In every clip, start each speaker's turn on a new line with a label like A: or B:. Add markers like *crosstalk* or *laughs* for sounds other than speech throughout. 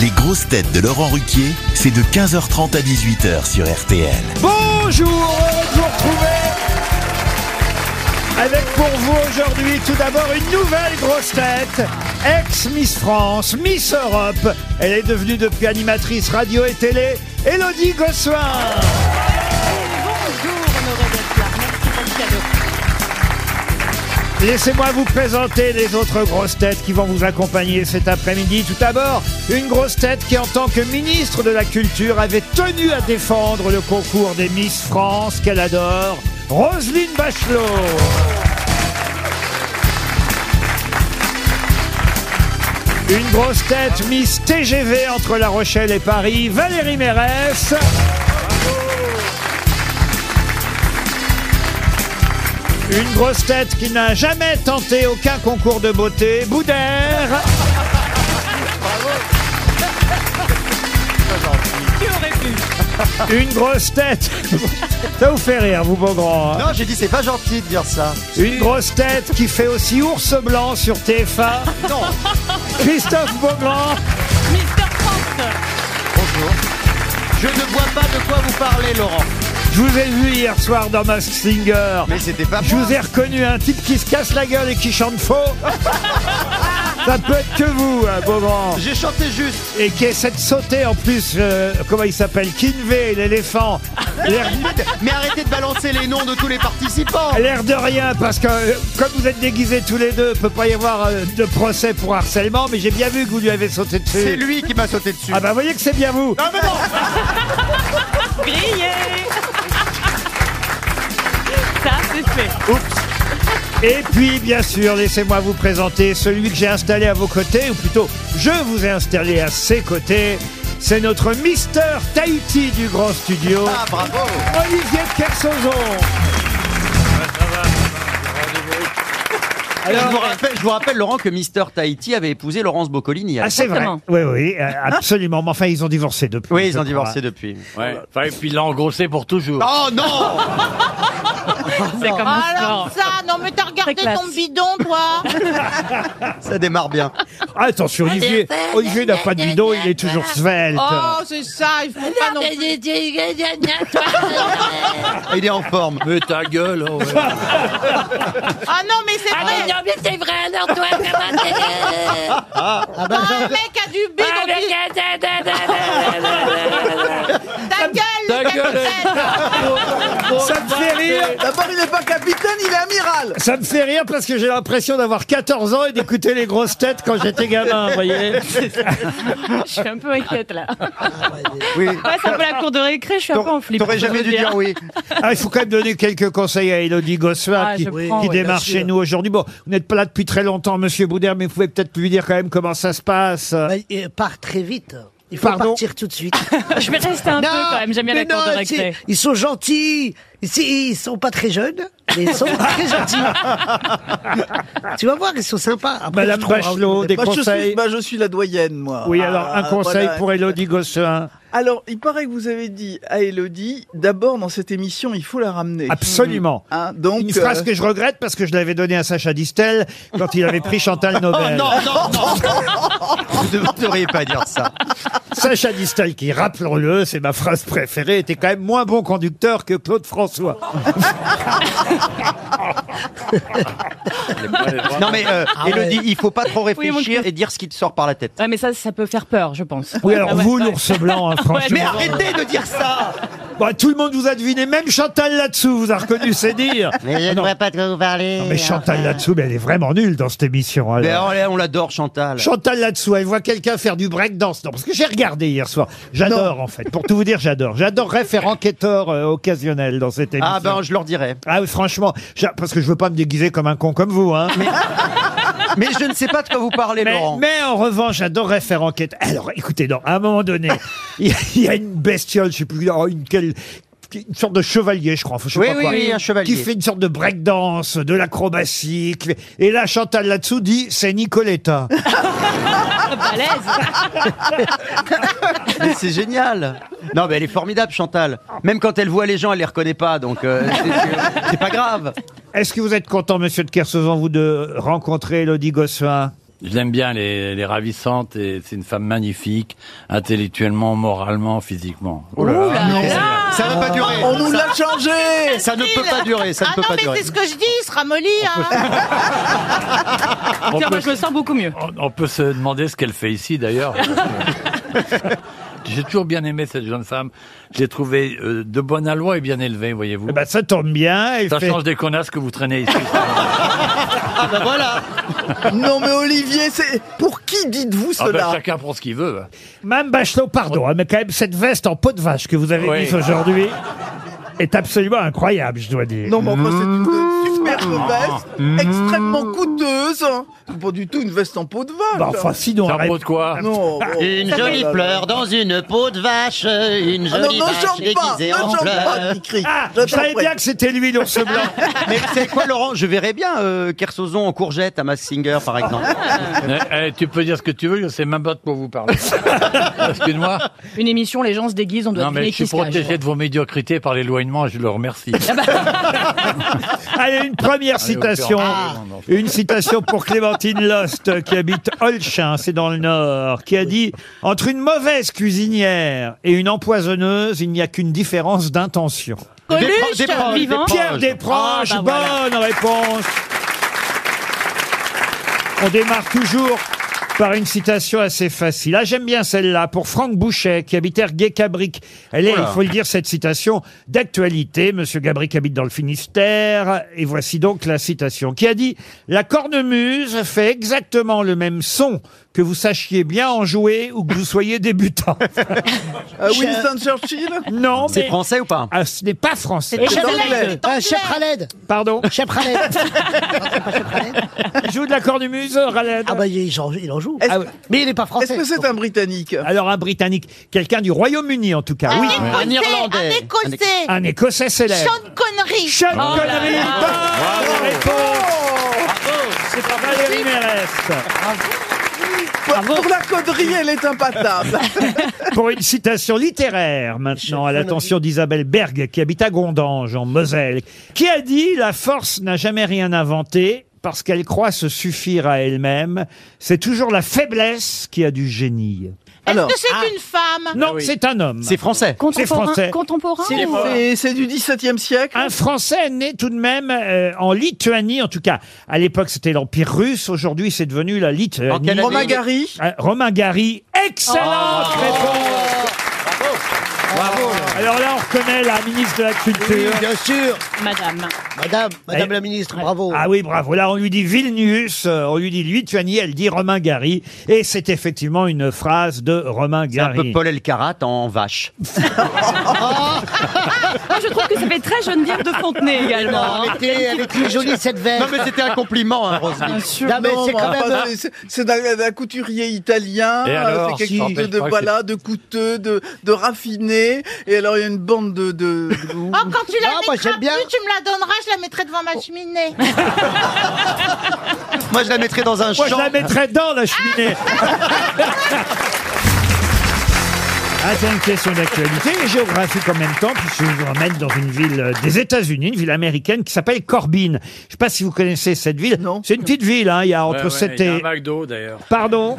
A: Les grosses têtes de Laurent Ruquier, c'est de 15h30 à 18h sur RTL.
B: Bonjour, heureux de vous retrouver avec pour vous aujourd'hui tout d'abord une nouvelle grosse tête, ex-Miss France, Miss Europe. Elle est devenue depuis animatrice radio et télé, Elodie Gossuin.
C: Bonjour, honoré d'être là. Merci pour le cadeau.
B: Laissez-moi vous présenter les autres grosses têtes qui vont vous accompagner cet après-midi. Tout d'abord, une grosse tête qui, en tant que ministre de la Culture, avait tenu à défendre le concours des Miss France qu'elle adore, Roselyne Bachelot. Une grosse tête Miss TGV entre La Rochelle et Paris, Valérie Mérès. Une grosse tête qui n'a jamais tenté aucun concours de beauté, Boudère.
C: Tu aurais pu.
B: Une
D: *laughs*
B: grosse tête. Ça vous fait rire, vous, beau grand. hein.
D: Non, j'ai dit c'est pas gentil de dire ça.
B: Une grosse tête qui fait aussi ours blanc sur TF1.
D: Non.
B: Christophe Beaugrand,
C: Mister France.
D: Bonjour. Je ne vois pas de quoi vous parlez, Laurent.
B: je vous ai vu hier soir dans Mask Singer.
D: Mais c'était pas
B: Je
D: moi.
B: vous ai reconnu un type qui se casse la gueule et qui
D: *laughs*
B: chante faux. Ça peut être que vous, hein, Beaugrand.
D: J'ai chanté juste.
B: Et qui essaie de sauter en plus, euh, comment il s'appelle Kinvey, l'éléphant. L'air-
D: Mais arrêtez de balancer les noms de tous les participants.
B: L'air de rien, parce que euh, comme vous êtes déguisés tous les deux, il peut pas y avoir euh, de procès pour harcèlement, mais j'ai bien vu que vous lui avez sauté dessus.
D: C'est lui qui m'a sauté dessus.
B: Ah bah voyez que c'est bien vous
D: Ah, mais non.
C: *laughs* Grillé. Ça, c'est fait.
B: Et puis bien sûr, laissez-moi vous présenter celui que j'ai installé à vos côtés, ou plutôt je vous ai installé à ses côtés. C'est notre Mister Tahiti du grand studio,
D: Ah, bravo.
B: Olivier de Kersauzon.
D: je, vous rappelle, je vous rappelle, Laurent, que Mister Tahiti avait épousé Laurence Boccolini. Ah.
B: Ah c'est vrai,
C: Exactement.
B: oui oui, euh, absolument, mais enfin ils ont divorcé depuis.
D: oui, ils
B: je
D: ont
B: crois.
D: divorcé depuis.
E: Ouais. Enfin, et puis il l'a engrossé pour toujours.
D: Oh non
E: *laughs*
C: C'est comme le sport.
F: Alors ça, non mais t'as
C: Très
F: regardé
C: classe.
F: ton bidon,
B: *laughs*
F: toi
D: Ça démarre bien.
B: Ah, Attention Olivier, Olivier n'a pas de bidon, il est euh, toujours svelte.
F: Oh, c'est ça, il faut pas non plus...
D: Il est en forme.
E: Mais ta gueule, oh, ouais.
F: Ah non, mais c'est vrai
G: non, mais c'est vrai, alors toi, comment t'es
B: Ah.
H: Ah,
F: Bah,
H: bah,
F: Un mec a du bidon, tu- ta gueule, le
E: Ta gueule.
F: capitaine
B: Ça me fait rire
D: D'abord, il n'est pas capitaine, il est amiral.
B: Ça me fait rire parce que j'ai l'impression d'avoir 14 ans et d'écouter les grosses têtes quand j'étais gamin,
D: *laughs*
B: vous voyez.
C: Je suis un peu inquiète, là.
D: Oui.
C: Ouais, c'est un peu la cour de récré, je suis un peu en
D: T'aurais
C: flip.
D: t'aurais jamais dû dire oui.
B: Ah, il faut quand même donner quelques conseils à Elodie Gossuin
C: Ah,
B: qui,
C: je prends,
B: qui
C: oui,
B: démarre chez nous aujourd'hui. Bon, vous n'êtes pas là depuis très longtemps, monsieur Boudère, mais vous pouvez peut-être lui dire quand même comment ça se passe.
I: Bah, il part très vite. Il faut
B: Pardon
I: partir tout de suite.
C: *laughs* Je vais rester un peu, quand même. J'aime bien la
I: mais
C: cour de
I: non,
C: récré.
I: c'est- Ils sont gentils. Ils, ils sont pas très jeunes, mais ils sont très
B: *laughs*
I: gentils. tu vas voir, ils sont sympas. Après, hein,
B: Madame
I: tu trouveras-
B: Bachelot, des
H: Moi, je
B: conseils
H: suis,
I: Bah,
H: moi, bah, je suis la doyenne, moi.
B: Oui, alors un
H: Ah,
B: conseil
H: voilà.
B: pour Elodie Gossuin.
H: Alors, il paraît que vous avez dit à Elodie, d'abord dans cette émission, il faut la ramener.
B: Absolument.
D: ah,
H: Hein, donc,
B: Une phrase
H: euh,
B: que je regrette parce que je l'avais donnée à Sacha Distel quand il avait
D: *laughs*
B: pris Chantal Nobel.
D: Oh,
B: Ah.
D: Vous ne devriez pas dire ça.
B: *laughs* Sacha Distel, qui, rappelons-le, c'est ma phrase préférée, était quand même moins bon conducteur que Claude François.
D: Non mais euh,
B: Ah,
D: Elodie, il faut pas trop
C: Oui, mon
D: réfléchir et dire ce qui te sort par la tête.
C: Ouais, mais ça, ça peut faire peur, je pense.
B: Oui, alors
C: Ah ouais.
B: vous, l'ours blanc, hein,
D: *laughs*
B: franchement.
D: Mais arrêtez de dire ça
B: Bah, tout le monde vous a deviné, même Chantal là-dessous vous a reconnu ses dires.
G: Mais je
B: Ah
G: ne
B: non,
G: vois pas de quoi vous parlez.
B: non, mais Chantal là-dessous, mais elle est vraiment nulle dans cette émission. alors.
D: Mais on, l'a- on l'adore Chantal.
B: Chantal là-dessous, elle voit quelqu'un faire du breakdance. Non, parce que j'ai regardé hier soir. J'adore, en fait. Pour tout vous dire, j'adore. J'adorerais faire enquêteur euh, occasionnel dans cette émission.
D: ah ben je leur dirai.
B: Ah, oui, franchement, j'a- parce que je veux pas me déguiser comme un con comme vous, hein.
D: Mais je ne sais pas de quoi vous parlez
B: Mais,
D: Laurent.
B: mais en revanche, j'adorerais faire enquête. Alors, écoutez, non, à un moment donné,
D: *laughs*
B: il y, a- il y a une bestiole, je sais plus, oh, une quelle une sorte de chevalier, je crois. enfin, je sais
D: Oui,
B: pas
D: oui,
B: quoi,
D: oui, un chevalier.
B: Qui fait une sorte de breakdance, de l'acrobatie. qui fait- Et là, Chantal là-dessous dit, c'est
D: *laughs*
B: Nicoletta.
C: À l'aise.
D: Mais c'est génial. Non mais elle est formidable Chantal. Même quand elle voit les gens, elle les reconnaît pas donc euh, c'est- c'est- c'est pas grave.
B: Est-ce que vous êtes content, monsieur de Kersauzon, vous, de rencontrer Elodie Gossuin
E: Je l'aime bien, elle est, elle est ravissante et c'est une femme magnifique, intellectuellement, moralement, physiquement.
D: Oh Ça
J: Ah.
H: Ah.
D: ne va pas durer.
H: On nous l'a changé
D: *laughs* Ça ne peut pas durer, ça
F: Ah
D: ne peut
F: non,
D: pas
F: mais
D: durer.
F: c'est ce que je dis, il se ramollit. Hein.
E: On peut,
C: je me sens beaucoup mieux.
E: on- on peut se demander ce qu'elle fait ici d'ailleurs. J'ai toujours bien aimé cette jeune femme. Je l'ai trouvée euh, de bonne aloi et bien élevée, voyez-vous.
B: Eh ben, ça tombe bien. Elle
E: Ça
B: fait-
E: change des connasses que vous traînez ici.
D: Ah bah voilà.
H: *laughs* Non mais Olivier, c'est pour qui dites-vous
E: Ah bah,
H: cela
E: chacun prend ce qu'il veut.
B: Mme Bachelot, pardon, hein, mais quand même, cette veste en peau de vache que vous avez
E: Oui.
B: mise aujourd'hui est absolument incroyable, je dois dire.
H: Non mais enfin c'est une
B: Ah.
H: superbe
B: Mmh.
H: veste, extrêmement coûteuse. hein. C'est pas du tout une veste en peau de vache.
B: Bah, enfin, sinon,
E: C'est un
B: arrête-
E: pot de quoi
H: Non, bon.
D: Une jolie fleur dans une peau de vache, une
H: Ah non,
D: jolie
H: ne
D: vache
H: chante pas, ne
D: déguisée en
H: chante pas,
D: fleur.
H: il crie.
B: Ah, je savais bien que c'était lui, l'ours
H: Ah.
B: blanc.
D: Mais c'est quoi Laurent Je verrais bien euh, Kersozon en courgette à Mass Singer par exemple.
E: Eh, eh, tu peux dire ce que tu veux, je sais même pas de quoi vous
B: *laughs*
E: parlez. Excuse-moi.
C: Une émission, les gens se déguisent, on doit
E: Non, mais
C: deviner
E: je suis
C: qui se cache.
E: protégé de vos médiocrités par l'éloignement et je le remercie.
B: Allez, une Ah bah, première citation.
E: Ah. Non, non.
B: *laughs* Une citation pour Clémentine Lost, euh, qui habite Holchin, c'est dans le Nord, qui a dit « Entre une mauvaise cuisinière et une empoisonneuse, il n'y a qu'une différence d'intention.
F: Coluche,
D: Des proches, des
C: vivant.
D: proches. »
B: Pierre Desproges,
C: Ah, bah
B: bonne réponse. On démarre toujours par une citation assez facile. Ah, j'aime bien celle-là, pour Franck Boucher, qui habite Erguet-Cabric. Elle
H: Oh
B: est, il faut le dire, cette citation d'actualité. Monsieur Gabric habite dans le Finistère. Et voici donc la citation qui a dit « La cornemuse fait exactement le même son que vous sachiez bien en jouer ou que vous soyez débutant.
H: *laughs* Euh, Winston Churchill »
B: Non,
D: C'est
B: mais
D: français ou pas
B: ah, ce n'est pas français.
H: C'est anglais.
I: Ah, chef Khaled
B: Pardon
I: Chef Khaled Non, c'est pas Chef Khaled
B: Joue de la cornemuse, Raled
I: Ah bah, il, il en- il en joue.
H: Est-ce-
B: Ah ouais.
I: Mais il n'est pas
H: Est-ce
I: français.
H: que c'est un britannique
B: Alors un Britannique, quelqu'un du Royaume-Uni en tout
F: Ah
B: cas. Oui.
F: un
D: Un Irlandais.
F: Écossais, un Écossais,
B: Un Écossais célèbre.
F: Sean Connery. Oh
B: Sean Connery. Bonne réponse. C'est pas Valérie Mérès.
H: Pour- Pour la connerie, elle est impatable.
B: Pour une citation littéraire maintenant, à l'attention d'Isabelle Berg, qui habite à Gondange, en Moselle, qui a dit « La force n'a jamais rien inventé ». Parce qu'elle croit se suffire à elle-même, c'est toujours la faiblesse qui a du génie. Ah.
H: Alors,
F: Est-ce que c'est une femme
B: Non, c'est un homme.
D: Ah C'est français.
B: français.
C: Contemporain, contemporain
H: c'est-
C: ou-
H: euh, c'est- c'est du XVIIe siècle.
B: Un Français né tout de même euh, en Lituanie, en tout cas. À l'époque, c'était l'Empire russe. Aujourd'hui, c'est devenu la Lituanie.
D: En quelle année
H: Romain Gary.
B: Euh, Romain Gary, excellente
D: Oh.
B: réponse Alors là, on reconnaît la ministre de la Culture.
G: Bien sûr,
C: Madame.
G: madame,
B: *laughs* Madame
G: madame
B: la
G: la ministre, bravo.
B: Eh, Ah oui, bravo. Là, on lui dit Vilnius, euh, on lui dit Lituanie, elle dit Romain Gary. Et c'est effectivement une phrase de Romain
D: C'est un peu
B: Gary.
D: Paul Elkarat en vache.
C: *laughs* Moi, je trouve que ça fait très Geneviève de Fontenay également. hein.
G: elle, était, elle était jolie cette
D: Non
G: veste. Ah,
D: mais c'était un compliment, hein, Roselyne.
G: Non, mais
H: Non,
G: c'est quand
H: enfin,
G: même.
H: Ah, bah,
D: euh,
H: c'est- c'est- C'est d'un d'un couturier italien.
E: Et
H: euh,
E: alors
H: C'est
E: Si.
H: quelque chose de, de,
E: Je crois que
H: voilà, de coûteux, de, de raffiné. Et alors, il y a une bande de. de- de-
F: Oh, quand tu la
G: Ah,
B: bah,
G: moi,
F: mettras
G: j'aime bien.
F: plus, tu me la donneras, je la mettrai devant ma cheminée.
D: Moi je la mettrais dans un
B: Moi, je
D: champ.
B: la mettrais dans
D: *laughs*
B: la cheminée. Ah, c'est une question d'actualité et géographique en même temps, puisque je vous emmène dans une ville euh, des États-Unis, une ville américaine qui s'appelle Corbin. Je ne sais pas si vous connaissez cette ville.
H: Non.
B: C'est une petite ville, hein, il y a entre
E: Ouais, ouais,
B: sept
E: Il y a
B: et.
E: un McDo d'ailleurs. *laughs*
B: Pardon.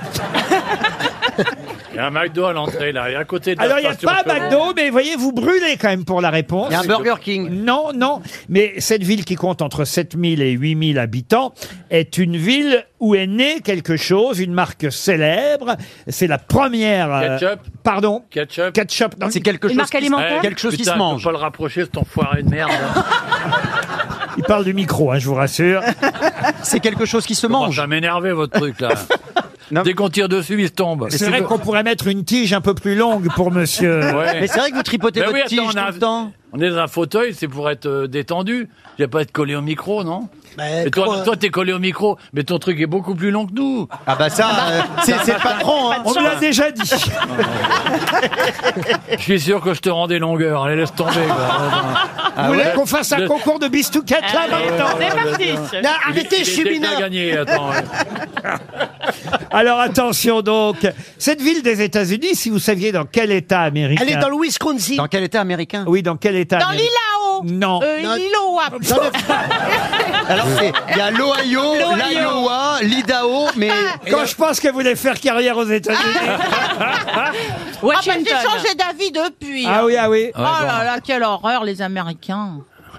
E: Il y a un McDo à l'entrée là, et à côté de la
B: Alors, il n'y a
E: station
B: pas
E: Chevron.
B: McDo, mais voyez, vous brûlez quand même pour la réponse.
D: Il y a un Burger King.
B: Non, non, mais cette ville qui compte entre 7000 et 8000 habitants est une ville où est née quelque chose, une marque célèbre. C'est la première. euh,
E: Ketchup.
B: Pardon
E: Ketchup.
B: Ketchup. non,
D: C'est quelque
C: Une
D: chose.
C: marque
D: qui-
C: alimentaire
D: quelque chose qui
E: putain,
D: se mange.
E: Je peux pas le rapprocher, cet enfoiré de merde.
B: il parle du micro, hein, je
E: *laughs*
B: vous rassure.
D: *laughs* C'est quelque chose qui se
E: Mange.
D: mange.
E: Ça m'énerver votre truc là.
D: Non.
E: Dès qu'on tire dessus, il se tombe.
B: C'est vrai qu'on pourrait mettre une tige un peu plus longue pour
E: *laughs*
B: monsieur.
E: Ouais.
D: Mais c'est vrai que vous tripotez
E: Ben
D: votre
E: oui,
D: tige
E: attends, on a-
D: tout le temps.
E: On est dans un fauteuil, c'est pour être euh, détendu. Je vais pas être collé au micro, non
D: Bah,
G: Mais
E: Et toi,
G: comment-
E: toi, t'es collé au micro, mais ton truc est beaucoup plus long que nous.
D: Ah bah ça, euh, c'est c'est le patron. hein.
B: On me l'a déjà dit.
E: Je suis sûr que je te rends des longueurs. Allez, laisse tomber. quoi.
D: Ah
B: vous voulez
E: ouais
B: qu'on fasse un
E: Le-
B: concours de bistouquettes là maintenant
C: C'est parti
G: Non, arrêtez, je suis
E: J'ai déjà
G: mineur.
E: gagné. Attends, ouais.
B: Alors attention donc. Cette ville des États-Unis, si vous saviez dans quel état américain.
G: Elle est dans le Wisconsin.
D: Dans quel état américain
B: Oui, dans quel état
F: Dans
B: américain
F: l'Islao.
B: Non.
D: *laughs*
F: Euh,
G: Non.
F: L'Iloa.
D: Alors c'est- il y a l'Ohio, l'Iowa l'IDAO, mais
B: Quand je pense qu'elle voulait faire carrière aux États-Unis.
F: Ah, bah, j'ai changé d'avis depuis.
B: ah oui, ah oui.
F: Oh là là, quelle horreur, les Américains.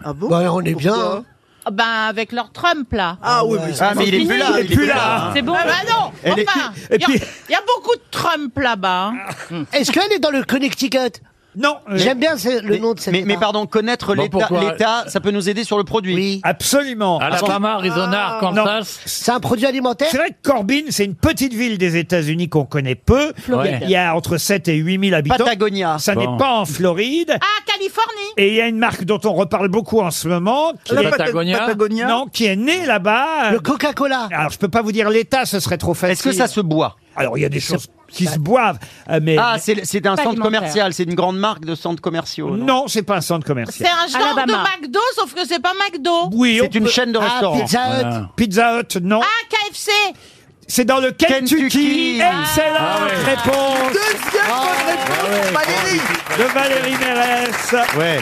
B: Ah
I: Bah, on est bien.
F: Ah Ben, avec leur Trump, là.
H: Ah oui, mais
D: ah mais il est plus là,
B: Il est plus là.
C: C'est bon.
F: Ah bah non
D: Elle est-
F: Enfin,
B: et
F: il y a-
B: puis- Hum.
F: il y, a beaucoup de Trump là-bas. hein.
I: Est-ce qu'elle est dans le Connecticut
B: Non. euh,
I: J'aime bien ce- le nom de cette
D: Mais, mais
B: Ah.
I: état.
D: pardon, connaître
E: Bon,
D: l'État,
E: pourquoi
D: l'État, ça peut nous aider sur le produit.
I: Oui.
B: Absolument.
E: Alabama, Arizona,
D: Ah.
B: Non.
E: Arkansas.
I: C'est un produit alimentaire
B: C'est vrai que Corbin, c'est une petite ville des États-Unis qu'on connaît peu.
E: Floride.
B: Il y a entre 7 et 8 000 habitants.
D: Patagonia.
B: Ça
E: Bon.
B: n'est pas en Floride.
F: Ah, Californie
B: Et il y a une marque dont on reparle beaucoup en ce moment, qui,
E: La
B: est,
E: Pata- Patagonia
H: Patagonia
B: non, qui est née là-bas.
I: Le Coca-Cola.
B: Alors, je peux pas vous dire l'État, ce serait trop facile.
D: Est-ce que ça se boit
B: Alors, il y a des choses qui se boivent, euh, mais
D: Ah, c'est c'est un
C: Pas
D: centre
C: alimentaire.
D: commercial, c'est une grande marque de centres commerciaux. non
B: non, c'est pas un centre
F: C'est
B: commercial.
F: un genre
C: Alabama.
F: de McDo, sauf que c'est pas McDo.
B: Oui, on
D: C'est une
B: peut-
D: chaîne de
I: Ah,
D: restaurants.
I: Pizza Hut.
E: Voilà.
B: Pizza Hut, non.
F: Ah, KFC
B: C'est dans le Kentucky.
D: Kentucky.
B: Excellente
E: Ah ouais.
B: réponse
H: Deuxième bonne réponse, Valérie
B: de Valérie Mérès.
D: Ouais.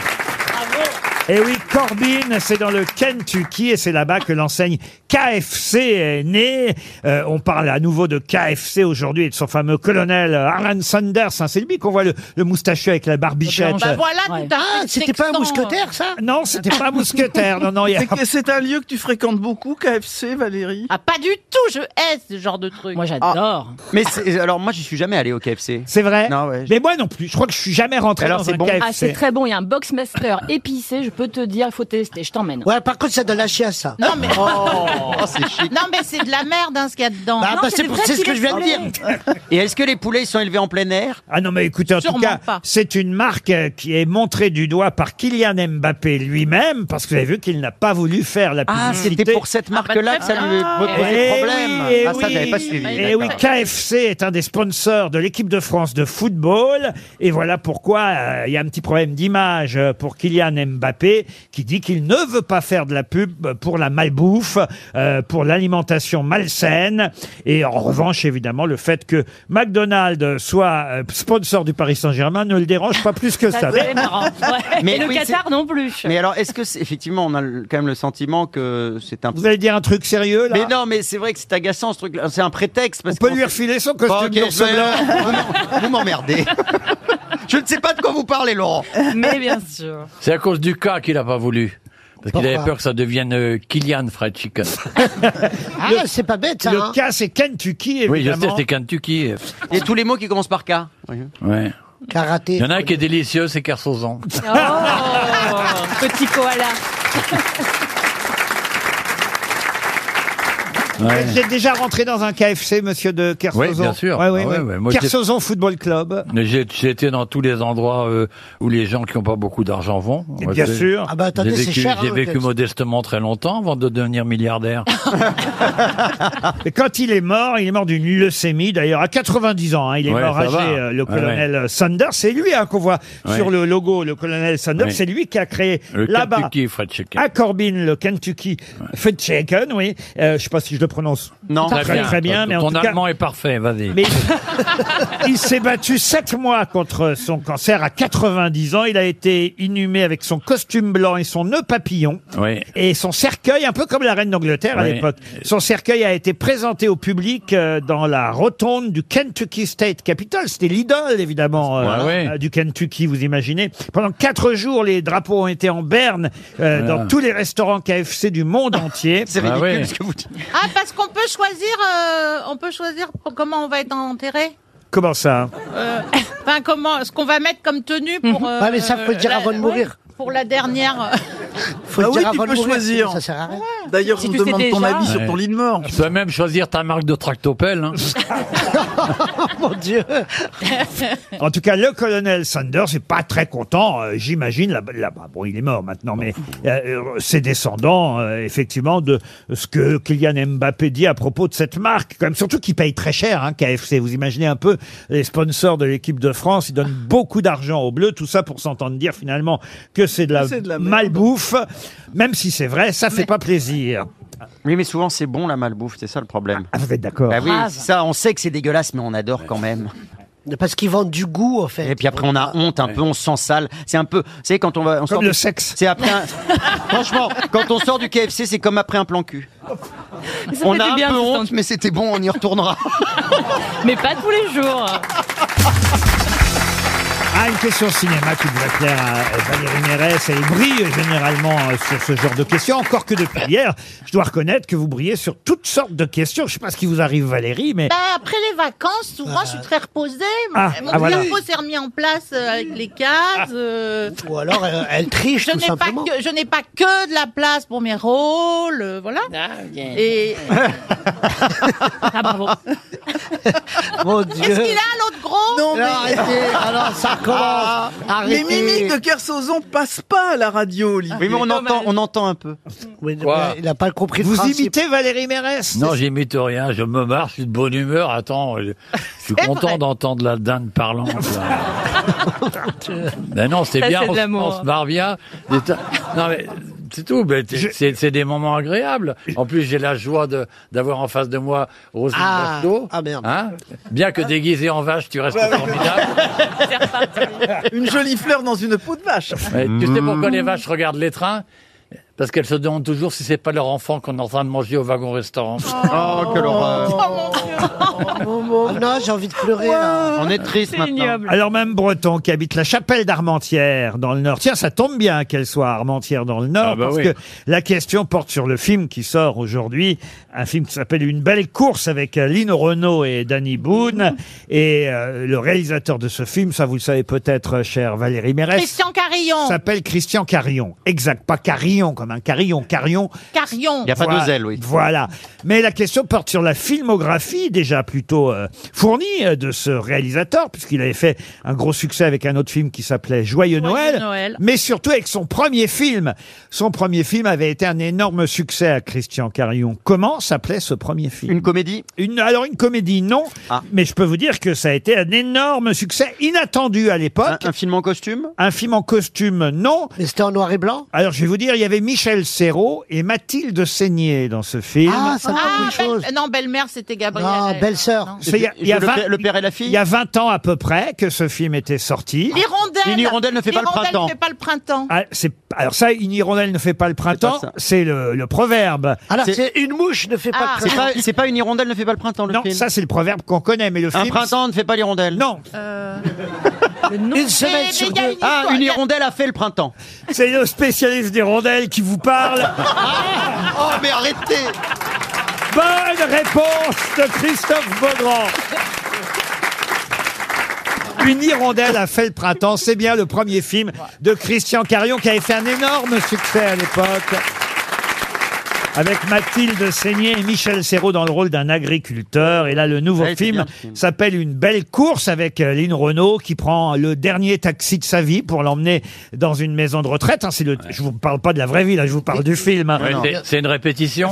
B: Et oui, Corbin, c'est dans le Kentucky et c'est là-bas que l'enseigne KFC est née. Euh, on parle à nouveau de KFC aujourd'hui et de son fameux colonel Alan Sanders. hein. c'est lui qu'on voit le, le moustachu avec la barbichette.
F: Bah voilà,
C: Ouais.
F: t'as
I: Ah,
F: un
I: c'était pas un
F: sextant,
I: mousquetaire, ça
B: Non, c'était pas un mousquetaire. Non, non, il y a...
H: C'est que- C'est un lieu que tu fréquentes beaucoup, KFC, Valérie Ah,
F: euh. Ah, pas du tout, je hais ce genre de truc.
C: Moi, j'adore.
D: Ah. Mais c'est- alors moi, j'y suis jamais allé au KFC.
B: C'est vrai.
D: Non, ouais.
B: Mais moi non plus. Je crois que je suis jamais rentré
D: Alors,
B: dans
D: c'est
B: un
D: bon.
B: KFC.
C: Ah, c'est très bon. Il y a un Boxmaster épicé. Je peux te dire, il faut tester. Je t'emmène.
I: Ouais, par contre, ça donne la chiasse, ça.
F: Non,
I: *laughs*
F: mais,
D: Oh, c'est chic.
F: non, mais c'est de la merde, hein, ce qu'il y a dedans.
I: Bah,
F: Non,
I: bah,
F: c'est
I: c'est
F: des
I: pour-
F: vrais
I: c'est ce que
F: filets
I: je viens de
F: de
I: dire.
F: poulet.
D: Et est-ce que les poulets ils sont élevés en plein air
B: Ah non, mais écoutez, en tout
F: Sûrement
B: cas,
F: pas.
B: c'est une marque euh, qui est montrée du doigt par Kylian Mbappé lui-même, parce que vous avez vu qu'il n'a pas voulu faire la
D: Ah,
B: publicité.
D: c'était pour cette
F: Bah,
D: marque-là que ça lui posait
B: Eh
D: problème.
B: oui, eh
D: ah, ça,
B: oui.
D: j'avais pas suivi.
B: Et oui,
D: d'accord.
B: KFC est un des sponsors de l'équipe de France de football. Et voilà pourquoi euh, il y a un petit problème d'image euh, pour Kylian Mbappé qui dit qu'il ne veut pas faire de la pub pour la malbouffe, euh, pour l'alimentation malsaine. Et en revanche, évidemment, le fait que McDonald's soit euh, sponsor du Paris Saint-Germain ne le dérange pas plus que ça.
C: Ça, c'est
B: *laughs*
C: marrant. Ouais.
D: Mais
C: Et le
D: oui,
C: Qatar non plus.
D: Mais alors, est-ce que c'est- effectivement, on a le- quand même le sentiment que c'est un.
B: Vous allez dire un truc sérieux là
D: Mais non, mais c'est vrai que c'est agaçant ce truc-là. C'est un prétexte parce
B: On peut
D: qu'on-
B: lui refiler son
D: Bon,
B: costume
D: ok,
B: d'ours
D: mais-
B: blanc. *laughs*
D: vous m'en- vous m'emmerdez. Je ne sais pas de quoi vous parlez, Laurent.
C: Mais bien sûr.
E: Ah. C'est à cause du cas qu'il a pas voulu. Parce qu'il avait
I: Pourquoi
E: peur que ça devienne euh, Kylian Fried Chicken.
I: Ah, c'est pas bête, ça.
B: Le
I: hein.
B: cas, c'est Kentucky,
E: Oui, je
B: évidemment.
E: sais, c'est Kentucky.
D: Et tous les mots qui commencent par K. Oui.
E: Ouais.
I: Karaté.
E: Il y en a un qui est délicieux, c'est Kersozon.
C: Oh, petit koala.
E: Ouais.
B: J'ai déjà rentré dans un KFC, monsieur de Kersozon.
E: Oui, bien sûr.
B: Ouais, ouais,
E: Ah ouais,
B: ouais.
E: ouais. Moi, j'ai-
B: Kersozon Football Club.
E: Mais J'ai j'ai été dans tous les endroits euh, où les gens qui n'ont pas beaucoup d'argent vont.
B: Et
E: Moi,
B: bien
E: j'ai-
B: sûr.
I: Ah bah
E: J'ai
I: attendez, c'est
E: vécu,
I: cher.
E: j'ai
I: hein,
E: vécu
I: le-
E: modestement très longtemps avant de
I: *laughs*
E: devenir milliardaire. Ah.
B: Et quand il est mort, il est mort d'une leucémie, d'ailleurs, à 90 ans. hein, il est
E: Ouais,
B: mort
E: ça
B: âgé,
E: va.
B: euh, le
E: Ouais,
B: colonel Sanders. C'est lui hein, qu'on voit
E: Ouais.
B: sur le logo, le colonel Sanders.
E: Oui.
B: C'est lui qui a créé
E: Le
B: là-bas.
E: Kentucky Fried Chicken.
B: À Corbin, le Kentucky Fried Chicken, oui. Euh, je sais pas si je le prononce
D: Non.
B: très bien, mais en
E: Ton
B: tout cas-
E: allemand est parfait, vas-y.
B: Mais il s'est battu sept mois contre son cancer à 90 ans. Il a été inhumé avec son costume blanc et son nœud papillon.
E: Oui.
B: Et son cercueil, un peu comme la reine d'Angleterre à
E: Oui.
B: l'époque, son cercueil a été présenté au public euh, dans la rotonde du Kentucky State Capitol. C'était l'idole, évidemment, euh,
E: Ah Ouais, ouais.
B: euh, du Kentucky, vous imaginez. Pendant quatre jours, les drapeaux ont été en berne euh, dans tous les restaurants KFC du monde entier.
D: C'est
E: Ah
D: ridicule
E: ouais.
D: ce que vous dites.
F: Ah, parce qu'on peut choisir, euh, on peut choisir pour comment on va être enterré. euh,
B: Comment ça
I: *laughs*
F: Enfin, comment, ce qu'on va mettre comme tenue pour. euh,
I: Mhm. Ouais, mais ça, faut le dire
F: la-
I: avant de mourir.
F: Pour la
I: *laughs*
F: dernière.
I: Faut
H: Ah
I: le
H: oui,
I: dire
H: tu
I: avant
H: peux
I: de mourir,
H: choisir.
I: sinon Ça sert à rien.
H: D'ailleurs,
C: Si
H: on
C: tu
H: te
C: sais
H: demande ton
C: déjà.
H: avis sur
E: Ouais.
H: ton lit de mort.
E: Tu peux même choisir ta marque de tractopelle.
B: *laughs*
E: Hein.
I: Oh, Mon
C: *laughs*
I: Dieu.
B: En tout cas, le colonel Sanders n'est pas très content, euh, j'imagine, là-bas. là-bas. bon, il est mort maintenant, mais
H: Oh,
B: euh, euh, ses descendants, euh, effectivement, de ce que Kylian Mbappé dit à propos de cette marque, quand même, surtout qu'il paye très cher, hein, KFC. Vous imaginez un peu les sponsors de l'équipe de France,
H: *laughs*
B: ils donnent beaucoup d'argent aux Bleus, tout ça pour s'entendre dire finalement que c'est de la,
H: C'est de la merde.
B: malbouffe, même si c'est vrai, ça fait pas plaisir.
D: Oui, mais souvent c'est bon la malbouffe, c'est ça le problème.
B: Ah, vous êtes d'accord
D: Bah oui, ça, on sait que c'est dégueulasse, mais on adore quand même.
I: Parce qu'ils vendent du goût, en fait.
D: Et puis après, on a honte un peu, on se sent sale. C'est un peu, c'est quand on va, on
B: Comme
D: sort
B: le
D: du-
B: sexe.
D: C'est *laughs* après, un- franchement, quand on sort du KFC, c'est comme après un plan cul.
K: Ça
D: On
K: fait
D: a
K: du
D: un
K: bien,
D: peu
K: ce
D: honte,
K: sandwich.
D: mais c'était bon, on y retournera.
K: Mais pas tous les jours.
B: Ah, une question cinéma qui devrait plaire à euh, Valérie Mérès. Elle brille généralement euh, sur ce genre de questions. Encore que depuis hier, je dois reconnaître que vous brillez sur toutes sortes de questions. Je sais pas ce qui vous arrive, Valérie, mais...
F: Bah, après les vacances, souvent, je suis très reposée.
B: Ah,
F: Mon
B: ah, voilà.
F: cerveau s'est remis en place euh, avec les cases. euh,
I: Ah. Ou alors, elle, elle
F: *laughs*
I: triche,
F: je
I: tout
F: n'ai pas
I: simplement.
F: que je n'ai pas que de la place pour mes rôles, euh, voilà.
I: *laughs*
F: Et
K: Ah, bravo.
I: Mon Dieu.
F: est-ce qu'il a l'autre gros Ah,
H: Non, mais,
I: Alors,
H: Ah.
I: arrêtez, *laughs* alors ça recommence.
H: les
I: Arrêtez.
H: mimiques de Kersozon passent pas à la radio, Olivier.
D: Oui, mais on entend, on entend un peu.
I: Oui, mais
E: Quoi
I: Il n'a pas compris le
B: Vous
I: principe.
B: imitez Valérie Mérès
E: Non, j'imite rien, je me marre, je suis de bonne humeur. Attends, je je suis
F: C'est
E: content
F: vrai.
E: d'entendre la dinde parlante. là. ben non, c'est
K: Ça,
E: bien,
K: c'est de
E: on, se-
K: l'amour.
E: on se marre bien. Et t'as- Non mais c'est tout, ben, t'es- c'est c'est des moments agréables. En plus, j'ai la joie de d'avoir en face de moi Roselyne
I: Ah.
E: Bachelot.
I: Ah, merde.
E: Hein bien que déguisée en vache, tu restes formidable.
H: Une jolie fleur dans une peau de vache.
E: Ouais, Tu sais pourquoi les vaches regardent les trains parce qu'elles se demandent toujours si c'est pas leur enfant qu'on est en train de manger au wagon-restaurant.
D: Oh, que l'horreur.
I: Oh non, j'ai envie de pleurer, là.
D: On est triste
K: C'est
D: maintenant.
K: ignoble.
B: Alors même Breton qui habite la chapelle d'Armentières dans le Nord. Tiens, ça tombe bien qu'elle soit à Armentières dans le Nord
E: Ah bah
B: parce
E: oui.
B: que la question porte sur le film qui sort aujourd'hui, un film qui s'appelle Une belle course avec euh, Lino Renault et Danny
D: Mmh.
B: Boone et euh, le réalisateur de ce film, ça vous le savez peut-être euh, cher Valérie Mérès,
F: Christian Carillon.
B: s'appelle Christian Carillon. Exact, pas Carillon comme un carillon, Carillon.
F: Carillon.
D: Il n'y a pas
B: Voilà.
D: de zèle, oui.
B: Voilà. Mais la question porte sur la filmographie déjà plutôt euh, fournie euh, de ce réalisateur, puisqu'il avait fait un gros succès avec un autre film qui s'appelait Joyeux, Noël,
K: Noël.
B: mais surtout avec son premier film. Son premier film avait été un énorme succès à Christian Carillon. Comment s'appelait ce premier film
D: Une comédie
B: une, alors une comédie, non,
D: Ah.
B: mais je peux vous dire que ça a été un énorme succès inattendu à
D: un,
B: l'époque.
D: un film en costume
B: Un film en costume, non.
I: Mais c'était en noir et blanc
B: Alors je vais vous dire, il y avait Michel Serrault et Mathilde Seigné dans ce film.
I: Ah, ça
F: Ah,
I: pas beaucoup de
F: belle-
I: choses.
F: Non, belle-mère, c'était Gabriel.
D: Ah,
I: Non, belle-sœur.
B: C'est il y a- il y a
D: le,
B: 20
D: père, le père et la
B: Il
D: fille
B: y a 20 ans à peu près que ce film était sorti.
F: L'hirondelle.
D: Une hirondelle ne fait pas le
F: L'hirondelle
D: printemps.
F: ne fait pas le printemps.
B: Ah, c'est- alors ça, une hirondelle ne fait pas le printemps,
D: C'est pas ça.
B: c'est le, le proverbe.
I: Alors,
D: C'est-
I: c'est une mouche ne fait pas
F: Ah.
I: de
D: C'est
I: crainte.
D: pas, c'est pas une hirondelle ne fait pas le printemps, le
B: non,
D: film.
B: ça c'est le proverbe qu'on connaît, mais le
D: un
B: film...
D: printemps ne fait pas l'hirondelle.
B: Non,
I: Une
F: Mais-
I: semaine
F: mais
I: sur
F: il y a
I: deux.
F: une
D: Ah,
F: histoire,
D: une
F: il y a-
D: hirondelle a fait le printemps.
B: c'est le spécialiste des rondelles qui vous parle.
D: Oh, mais arrêtez
B: Bonne réponse de Christophe Beaugrand. Une hirondelle a fait le printemps, c'est bien le premier film de Christian Carion qui avait fait un énorme succès à l'époque. Avec Mathilde Seigné et Michel Serrault dans le rôle d'un agriculteur. Et là, le nouveau
D: Ouais, c'est
B: film
D: bien, ce film.
B: s'appelle Une belle course avec euh, Lynn Renault qui prend le dernier taxi de sa vie pour l'emmener dans une maison de retraite. hein. C'est le, Je vous parle pas de la vraie vie, là, je vous parle du film. hein.
E: Ouais,
D: non.
E: c'est- c'est une répétition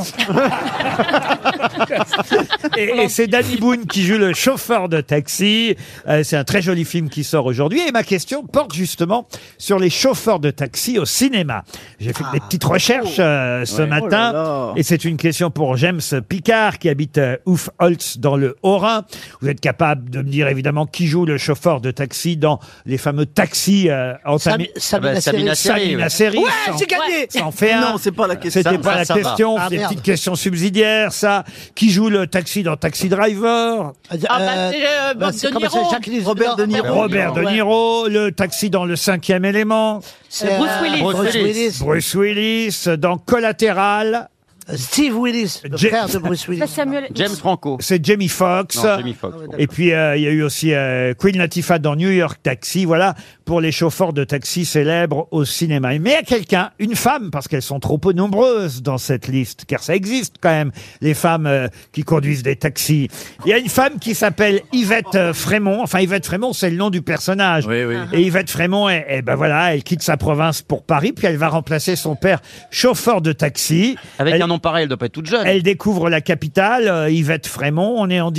B: Et, et c'est Danny Boone qui joue le chauffeur de taxi. Euh, c'est un très joli film qui sort aujourd'hui. Et ma question porte justement sur les chauffeurs de taxi au cinéma. J'ai fait des petites recherches euh, ce matin. Et c'est une question pour James Picard qui habite euh, Oufholz dans le Haut-Rhin. Vous êtes capable de me dire évidemment qui joue le chauffeur de taxi dans les fameux taxis euh, ben, en
I: Sam-
B: Sami-
D: Ah bah,
I: Sabina
D: Sabina
I: Seri.
D: Seri. Sabine
B: Samina
D: ouais.
B: Seri.
H: Ouais, j'ai gagné
B: Ça en fait un.
H: Non, c'est pas la question.
B: C'était
D: Ça,
B: pas
D: ça,
B: la
D: ça va.
B: question,
I: Ah,
B: c'est des
I: merde.
B: petites questions subsidiaires, ça. Qui joue le taxi dans Taxi Driver
F: Ah, bah, c'est, euh, Bob
I: c'est
F: De
I: comment ça,
F: Niro.
I: Jacques Lise-
H: Robert De Niro.
B: Robert De Niro, le taxi dans le cinquième élément,
I: C'est,
K: Bruce
I: euh,
K: Willis.
I: Bruce Willis.
B: Bruce Willis dans Collatéral,
I: Steve Willis, le
B: J-
I: frère de Bruce Willis.
K: Samuel.
D: James Franco.
B: c'est Jamie Foxx.
D: Non, Jamie Foxx.
B: Et puis euh, il y a eu aussi euh, Queen Latifah dans New York Taxi. Voilà pour les chauffeurs de taxi célèbres au cinéma. Mais il y a quelqu'un, une femme, parce qu'elles sont trop peu nombreuses dans cette liste, car ça existe quand même les femmes euh, qui conduisent des taxis. Il y a une femme qui s'appelle Yvette euh, Frémont. Enfin Yvette Frémont, c'est le nom du personnage.
E: Oui, oui.
B: Et Yvette Frémont, eh, eh ben voilà, elle quitte sa province pour Paris, puis elle va remplacer son père chauffeur de taxi.
D: Avec
B: Elle-
D: un nom pareil, elle doit pas être toute jeune.
B: elle découvre la capitale, euh, Yvette Frémont. On est en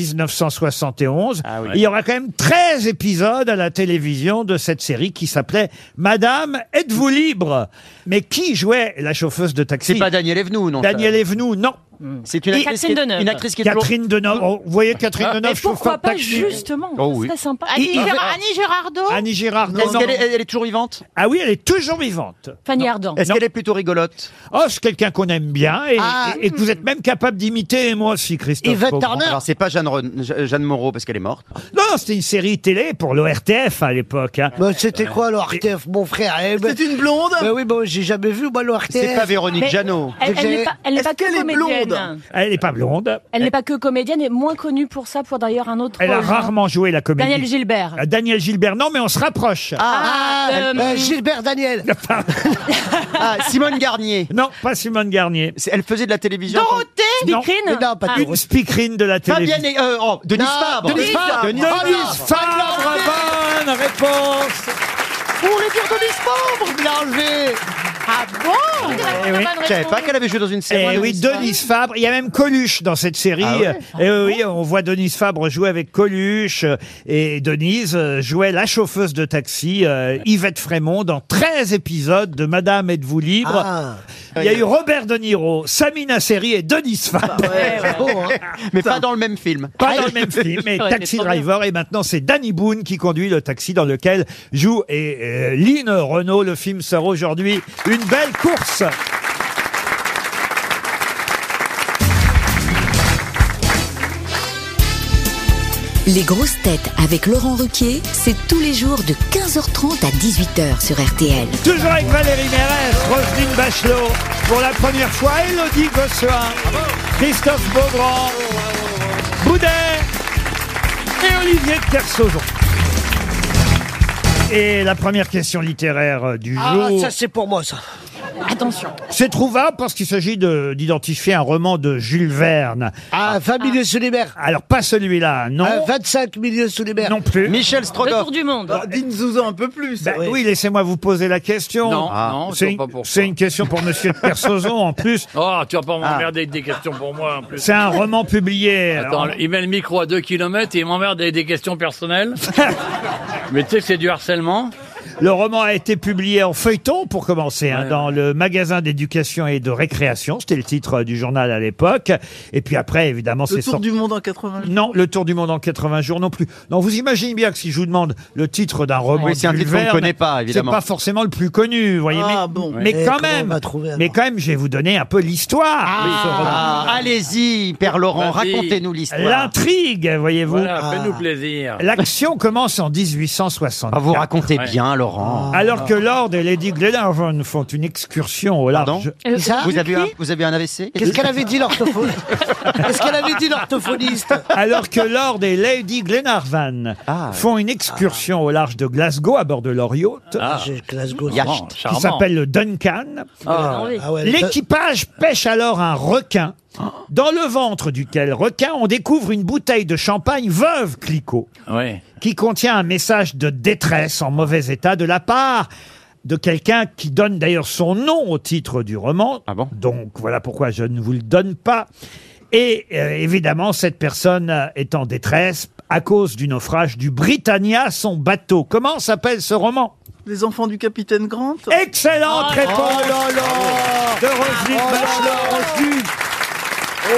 B: 1971.
D: Ah oui.
B: Il y aura quand même 13 épisodes à la télévision de cette série qui s'appelait Madame, êtes-vous libre Mais qui jouait la chauffeuse de taxi
D: C'est pas Daniel Evenou, non ça. Mm.
B: Daniel Evenou, non.
D: C'est une
K: Et
D: actrice
K: Catherine
D: qui est-
K: Deneuve.
D: une actrice qui est
B: Catherine Deneuve. Oh, vous voyez Catherine
D: Ah.
B: Deneuve,
K: Mais pourquoi
B: chauffeur de
K: pas
B: taxi.
K: justement
D: Oh oui.
K: C'est sympa.
F: Annie,
K: Il-
F: Gérard- Annie Girardot
B: Annie Girardot.
D: Est-ce
B: non.
D: qu'elle est, elle est toujours vivante
B: Ah oui, elle est toujours vivante.
K: Fanny Ardant.
D: Est-ce
B: Non.
D: qu'elle est plutôt rigolote
B: Oh, c'est quelqu'un qu'on aime bien et,
G: Ah.
B: et- et que
K: hmm.
B: vous êtes même capable d'imiter, et moi aussi, Christophe.
G: Yvette
B: Beaugrand.
G: Turner.
D: Alors c'est pas Jeanne, Ren- Je- Jeanne Moreau parce qu'elle est morte.
B: Non, c'était une série télé pour l'ORTF à l'époque. hein.
I: Bah, c'était quoi l'ORTF, mon frère eh, bah,
H: C'est une blonde
I: bah oui, bah, j'ai jamais vu, moi,
D: C'est pas
I: l'ORTF.
D: Véronique
K: Mais-
D: Jeannot.
K: Elle, elle n'est pas, elle n'est
H: Est-ce
K: pas que
H: qu'elle est
K: comédienne.
H: blonde
B: Elle n'est pas blonde.
K: elle n'est pas que comédienne et moins connue pour ça, pour d'ailleurs un autre.
B: Elle a
K: rôle.
B: rarement joué la comédie.
K: Daniel Gilbert.
B: Ah, Daniel Gilbert. Non, mais on se rapproche.
K: Ah, euh,
I: Euh,
B: *laughs*
I: Gilbert Daniel.
D: Ah, Simone Garnier.
B: Non, pas Simone Garnier.
D: C'est- Elle faisait de la télévision. quand-
F: Dorothée
B: Non.
K: Picrine
I: Mais non, pas
K: Ah,
I: du-
B: Une speakerine de la télévision.
D: Fabienne et euh, oh,
I: Non,
D: Denise Fabre.
I: Denise Fabre.
D: Denise
B: Denise
D: Fabre.
B: Fabre, bonne réponse
D: Pour les tours de Lisbonne, bien enlevé.
F: Ah bon
B: Eh oui.
D: Je savais pas qu'elle avait joué dans une série.
B: Eh oui,
D: Denise Fabre.
B: Denise Fabre. Il y a même Coluche dans cette série.
D: Ah ouais
B: Eh oui, oui, on voit Denise Fabre jouer avec Coluche. euh, Et Denise euh, jouait la chauffeuse de taxi, euh, Yvette Frémont, dans 13 épisodes de Madame, êtes-vous libre
I: Ah.
B: Il y a eu Robert De Niro, Samina Seri et Denise Fabre.
D: Ah hein. *laughs* mais pas dans le même film.
B: Pas dans le même film, mais
K: *laughs* Ouais, mais
B: Taxi
K: trop bien.
B: Driver. Et maintenant, c'est Danny Boone qui conduit le taxi dans lequel joue et, euh, Lynn Renault. Le film sort aujourd'hui. Une belle course.
L: Les grosses têtes avec Laurent Ruquier, c'est tous les jours de 15h30 à 18h sur RTL.
B: Toujours avec Valérie Mérès, Roselyne Bachelot, pour la première fois, Elodie Gossuin, Christophe Beaugrand, Boudet et Olivier de Kersauzon. Et la première question littéraire euh, du
I: Ah,
B: jour,
I: ça, c'est pour moi, ça. Ah,
K: Attention.
B: c'est trouvable parce qu'il s'agit de- d'identifier un roman de Jules Verne.
I: Ah, 20 milieux sous les mers.
B: Alors pas celui-là, non,
I: Ah, 25 milieux sous les mers.
B: non plus.
D: Michel
K: Le
D: Strogoff.
K: tour du monde.
H: Dites-nous un peu plus.
B: Ben oui, laissez-moi vous poser la question.
E: Non,
D: Ah.
E: non, je
B: C'est
E: vois
B: une,
E: pas pourquoi.
B: c'est une question pour Monsieur de
E: *laughs*
B: Kersauzon en plus. Ah.
E: Oh, tu vas pas m'emmerder avec des questions pour moi en plus.
B: C'est un roman publié.
E: Attends, il met le micro à 2 km et il m'emmerde avec des questions
B: *laughs*
E: personnelles. Mais tu sais que c'est du harcèlement.
B: Le roman a été publié en feuilleton pour commencer, hein,
E: Ouais,
B: dans le magasin d'éducation et de récréation. C'était le titre euh, du journal à l'époque. Et puis après, évidemment,
H: Le
B: c'est
H: tour
B: sorti.
H: du monde en 80 jours.
B: Non, le tour du monde en 80 jours non plus. Non, vous imaginez bien que si je vous demande le titre d'un roman,
D: Oui, c'est un
B: de
D: titre qu'on ne
B: Verne,
D: connaît pas, évidemment.
B: C'est pas forcément le plus connu, vous voyez.
H: Ah
B: mais,
H: bon.
B: mais
I: Eh,
B: quand
I: comment on
B: même,
I: va trouver, alors
B: mais quand même, je vais vous donner un peu l'histoire. de ce roman.
D: Ah, allez-y, Père Laurent,
E: Vas-y.
D: racontez-nous l'histoire.
B: L'intrigue, voyez-vous.
E: Voilà,
H: Ah.
E: fais-nous plaisir.
B: L'action commence en 1860.
D: Ah, vous racontez
E: Ouais.
D: bien, Laurent.
B: Ah. Alors que Lord et Lady Glenarvan font une excursion au large.
D: Pardon
K: Euh,
I: ça
D: Vous avez, un, vous avez un AVC
I: Qu'est-ce qu'elle avait dit, l'orthophoniste
B: *laughs*
I: Qu'est-ce qu'elle avait dit, l'orthophoniste
B: Alors que Lord et Lady Glenarvan
D: Ah.
B: font une excursion au large de Glasgow à bord de leur yacht,
I: Ah. J'ai Glasgow.
D: Yacht.
E: Bon,
B: qui
E: charmant.
B: s'appelle le Duncan,
K: Ah, oui.
I: Ah ouais,
B: l'équipage pêche alors un requin. Dans le ventre duquel requin, on découvre une bouteille de champagne veuve Clicquot,
E: Oui.
B: qui contient un message de détresse en mauvais état de la part de quelqu'un qui donne d'ailleurs son nom au titre du roman.
D: Ah bon
B: Donc voilà pourquoi je ne vous le donne pas. Et euh, évidemment, cette personne euh, est en détresse à cause du naufrage du Britannia, son bateau. Comment s'appelle ce roman
H: Les enfants du capitaine Grant.
D: Oh,
B: Excellente réponse de Roselyne Bachelot.
D: Oh,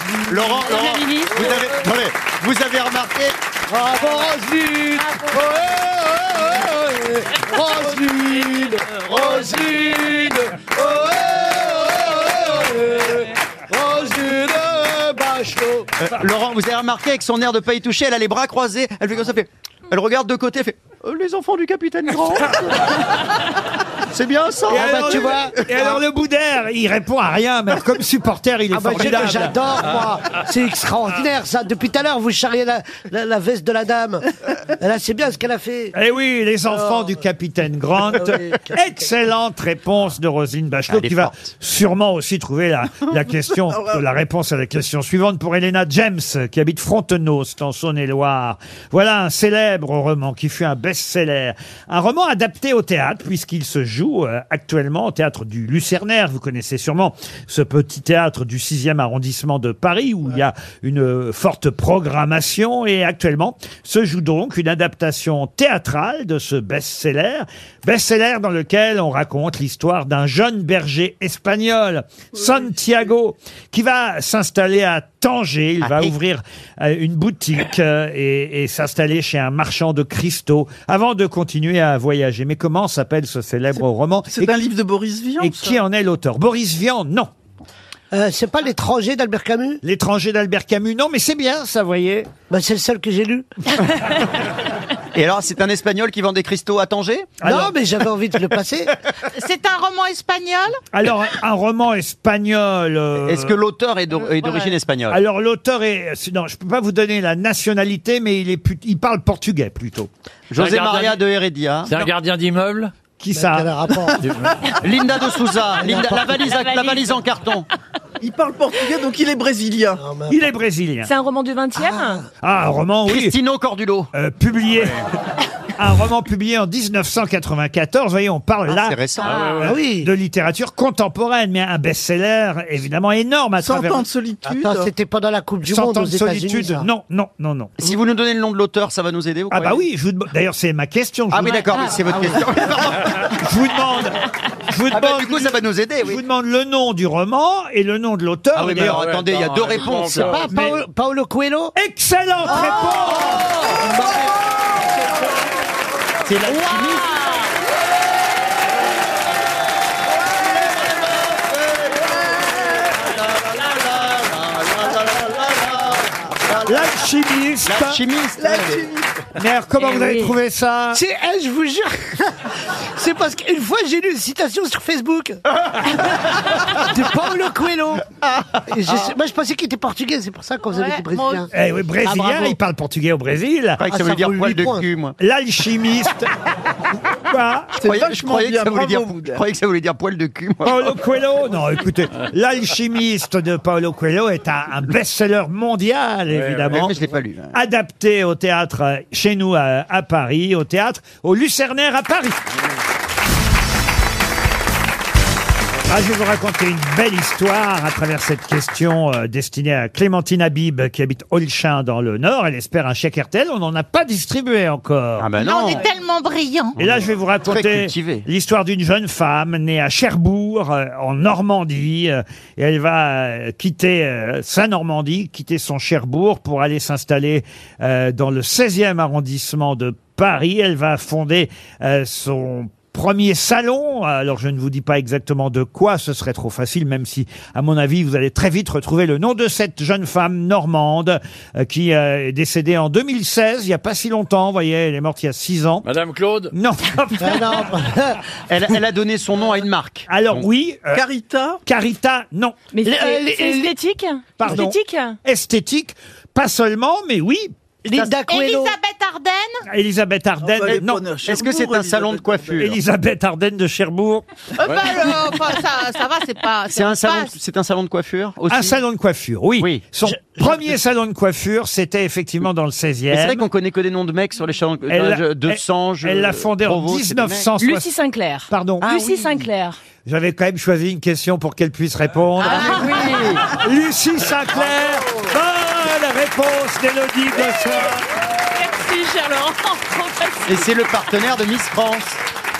D: Eh, Laurent, Laurent,
K: la ministre.
D: vous avez, attendez, vous avez remarqué Bravo, Roselyne Roselyne Roselyne
H: Bachelot.
D: Euh, Laurent, vous avez remarqué avec son air de pas y toucher, elle a les bras croisés, elle fait comme ça, fait, elle regarde de côté, elle fait Euh, Les enfants du capitaine
B: *laughs*
D: Grant C'est bien ça
I: Ah bah,
B: Et alors, le, et alors le Boudère, il répond à rien, mais alors comme supporter, il est
I: Ah bah, j'ai-
B: formidable.
I: j'adore, moi.
B: *laughs*
I: C'est extraordinaire, ça. Depuis tout à l'heure, vous charriez la, la- la veste de la dame. Là, c'est bien ce qu'elle a fait.
B: Eh oui, les enfants
I: Alors,
B: du
D: *laughs*
B: capitaine Grant.
I: oui, capitaine.
B: Excellente réponse de Rosine Bachelot
D: Elle est
B: qui va
D: forte. Ah,
B: sûrement aussi trouver la,
D: *laughs*
B: la question, la réponse à la question suivante pour Elena James qui habite Frontenau, c'est en Saône-et-Loire. Voilà un célèbre roman qui fut un best-seller. Un roman adapté au théâtre, puisqu'il se joue euh, actuellement au théâtre du Lucernaire. Vous connaissez sûrement ce petit théâtre du 6e arrondissement de Paris, où il y a une euh, forte programmation. Et actuellement, se joue donc une adaptation théâtrale de ce best-seller. Best-seller dans lequel on raconte l'histoire d'un jeune berger espagnol, Santiago, qui va s'installer à Tanger. Il va ouvrir euh, une boutique euh, et, et s'installer chez un marchand de cristaux avant de continuer à voyager. Mais comment s'appelle ce célèbre roman C'est un livre de Boris Vian. Et qui en est l'auteur Boris Vian, non. Euh, c'est pas l'étranger d'Albert Camus L'étranger d'Albert Camus, non, mais c'est bien, ça, vous voyez. c'est le seul que j'ai lu.
D: Et alors, c'est un Espagnol qui vend des cristaux à Tanger
B: Alors-
I: mais j'avais envie de le passer.
F: C'est un roman espagnol
B: *laughs* Alors, un roman espagnol. euh,
D: Est-ce que l'auteur est d'or- est d'origine espagnole
B: Alors l'auteur est c'est- non, je peux pas vous donner la nationalité, mais il est plut- il parle portugais plutôt.
D: José Maria de Heredia.
E: C'est un gardien d'immeuble
B: Qui
I: Bah,
B: ça *laughs*
D: Linda de Souza. Linda- la, valise, à-
K: La
D: la valise en carton.
H: Il parle portugais, donc il est brésilien.
B: Il est brésilien.
K: C'est un roman du 20 e
B: Ah, un roman, oui. Euh,
D: Cristino Cordulo. Ah
B: publié. Un roman publié en 1994. Voyez, on parle là
D: Ah ouais, ouais.
B: euh, de littérature contemporaine, mais un best-seller évidemment énorme à travers.
I: Attends, c'était pendant la Coupe du
B: Cent
I: Monde
B: ans
I: aux
B: de
I: États-Unis.
B: solitude.
I: ça.
B: Non, non, non, non.
D: Si vous nous donnez le nom de l'auteur, ça va nous aider vous
B: Ah bah
D: croyez
B: oui, je vous dem- d'ailleurs c'est ma question. je
D: Ah
B: vous-
D: oui, d'accord, mais c'est votre question. Ah bah,
B: je vous demande. Je vous demande
D: du coup, ça va nous aider.
B: Je vous demande le nom du roman et le nom de l'auteur.
D: Ah oui, mais alors, attendez, il y a deux réponses.
B: Ah, Paolo, Coelho Excellente
I: Ah.
B: réponse
D: C'est la
B: L'alchimiste
D: L'alchimiste
B: Mais alors, comment
I: Eh
B: vous avez
I: oui.
B: trouvé ça
I: C'est, eh, je vous jure, c'est parce qu'une fois j'ai lu une citation sur
B: *laughs*
I: Facebook de Paolo Coelho. Et je- moi je pensais qu'il était portugais, c'est pour ça qu'on vous avait dit brésilien.
B: Ah. Eh oui, brésilien,
I: Ah,
B: il parle portugais au Brésil.
D: croyais que ça Ah, ça voulait dire vaut poil huit de points. cul, moi. *laughs*
B: L'alchimiste. Quoi
D: Je croyais, je croyais que ça voulait dire, je croyais que ça voulait dire poil de cul. moi.
B: Paolo Coelho, non, écoutez, l'alchimiste de Paolo Coelho est un, un best-seller mondial, évidemment.
D: Mais je l'ai pas lu. hein.
B: Adapté au théâtre euh, chez nous à, à Paris, au théâtre au Lucernaire à Paris. Ah, je vais vous raconter une belle histoire à travers cette question euh, destinée à Clémentine Habib qui habite Olchin dans le Nord. Elle espère un chèque RTL. On n'en a pas distribué encore.
D: Ah ben
F: Mais On
D: non.
F: est tellement brillants.
B: Et là, je vais vous
D: Hein Très
B: raconter
D: cultivé.
B: l'histoire d'une jeune femme née à Cherbourg, euh, en Normandie. euh, et elle va euh, quitter euh, sa Normandie, quitter son Cherbourg pour aller s'installer euh, dans le 16e arrondissement de Paris. Elle va fonder euh, son premier salon. Alors, je ne vous dis pas exactement de quoi, ce serait trop facile, même si, à mon avis, vous allez très vite retrouver le nom de cette jeune femme normande euh, qui euh, est décédée en 2016, il n'y a pas si longtemps. Vous voyez, elle est morte il y a six ans.
E: Madame Claude
D: *laughs*
B: Non.
I: Ah non,
B: *laughs*
D: Elle, elle a donné son nom à une marque.
B: Alors oui, euh,
H: Carita
B: Carita, non.
K: Mais
I: Les-
K: c'est-
I: euh, les-
K: c'est
I: les-
K: esthétique
B: Pardon.
K: Esthétique
B: Esthétique, pas seulement, mais oui.
I: Linda Coelho.
F: Elisabeth Arden
B: Elisabeth Arden,
H: bah, elle est
B: non.
H: pas née à Cherbourg,
D: Est-ce que c'est un
H: Elisabeth
D: salon de coiffure
B: Elisabeth Arden de Cherbourg.
F: Euh, bah, euh, enfin, ça, ça va, c'est pas.
D: C'est un salon,
F: pas-
D: c'est un salon de coiffure aussi.
B: Un salon de coiffure, oui.
D: Oui.
B: Son premier salon de coiffure, c'était effectivement dans le 16e.
D: Mais C'est vrai qu'on connaît que des noms de mecs sur les salons
B: Elle l'a-
D: de
B: elle-
D: 200.
B: Elle l'a fondée en 1960.
K: Lucie Sinclair.
B: Pardon.
K: Lucie Sinclair.
B: J'avais quand même choisi une question pour qu'elle puisse répondre.
K: Ah,
B: Ah Lucie Sinclair. Bonne réponse d'Élodie Gosselin.
K: Merci, Charles.
D: Et c'est le partenaire de Miss France.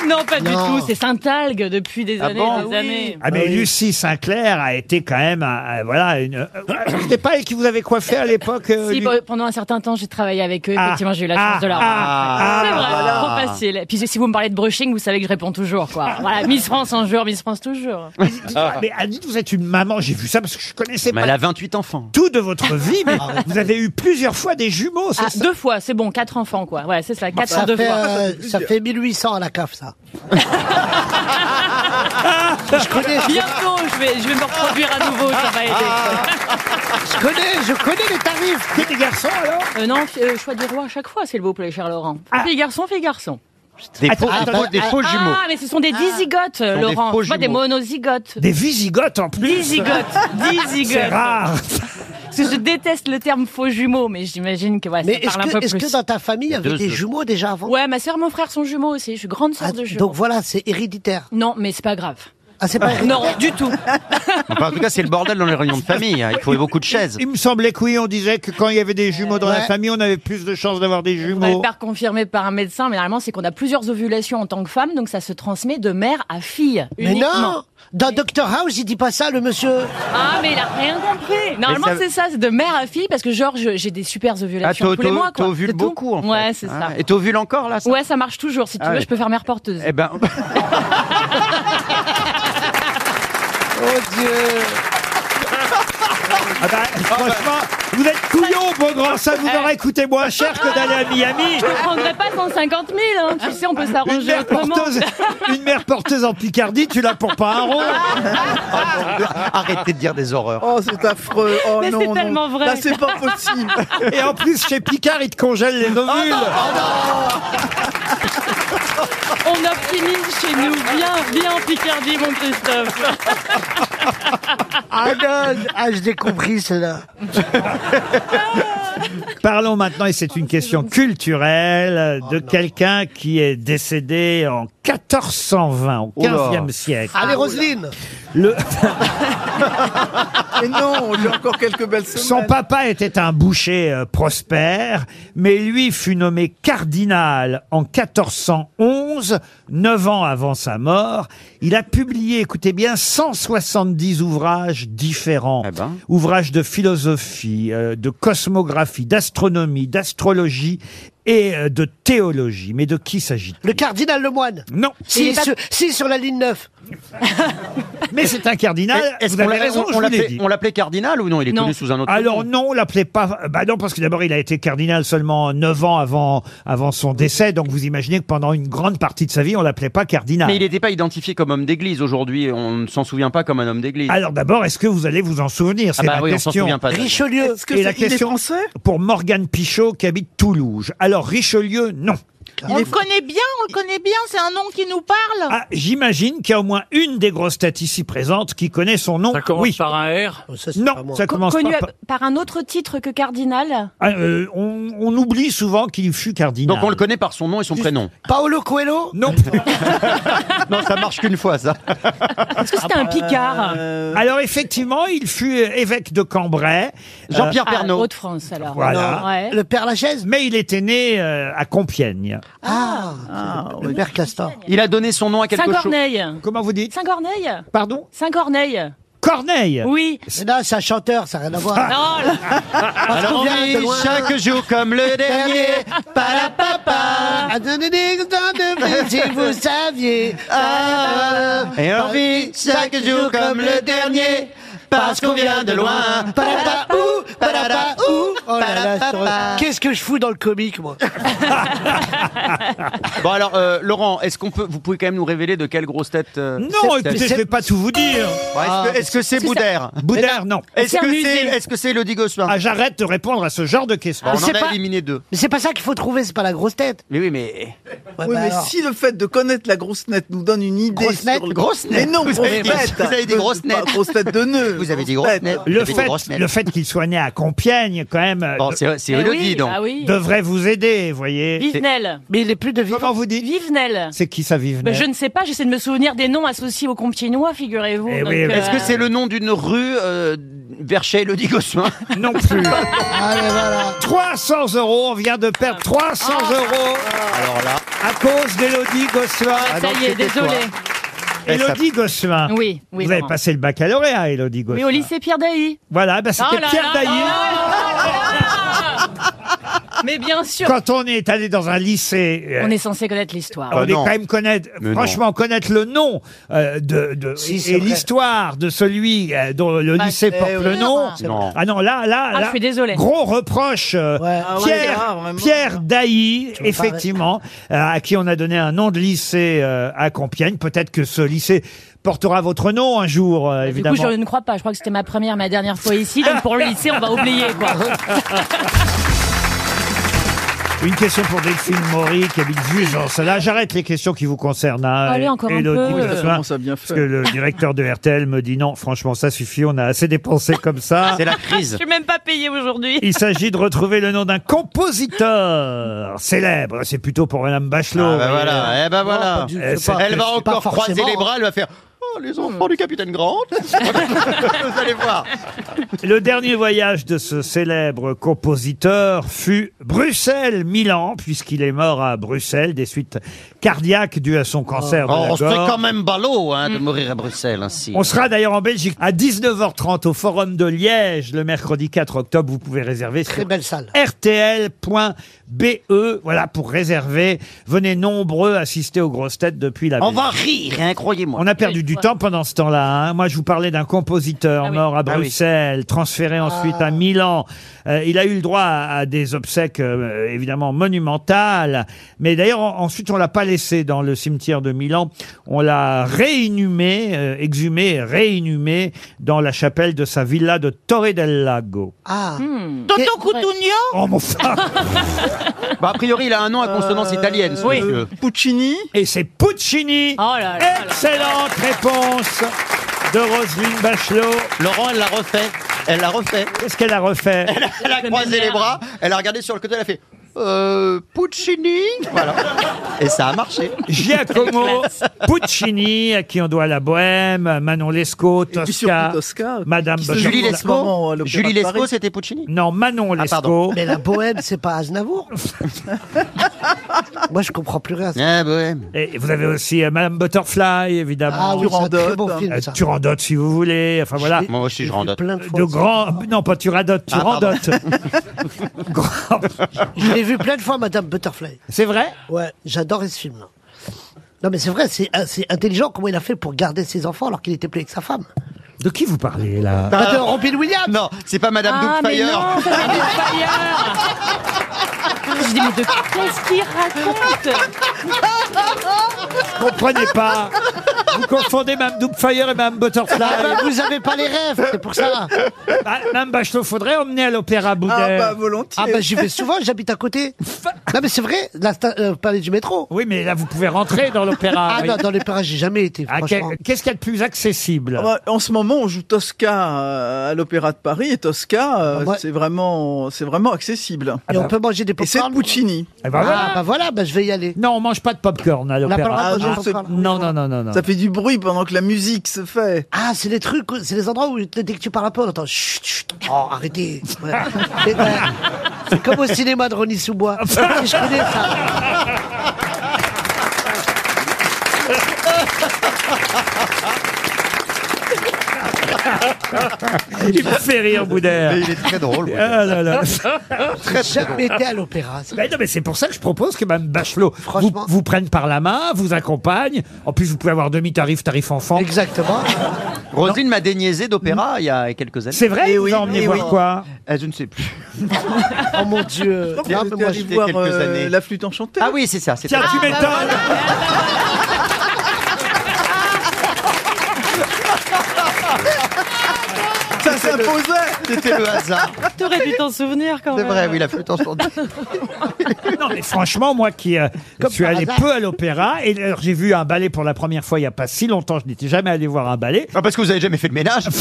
K: Non, pas
I: Non.
K: du tout. C'est Saint-Algue depuis des
D: Ah
K: années
D: bon
K: des
D: Oui.
K: années.
B: Ah mais Lucie Sinclair a été quand même euh, voilà une euh, *coughs* c'était pas elle qui vous avait coiffé à l'époque euh,
K: Si,
B: Lu-
K: pe- pendant un certain temps, j'ai travaillé avec eux.
B: Ah,
K: Effectivement, j'ai eu la chance
B: ah,
K: de leur.
B: ah,
K: c'est
B: ah,
K: vrai,
B: voilà.
K: trop facile. Puis si vous me parlez de brushing, vous savez que je réponds toujours, quoi.
B: *laughs*
K: Voilà, Miss France un jour, Miss France toujours.
B: Ah, Mais Annie, vous êtes une maman, j'ai vu ça parce que je connaissais
D: Mais
B: pas
D: elle a 28 enfants.
B: tout de votre vie, mais vous avez eu plusieurs fois des jumeaux, c'est
K: Ah,
B: ça
K: deux fois, c'est bon, quatre enfants, quoi. Ouais, c'est ça, quatre
I: Ça
K: ans, deux
I: fait,
K: fois.
I: euh, ça fait 1800 à la CAF, ça.
B: Ah.
I: je connais, je,
K: Bientôt, je vais, je vais me reproduire à nouveau, ça va aider.
I: connais, Ah. je connais les tarifs.
B: Que des garçons alors
K: Euh, non, f- euh, choix du roi à chaque fois, s'il vous plaît, cher Laurent. Fille garçon, fille garçon.
D: Des faux,
B: attends,
D: des faux- des faux jumeaux.
K: Ah, mais ce sont des dizygotes, euh,
D: Ce sont des
K: Laurent.
D: faux
K: Pas des
D: jumeaux.
K: monozygotes.
B: Des visigotes en plus
K: Dizygotes,
B: C'est
K: dizygotes.
B: rare
K: Ce que je déteste le terme faux jumeau, mais j'imagine que ouais,
I: Mais
K: ça
I: est-ce
K: parle un
I: que,
K: peu
I: est-ce
K: plus.
I: que dans ta famille, il y avait
K: Deux,
I: des
K: deux.
I: jumeaux déjà avant Ah,
K: Ouais, ma sœur, mon frère sont jumeaux aussi. Je suis grande sœur de jumeaux.
I: Donc voilà, c'est héréditaire.
K: Non, mais c'est pas grave.
I: Ah, c'est pas
K: Non, du tout.
D: Enfin, en tout cas, c'est le bordel dans les réunions de famille. hein. Il faut beaucoup de chaises.
B: Il me semblait que oui, on disait que quand il y avait des jumeaux dans la
K: ouais.
B: famille, on avait plus de chances d'avoir des
K: On va le
B: jumeaux.
K: faire confirmer par un médecin, mais normalement, c'est qu'on a plusieurs ovulations en tant que femme, donc ça se transmet de mère à fille.
I: Mais
K: uniquement.
I: non Dans Doctor House, il dit pas ça, le monsieur.
K: Ah, mais il a rien compris Normalement,
I: ça-
K: c'est ça, c'est de mère à fille, parce que genre, je- j'ai des super ovulations
D: Ah, t'o-
K: tous les
D: t'o-
K: mois, quoi.
D: t'ovules
K: C'est tout.
D: beaucoup, en fait.
K: Ouais, c'est
D: Ah,
K: ça.
D: et t'ovules encore, là, ça
K: Ouais, ça marche toujours. Si tu
D: Ah
K: veux,
D: ouais.
K: je peux faire mère porteuse.
D: Eh ben, *laughs*
B: Oh
K: *laughs*
B: Dieu ah bah, franchement, vous êtes couillon, bon grand, ça vous aurait coûté moins cher que d'aller à Miami.
K: Eh. Je ne prendrais pas 150 000, hein. tu sais, on peut
B: Une
K: s'arranger
B: mère,
K: autrement.
B: porteuse, une mère porteuse en Picardie, tu l'as pour pas un rond.
D: *laughs* Arrêtez de dire des horreurs.
H: Oh, c'est affreux. Oh
B: Mais
H: non,
B: c'est
H: non.
B: tellement vrai.
H: Là, c'est pas
I: *laughs*
H: possible.
B: Ah. Et en plus, chez Picard, ils te congèlent les
D: Ah,
K: Oh
B: ovules.
K: *laughs* On optimise chez nous, bien, bien en Picardie, mon Christophe.
I: Ah non Ah, je l'ai compris,
B: *laughs*
I: celle-là.
B: Parlons maintenant, et c'est une question culturelle,
D: Oh
B: de quelqu'un qui est décédé en 1420, au
I: Oula.
B: 15e siècle.
I: Allez, Roselyne
B: Le...
H: *laughs* Mais non, j'ai encore quelques belles
B: Son
H: semaines.
B: papa était un boucher euh, prospère, mais lui fut nommé cardinal en 1411, neuf ans avant sa mort. Il a publié, écoutez bien, 170 ouvrages différents.
D: Eh ben.
B: Ouvrages de philosophie, euh, de cosmographie, d'astronomie, d'astrologie et euh, de théologie. Mais de qui s'agit-il
I: Le cardinal Lemoine
B: Non.
I: Si, sur- si, sur la ligne 9.
B: Mais c'est un cardinal.
D: Et- Eh, est-ce
B: Ah, vous
D: qu'on
B: avez
D: l'a-
B: raison,
D: on-
B: je
D: on
B: vous l'ai
D: l'appelait-
B: dit.
D: on l'appelait cardinal ou non Il est connu sous un autre
B: Alors non, on l'appelait pas. Bah non, parce que d'abord il a été cardinal seulement 9 ans avant avant son décès, donc vous imaginez que pendant une grande partie de sa vie, on l'appelait pas cardinal.
D: Mais il n'était pas identifié comme homme d'église aujourd'hui. On ne s'en souvient pas comme un homme d'église.
B: Alors d'abord, est-ce que vous allez vous en souvenir
D: Ah
B: C'est
D: bah
B: la
D: oui, on s'en
B: question.
D: souvient pas, d'ailleurs. Richelieu,
B: Est-ce
D: il est
H: français
B: pour Morgane Pichot qui habite Toulouse. Alors Richelieu, non.
F: On le connaît bien, on le connaît bien, c'est un nom qui nous parle.
B: Ah, J'imagine qu'il y a au moins une des grosses têtes ici présentes qui connaît son nom. Ça commence
E: par un R
B: Non, ça commence
K: Connu
B: pas
K: à-
B: par...
K: par un autre titre que cardinal
B: Ah, euh, on, on oublie souvent qu'il fut cardinal.
D: Donc on le connaît par son nom et son prénom.
I: Paolo Coelho
B: Non.
D: non, ça marche qu'une fois, ça.
K: Est-ce que c'était un Picard
B: Alors effectivement, il fut euh, évêque de Cambrai.
K: Jean-Pierre
D: Ah,
B: Euh,
K: Pernaut. Ah, Haute-France, alors.
B: Voilà.
K: Ouais.
B: Le Père Lachaise. Mais il était né euh, à Compiègne.
I: Ah,
B: Le Père Castor.
D: Il a donné son nom à quelque chose.
K: Saint-Corneille.
B: Comment vous dites
K: Saint-Corneille.
B: Pardon
K: Saint-Corneille.
B: Corneille
K: Oui.
I: Non, c'est un chanteur, ça n'a rien à voir.
K: Non,
I: Parce qu'on
D: Alors on
I: vient
D: vit
I: de loin.
D: chaque jour comme le dernier.
I: Palapapa. Ah, donnez des temps de vie, Si vous saviez. Ah,
D: Et on vit chaque jour comme le dernier. Parce qu'on vient de loin.
I: Palapa ou, palapa ou. Oh là là, sur- Qu'est-ce que je fous dans le comique, moi
D: Bon alors, euh, Laurent, est-ce qu'on peut, vous pouvez quand même nous révéler de quelle grosse tête euh,
B: Non,
D: cette
B: écoutez,
D: tête
B: je vais pas tout vous dire.
D: Bon, est-ce que- Ah. est-ce que c'est Boudère
B: *laughs* Boudère, non.
D: Est-ce que c'est est -ce Elodie Gosselin
B: Ah, j'arrête de répondre à ce genre de questions.
D: Bon, on en a éliminé deux.
I: Mais c'est pas ça qu'il faut trouver, c'est pas la grosse tête.
D: Mais oui, mais.
H: oui,
I: bah
H: mais
I: alors.
H: si le fait de connaître la grosse nette nous donne une idée
I: Grosse nette
H: sur le...
I: Grosse nette.
H: Mais non,
I: Vous
H: grosse
I: avez dit-
H: nette.
D: vous avez dit
H: Pas
D: grosse nette.
B: Bah,
H: Grosse tête de nœud.
D: Vous avez dit grosse nette. Vous
B: Le
D: avez dit grosse
B: fait,
D: nette.
B: le fait qu'il soit né à Compiègne, quand même,
D: Bon,
B: de-
D: c'est- c'est Eh Elodie, oui, donc. ah oui.
B: devrait vous aider, voyez.
K: Vivenel.
I: Mais il est plus de vivant.
B: Comment vous dites
K: Vivenel.
B: C'est qui ça, Vivenel
K: Bah, je ne sais pas, j'essaie de me souvenir des noms associés aux Compiégnois, figurez-vous.
B: Eh
K: donc, euh,
B: oui, oui.
D: Est-ce que c'est le nom d'une rue euh, vers chez Elodie Gosselin
B: Non plus. 300 euros, on vient de perdre 300
K: Ah.
B: euros
D: Alors là.
B: à cause d'Élodie Gosselin.
K: Ah, ça y est, désolé.
B: Élodie Gosselin.
K: Oui, oui,
B: Vous avez
K: Laurent.
B: passé le baccalauréat, Élodie Gosselin.
K: Oui, au lycée Pierre Dailly.
B: Voilà, bah, c'était
K: Oh là
B: Pierre
K: là,
B: Dailly.
K: oh là là. *laughs* Mais bien sûr.
B: Quand on est allé dans un lycée. euh,
K: On est censé connaître l'histoire.
B: on est quand même connaître,
D: Mais Bah non.
B: franchement, connaître le nom euh, de, de-
I: Si, c'est
B: et
I: vrai.
B: l'histoire de celui euh, dont le
K: Bah,
B: lycée
K: c'est
B: porte le
K: sûr.
B: nom.
K: C'est vrai.
B: Ah non, là, là,
K: Ah, je
B: là,
K: suis désolée.
B: Gros reproche. euh,
H: Ah ouais,
B: Pierre,
H: ah, vraiment.
B: Pierre Dailly,
I: me
B: effectivement, euh, à qui on a donné un nom de lycée euh, à Compiègne. Peut-être que ce lycée portera votre nom un jour, euh,
K: Du coup,
B: évidemment.
K: je ne crois pas. Je crois que c'était ma première, ma dernière fois ici. Donc pour le lycée, on va oublier quoi.
B: Une question pour Delphine Maury qui habite Jugeance. Là, j'arrête les questions qui vous concernent. hein,
K: Allez, encore un
B: Élodie,
K: peu.
B: parce que-
K: Ça commence à bien
B: parce
K: faire.
B: que le directeur de RTL me dit non, franchement, ça suffit, on a assez dépensé comme ça.
K: *laughs*
C: Je suis même pas payée aujourd'hui.
B: Il s'agit de retrouver le nom d'un compositeur célèbre. C'est plutôt pour Madame Bachelot.
D: Ah, bah
B: vous voyez.
D: voilà, eh ben voilà.
B: Eh, c'est-
D: Elle va encore
B: pas
D: croiser les
B: forcément.
D: bras, elle va faire Oh, les enfants du capitaine Grant Vous allez voir
B: Le dernier voyage de ce célèbre compositeur fut Bruxelles-Milan, puisqu'il est mort à Bruxelles des suites cardiaques dues à son cancer. de
D: Oh,
B: la
D: On se fait
B: gorge.
D: quand même ballot hein, de mourir à Bruxelles ainsi.
B: On sera d'ailleurs en Belgique à 19h30 au Forum de Liège le mercredi 4 octobre. Vous pouvez réserver sur rtl.be. E. Voilà, pour réserver. Venez nombreux assister aux grosses têtes depuis la
D: On
B: Belgique.
D: va rire, hein, croyez-moi.
B: On a perdu du temps pendant ce temps-là. hein. Moi, je vous parlais d'un compositeur mort à
D: Ah oui. Ah.
B: Bruxelles, transféré ensuite à Milan. Euh, il a eu le droit à, à des obsèques, euh, évidemment, monumentales. Mais d'ailleurs, en- ensuite, on l'a pas laissé dans le cimetière de Milan. On l'a réinhumé, euh, exhumé, réinhumé dans la chapelle de sa villa de Torre del Lago.
I: Ah.
J: Hmm.
F: Toto Coutugno
B: Oh, mon frère
J: Ah,
D: Bah, a priori, il a un nom à consonance italienne, ce monsieur.
B: Puccini. Et c'est Puccini. Excellente réponse de Roselyne Bachelot.
D: Laurent, elle l'a refait. Elle l'a refait.
B: Qu'est-ce qu'elle a refait
D: Elle a, elle a croisé les bras, elle a regardé sur le côté, elle a fait Euh. Puccini Voilà. Et ça a marché.
B: Giacomo Puccini, à qui on doit la Bohème, Manon Lescaut, Tosca, Madame
D: Qui se
B: Bachelot.
D: joue Julie dans Lescaut la- moment, à l'Opéra Julie de Lescaut, Paris. c'était Puccini
B: Non, Manon
D: Ah,
B: Lescaut.
I: Mais la bohème, c'est pas
B: *laughs*
I: Aznavour. Moi, je comprends plus rien.
B: Et vous avez aussi euh, Madame Butterfly, évidemment.
I: Ah oui, c'est un très beau film,
B: Euh,
I: ça.
B: Turandotte, si vous voulez. Enfin voilà.
D: Moi aussi, je rendote.
I: plein de fois
B: De
I: ça.
B: grands. Non, pas Turandotte,
I: Ah, pardon. *laughs*
D: *laughs*
B: Turandotte. Grand-
I: Je l'ai vu plein de fois, Madame Butterfly.
B: C'est vrai
I: Ouais, j'adorais ce film. Non, mais c'est vrai, c'est euh, c'est intelligent comment il a fait pour garder ses enfants alors qu'il était plus avec sa femme.
B: De qui vous parlez, là
I: Bah, de Robin Williams
D: Euh, Non, c'est pas Madame
I: Ah, mais
D: Doubtfire.
I: non, c'est pas
C: Je dis, mais de qu'est-ce qu'il raconte
B: Comprenez pas. Vous confondez Mme Doubtfire et Mme Butterfly.
I: Ah bah, vous avez pas les rêves, c'est pour ça.
B: Bah, Mme Bachelot, faudrait emmener à l'Opéra Boudet.
I: Ah bah j'y vais souvent, j'habite à *laughs* côté. Non mais c'est vrai, la sta- euh, palais du métro.
B: Oui, mais là, vous pouvez rentrer dans l'opéra.
I: Ah
B: oui.
I: non, dans l'opéra, j'ai jamais été,
B: Ah, que-
I: franchement.
B: Qu'est-ce qu'il y a de plus accessible
H: Ah bah, En ce moment, on joue Tosca euh, à l'Opéra de Paris et Tosca, euh, c'est vraiment, c'est vraiment accessible.
I: Ah Et on peut manger des
H: Et c'est
I: popcorn
H: Puccini.
B: Ah bah voilà.
I: Ah bah voilà, bah je vais y aller.
B: Non, on mange pas de popcorn à
I: pas le droit de
B: l'opéra.
I: manger
B: Ah,
I: de popcorn.
B: c'est- non, non, non, non, non.
H: Ça fait du bruit pendant que la musique se fait.
I: Ah, c'est les trucs, c'est les endroits où dès que tu parles un peu, on entend chut, chut, oh, arrêtez. Ouais. Et, euh, c'est comme au cinéma de Ronnie
B: *laughs*
J: Ah,
I: Sous-Bois. je connais ça.
B: Il me fait rire, Boudère.
D: Mais il est très drôle, Boudère.
B: Ah là là.
I: J'ai jamais été à l'opéra. c'est-
B: Mais non, mais c'est pour ça que je propose que Mme Bachelot vous, vous prenne par la main, vous accompagne. En plus, vous pouvez avoir demi-tarif, tarif enfant.
I: Exactement.
D: Rosine m'a déniaisé d'opéra il y a quelques années.
B: Hmm. C'est vrai,
D: Eh
B: il vous
D: oui,
B: a emmené
D: eh
B: voir
D: oui.
B: quoi
D: Euh, Je ne sais plus.
I: Oh mon dieu. Non,
H: Je crois que
I: mais
H: vous
I: moi,
H: allez
I: j'étais
H: voir
I: quelques
H: euh,
I: années.
H: la flûte enchantée.
D: Ah oui, c'est ça. c'est
B: Tiens,
D: ça.
B: tu m'étonnes
H: Ça s'imposait.
D: C'était le hasard.
C: Ah, T'aurais dû t'en souvenir quand
D: C'est
C: même.
D: vrai, oui, la flûte enchantée.
B: Non, mais franchement, moi qui euh, suis
D: par
B: allé
D: hasard.
B: peu à l'opéra, et alors, j'ai vu un ballet pour la première fois il n'y a pas si longtemps, je n'étais jamais allé voir un ballet.
D: Ah, parce que vous avez jamais fait le ménage.
B: *laughs*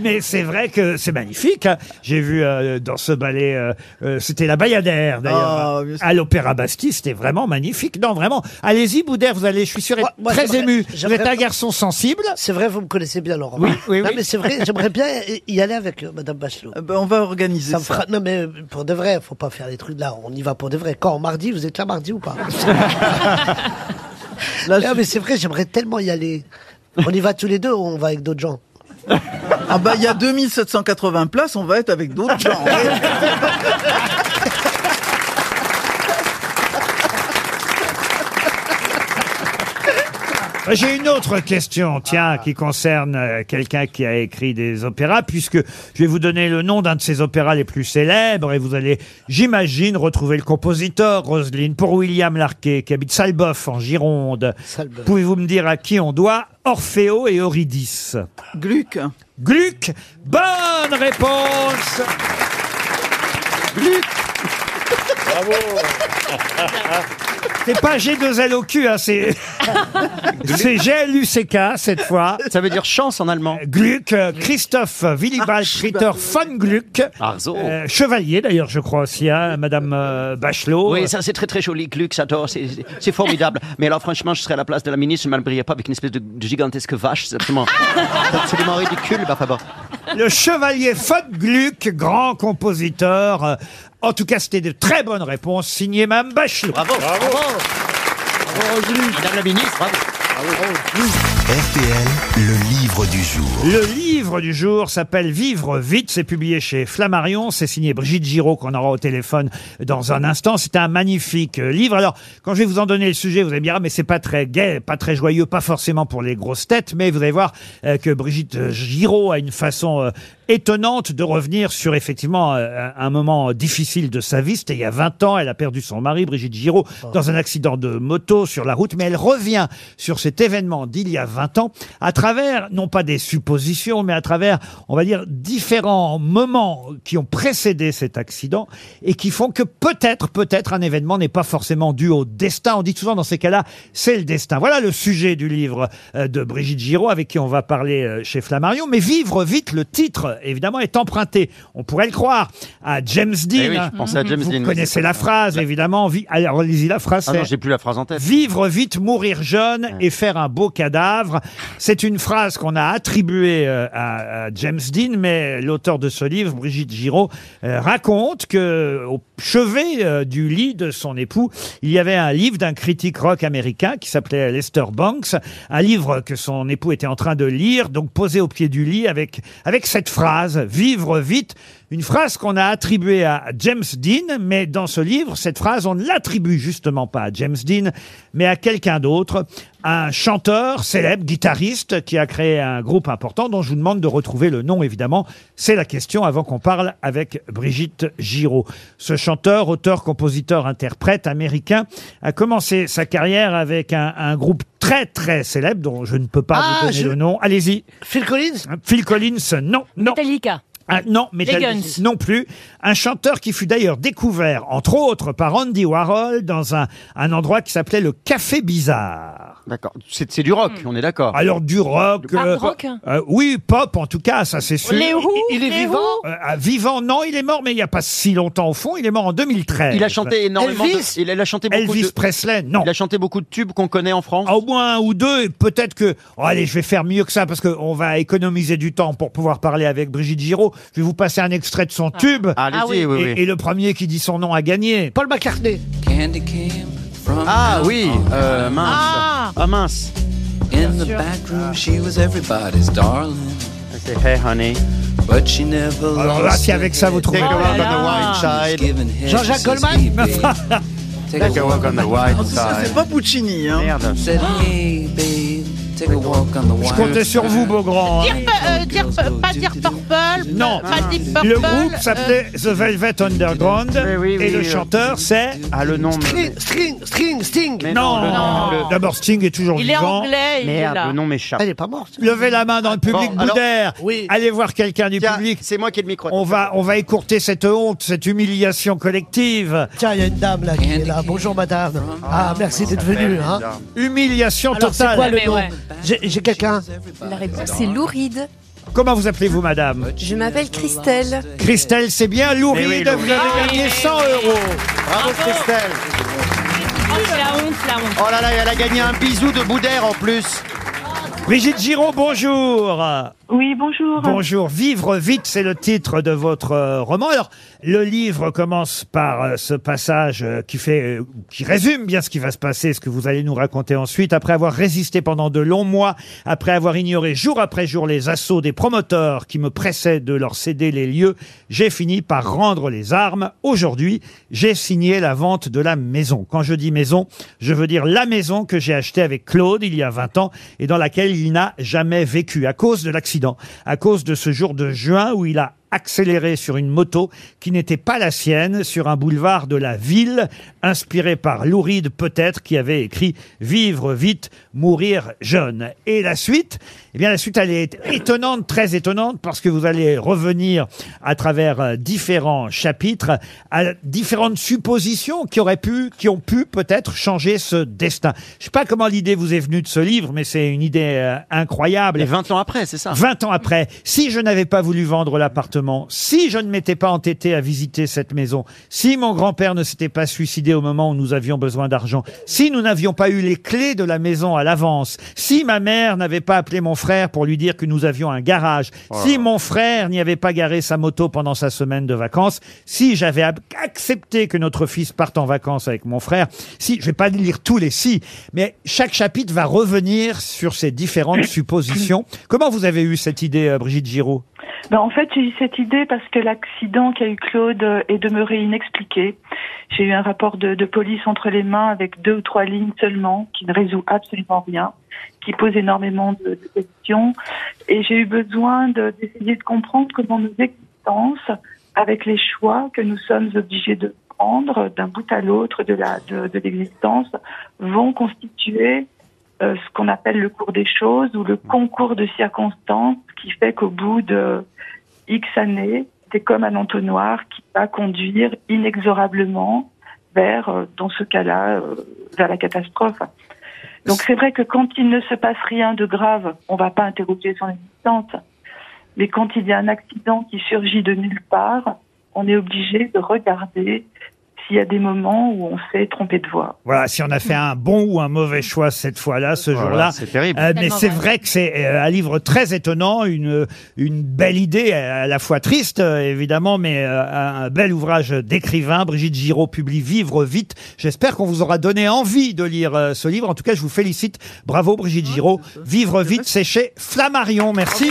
B: Mais c'est vrai que c'est magnifique. hein. J'ai vu euh, dans ce ballet, euh, euh, c'était la Bayadère d'ailleurs, hein.
H: bien sûr.
B: à l'Opéra Bastille, c'était vraiment magnifique. Non, vraiment. Allez-y, Boudère, vous allez, je suis sûr, être
I: Moi,
B: très
I: j'aimerais-
B: ému. Vous
I: j'aimerais
B: êtes un
I: pas-
B: garçon sensible.
I: C'est vrai, vous me connaissez bien, Laurent.
B: Oui, oui,
I: Non,
B: oui.
I: mais c'est vrai, j'aimerais bien y aller avec euh, Madame Bachelot.
H: Ah bah, on va organiser
I: Ça
H: ça.
I: me fera- Non, mais euh, pour de vrai, faut pas faire les trucs là. On y va pour de vrai. Quand mardi, vous êtes là mardi ou pas Non, mais c'est vrai, j'aimerais tellement y aller. On y va tous les deux ou on va avec d'autres gens
H: Ah bah il y a 2780 places, on va être avec d'autres gens.
B: Ah, Euh, J'ai une autre question, tiens, qui concerne euh, quelqu'un qui a écrit des opéras, puisque je vais vous donner le nom d'un de ses opéras les plus célèbres, et vous allez, j'imagine, retrouver le compositeur, Roselyne, pour William Larquet, qui habite Salboff, en Gironde.
I: Salboeuf.
B: Pouvez-vous me dire à qui on doit Orfeo et Eurydice
H: Gluck.
B: Gluck Bonne réponse Gluck
E: Bravo
B: C'est pas G2L au cul, hein, c'est. *laughs* c'est GLUCK cette fois.
D: Ça veut dire chance en allemand.
B: Gluck, euh, Christophe Willibald
D: Ah,
B: Ritter von Gluck.
D: Arzo.
B: Euh, chevalier d'ailleurs, je crois aussi, hein, Madame euh, Bachelot.
D: Oh. Oui, ça c'est très très joli, Gluck, j'adore, c'est- c'est c'est formidable. Mais alors franchement, je serais à la place de la ministre, je ne m'habillerais pas avec une espèce de, de gigantesque vache, c'est absolument, c'est absolument ridicule, bah, Fabre.
B: Le chevalier von Gluck, grand compositeur. Euh, En tout cas, c'était de très bonnes réponses, signé Madame Bachelot.
D: Bravo. Bravo. Madame la ministre, bravo.
A: RTL, le livre du jour.
B: Le livre du jour s'appelle Vivre vite. C'est publié chez Flammarion. C'est signé Brigitte Giraud qu'on aura au téléphone dans un instant. C'est un magnifique euh, livre. Alors, quand je vais vous en donner le sujet, vous allez me dire, ah, mais c'est pas très gai, pas très joyeux, pas forcément pour les grosses têtes, mais vous allez voir euh, que Brigitte Giraud a une façon euh, étonnante de revenir sur effectivement euh, un un moment difficile de sa vie. C'était il y a 20 ans. Elle a perdu son mari, Brigitte Giraud, dans un accident de moto sur la route. Mais elle revient sur cet événement d'il y a 20 ans à travers, non pas des suppositions, mais à travers, on va dire, différents moments qui ont précédé cet accident et qui font que peut-être, peut-être un événement n'est pas forcément dû au destin. On dit souvent dans ces cas-là, c'est le destin. Voilà le sujet du livre euh, de Brigitte Giraud avec qui on va parler euh, chez Flammarion. Mais vivre vite, le titre, évidemment, est emprunté. On pourrait le croire à James Dean.
D: Eh oui,
B: hein.
D: je pensais à James
B: Vous
D: Dean, mais
B: connaissez
D: c'est
B: la
D: pas-
B: phrase, évidemment. Vi- Alors, lisez la phrase.
D: Ah non,
B: c'est-
D: j'ai plus la phrase en tête.
B: Vivre vite, mourir jeune et faire un beau cadavre. C'est une phrase qu'on a attribuée euh, à, à James Dean, mais l'auteur de ce livre, Brigitte Giraud, euh, raconte que au chevet euh, du lit de son époux, il y avait un livre d'un critique rock américain qui s'appelait Lester Banks, un livre que son époux était en train de lire, donc posé au pied du lit avec avec cette phrase "Vivre vite", une phrase qu'on a attribuée à James Dean, mais dans ce livre, cette phrase, on ne l'attribue justement pas à James Dean, mais à quelqu'un d'autre, un chanteur célèbre, guitariste, qui a créé un groupe important dont je vous demande de retrouver le nom, évidemment. C'est la question avant qu'on parle avec Brigitte Giraud. Ce chanteur, auteur, compositeur, interprète américain a commencé sa carrière avec un, un groupe très très célèbre dont je ne peux pas
I: Ah,
B: vous donner
I: je-
B: le nom. Allez-y.
I: Phil Collins
B: Phil Collins, non, non.
K: Metallica.
B: Ah, non, Metallica
K: Guns.
B: non plus. Un chanteur qui fut d'ailleurs découvert, entre autres, par Andy Warhol dans un, un endroit qui s'appelait le Café Bizarre.
D: D'accord. C'est c'est du rock, on est d'accord.
B: Alors Ah, du rock.
K: Hard rock hein.
B: euh, oui, pop en tout cas, ça c'est sûr.
K: Les Who
I: Il
K: Les
I: est vivant
K: Who
B: Euh, ah, vivant, non, il est mort, mais il n'y a pas si longtemps au fond. Il est mort en 2013.
D: Il a chanté énormément
I: Elvis
D: de... Il a, il a chanté beaucoup
B: Elvis
D: de...
B: Presley, non.
D: Il a chanté beaucoup de tubes qu'on connaît en France.
B: Ah, Au moins un ou deux, et peut-être que. oh, allez, je vais faire mieux que ça parce qu'on va économiser du temps pour pouvoir parler avec Brigitte Giraud. Je vais vous passer un extrait de son tube.
D: Ah, allez-y,
K: Ah oui.
D: oui, oui.
B: Et, et le premier qui dit son nom a gagné.
I: Paul McCartney.
M: Candy came from
D: Ah
M: Mount
D: oui,
M: Olive.
D: euh, mince. Ah, mince.
M: In the back room, she was everybody's darling,
D: C'est Hey Honey.
M: but she never
B: Alors là,
M: lost
B: si avec ça vous trouvez.
D: Take a walk on the
K: là.
D: white side.
I: Jean-Jacques
D: *laughs*
I: Goldman
D: Take a walk on the white
H: Ça, c'est
D: side.
H: pas Puccini, hein.
D: Merde.
M: Said, hey, babe, take a walk on the
B: Je
M: white
B: comptais sur vous, Beaugrand. hein.
F: Dire, euh, dire, euh, pas dire Purple.
B: Non.
F: Pas Deep Purple.
B: Ah. Le groupe
F: euh,
B: s'appelait The Velvet Underground
D: Oui, oui, oui,
B: et le
D: oui.
B: chanteur c'est.
D: Ah, le nom. mais-
I: String, string, string, sting.
D: mais
B: Non,
D: le nom, le-
B: d'abord Sting est toujours
F: Il est
B: vivant.
F: anglais, il est
D: Merde,
F: là.
D: le nom m'échappe.
I: Elle est pas morte.
B: Levez la main dans le public,
D: Bon, alors-
B: Boudère.
I: Oui.
B: Allez voir quelqu'un du
D: Tiens,
B: public.
D: C'est moi qui ai le micro.
B: On va, on va écourter cette honte, cette humiliation collective.
I: Tiens, il y a une dame là qui est là. Bonjour madame. Ah, merci d'être venue. Hein.
B: Humiliation
I: Alors c'est
B: totale.
I: quoi le
K: Mais
I: nom
K: ouais.
I: J'ai j'ai quelqu'un.
N: La réponse est louride.
B: Comment vous appelez-vous, madame
N: Je m'appelle Christelle.
B: Christelle, c'est bien louride.
D: Mais Eh oui,
B: vous
D: Louride.
B: avez gagné 100 euros.
D: Bravo, Christelle.
K: Oh, c'est la honte, la honte.
D: Oh là là, elle a gagné un bisou de Boudère en plus.
B: Brigitte Giraud, bonjour.
O: Oui, bonjour.
B: Bonjour. Vivre vite, c'est le titre de votre euh, roman. Alors, le livre commence par euh, ce passage euh, qui fait, euh, qui résume bien ce qui va se passer, ce que vous allez nous raconter ensuite. Après avoir résisté pendant de longs mois, après avoir ignoré jour après jour les assauts des promoteurs qui me pressaient de leur céder les lieux, j'ai fini par rendre les armes. Aujourd'hui, j'ai signé la vente de la maison. Quand je dis maison, je veux dire la maison que j'ai achetée avec Claude il y a 20 ans et dans laquelle il n'a jamais vécu à cause de l'accident, à cause de ce jour de juin où il a accéléré sur une moto qui n'était pas la sienne sur un boulevard de la ville, inspiré par Louride peut-être, qui avait écrit Vivre vite, mourir jeune. Et la suite Eh bien, la suite, elle est étonnante, très étonnante, parce que vous allez revenir à travers euh, différents chapitres à différentes suppositions qui auraient pu, qui ont pu peut-être changer ce destin. Je sais pas comment l'idée vous est venue de ce livre, mais c'est une idée euh, incroyable. Et
D: 20 ans après, c'est ça
B: 20 ans après, si je n'avais pas voulu vendre l'appartement, si je ne m'étais pas entêté à visiter cette maison, si mon grand-père ne s'était pas suicidé au moment où nous avions besoin d'argent, si nous n'avions pas eu les clés de la maison à l'avance, si ma mère n'avait pas appelé mon frère pour lui dire que nous avions un garage, si mon frère n'y avait pas garé sa moto pendant sa semaine de vacances, si j'avais ab- accepté que notre fils parte en vacances avec mon frère, si, je vais pas lire tous les si, mais chaque chapitre va revenir sur ces différentes suppositions. Comment vous avez eu cette idée, euh, Brigitte Giraud
O: Ben, en fait, j'ai eu cette idée parce que l'accident qu'a eu Claude euh, est demeuré inexpliqué. J'ai eu un rapport de, de police entre les mains avec deux ou trois lignes seulement, qui ne résout absolument rien, qui pose énormément de, de questions. Et j'ai eu besoin de- d'essayer de comprendre comment nos existences, avec les choix que nous sommes obligés de prendre d'un bout à l'autre de la de, de l'existence, vont constituer euh, ce qu'on appelle le cours des choses ou le concours de circonstances qui fait qu'au bout de X années, c'est comme un entonnoir qui va conduire inexorablement vers, euh, dans ce cas-là, euh, vers la catastrophe. Donc c'est vrai que quand il ne se passe rien de grave, on ne va pas interroger son existence. Mais quand il y a un accident qui surgit de nulle part, on est obligé de regarder s'il y a des moments où on s'est trompé de voie.
B: Voilà, si on a fait un bon ou un mauvais choix cette fois-là, ce
D: Voilà,
B: jour-là.
D: c'est terrible.
B: Euh, mais
D: Tellement
B: c'est
D: vrai.
B: vrai que c'est euh, un livre très étonnant, une, une belle idée, à la fois triste, euh, évidemment, mais euh, un bel ouvrage d'écrivain. Brigitte Giraud publie Vivre vite. J'espère qu'on vous aura donné envie de lire euh, ce livre. En tout cas, je vous félicite. Bravo, Brigitte Giraud. Vivre vite, c'est chez Flammarion. Merci.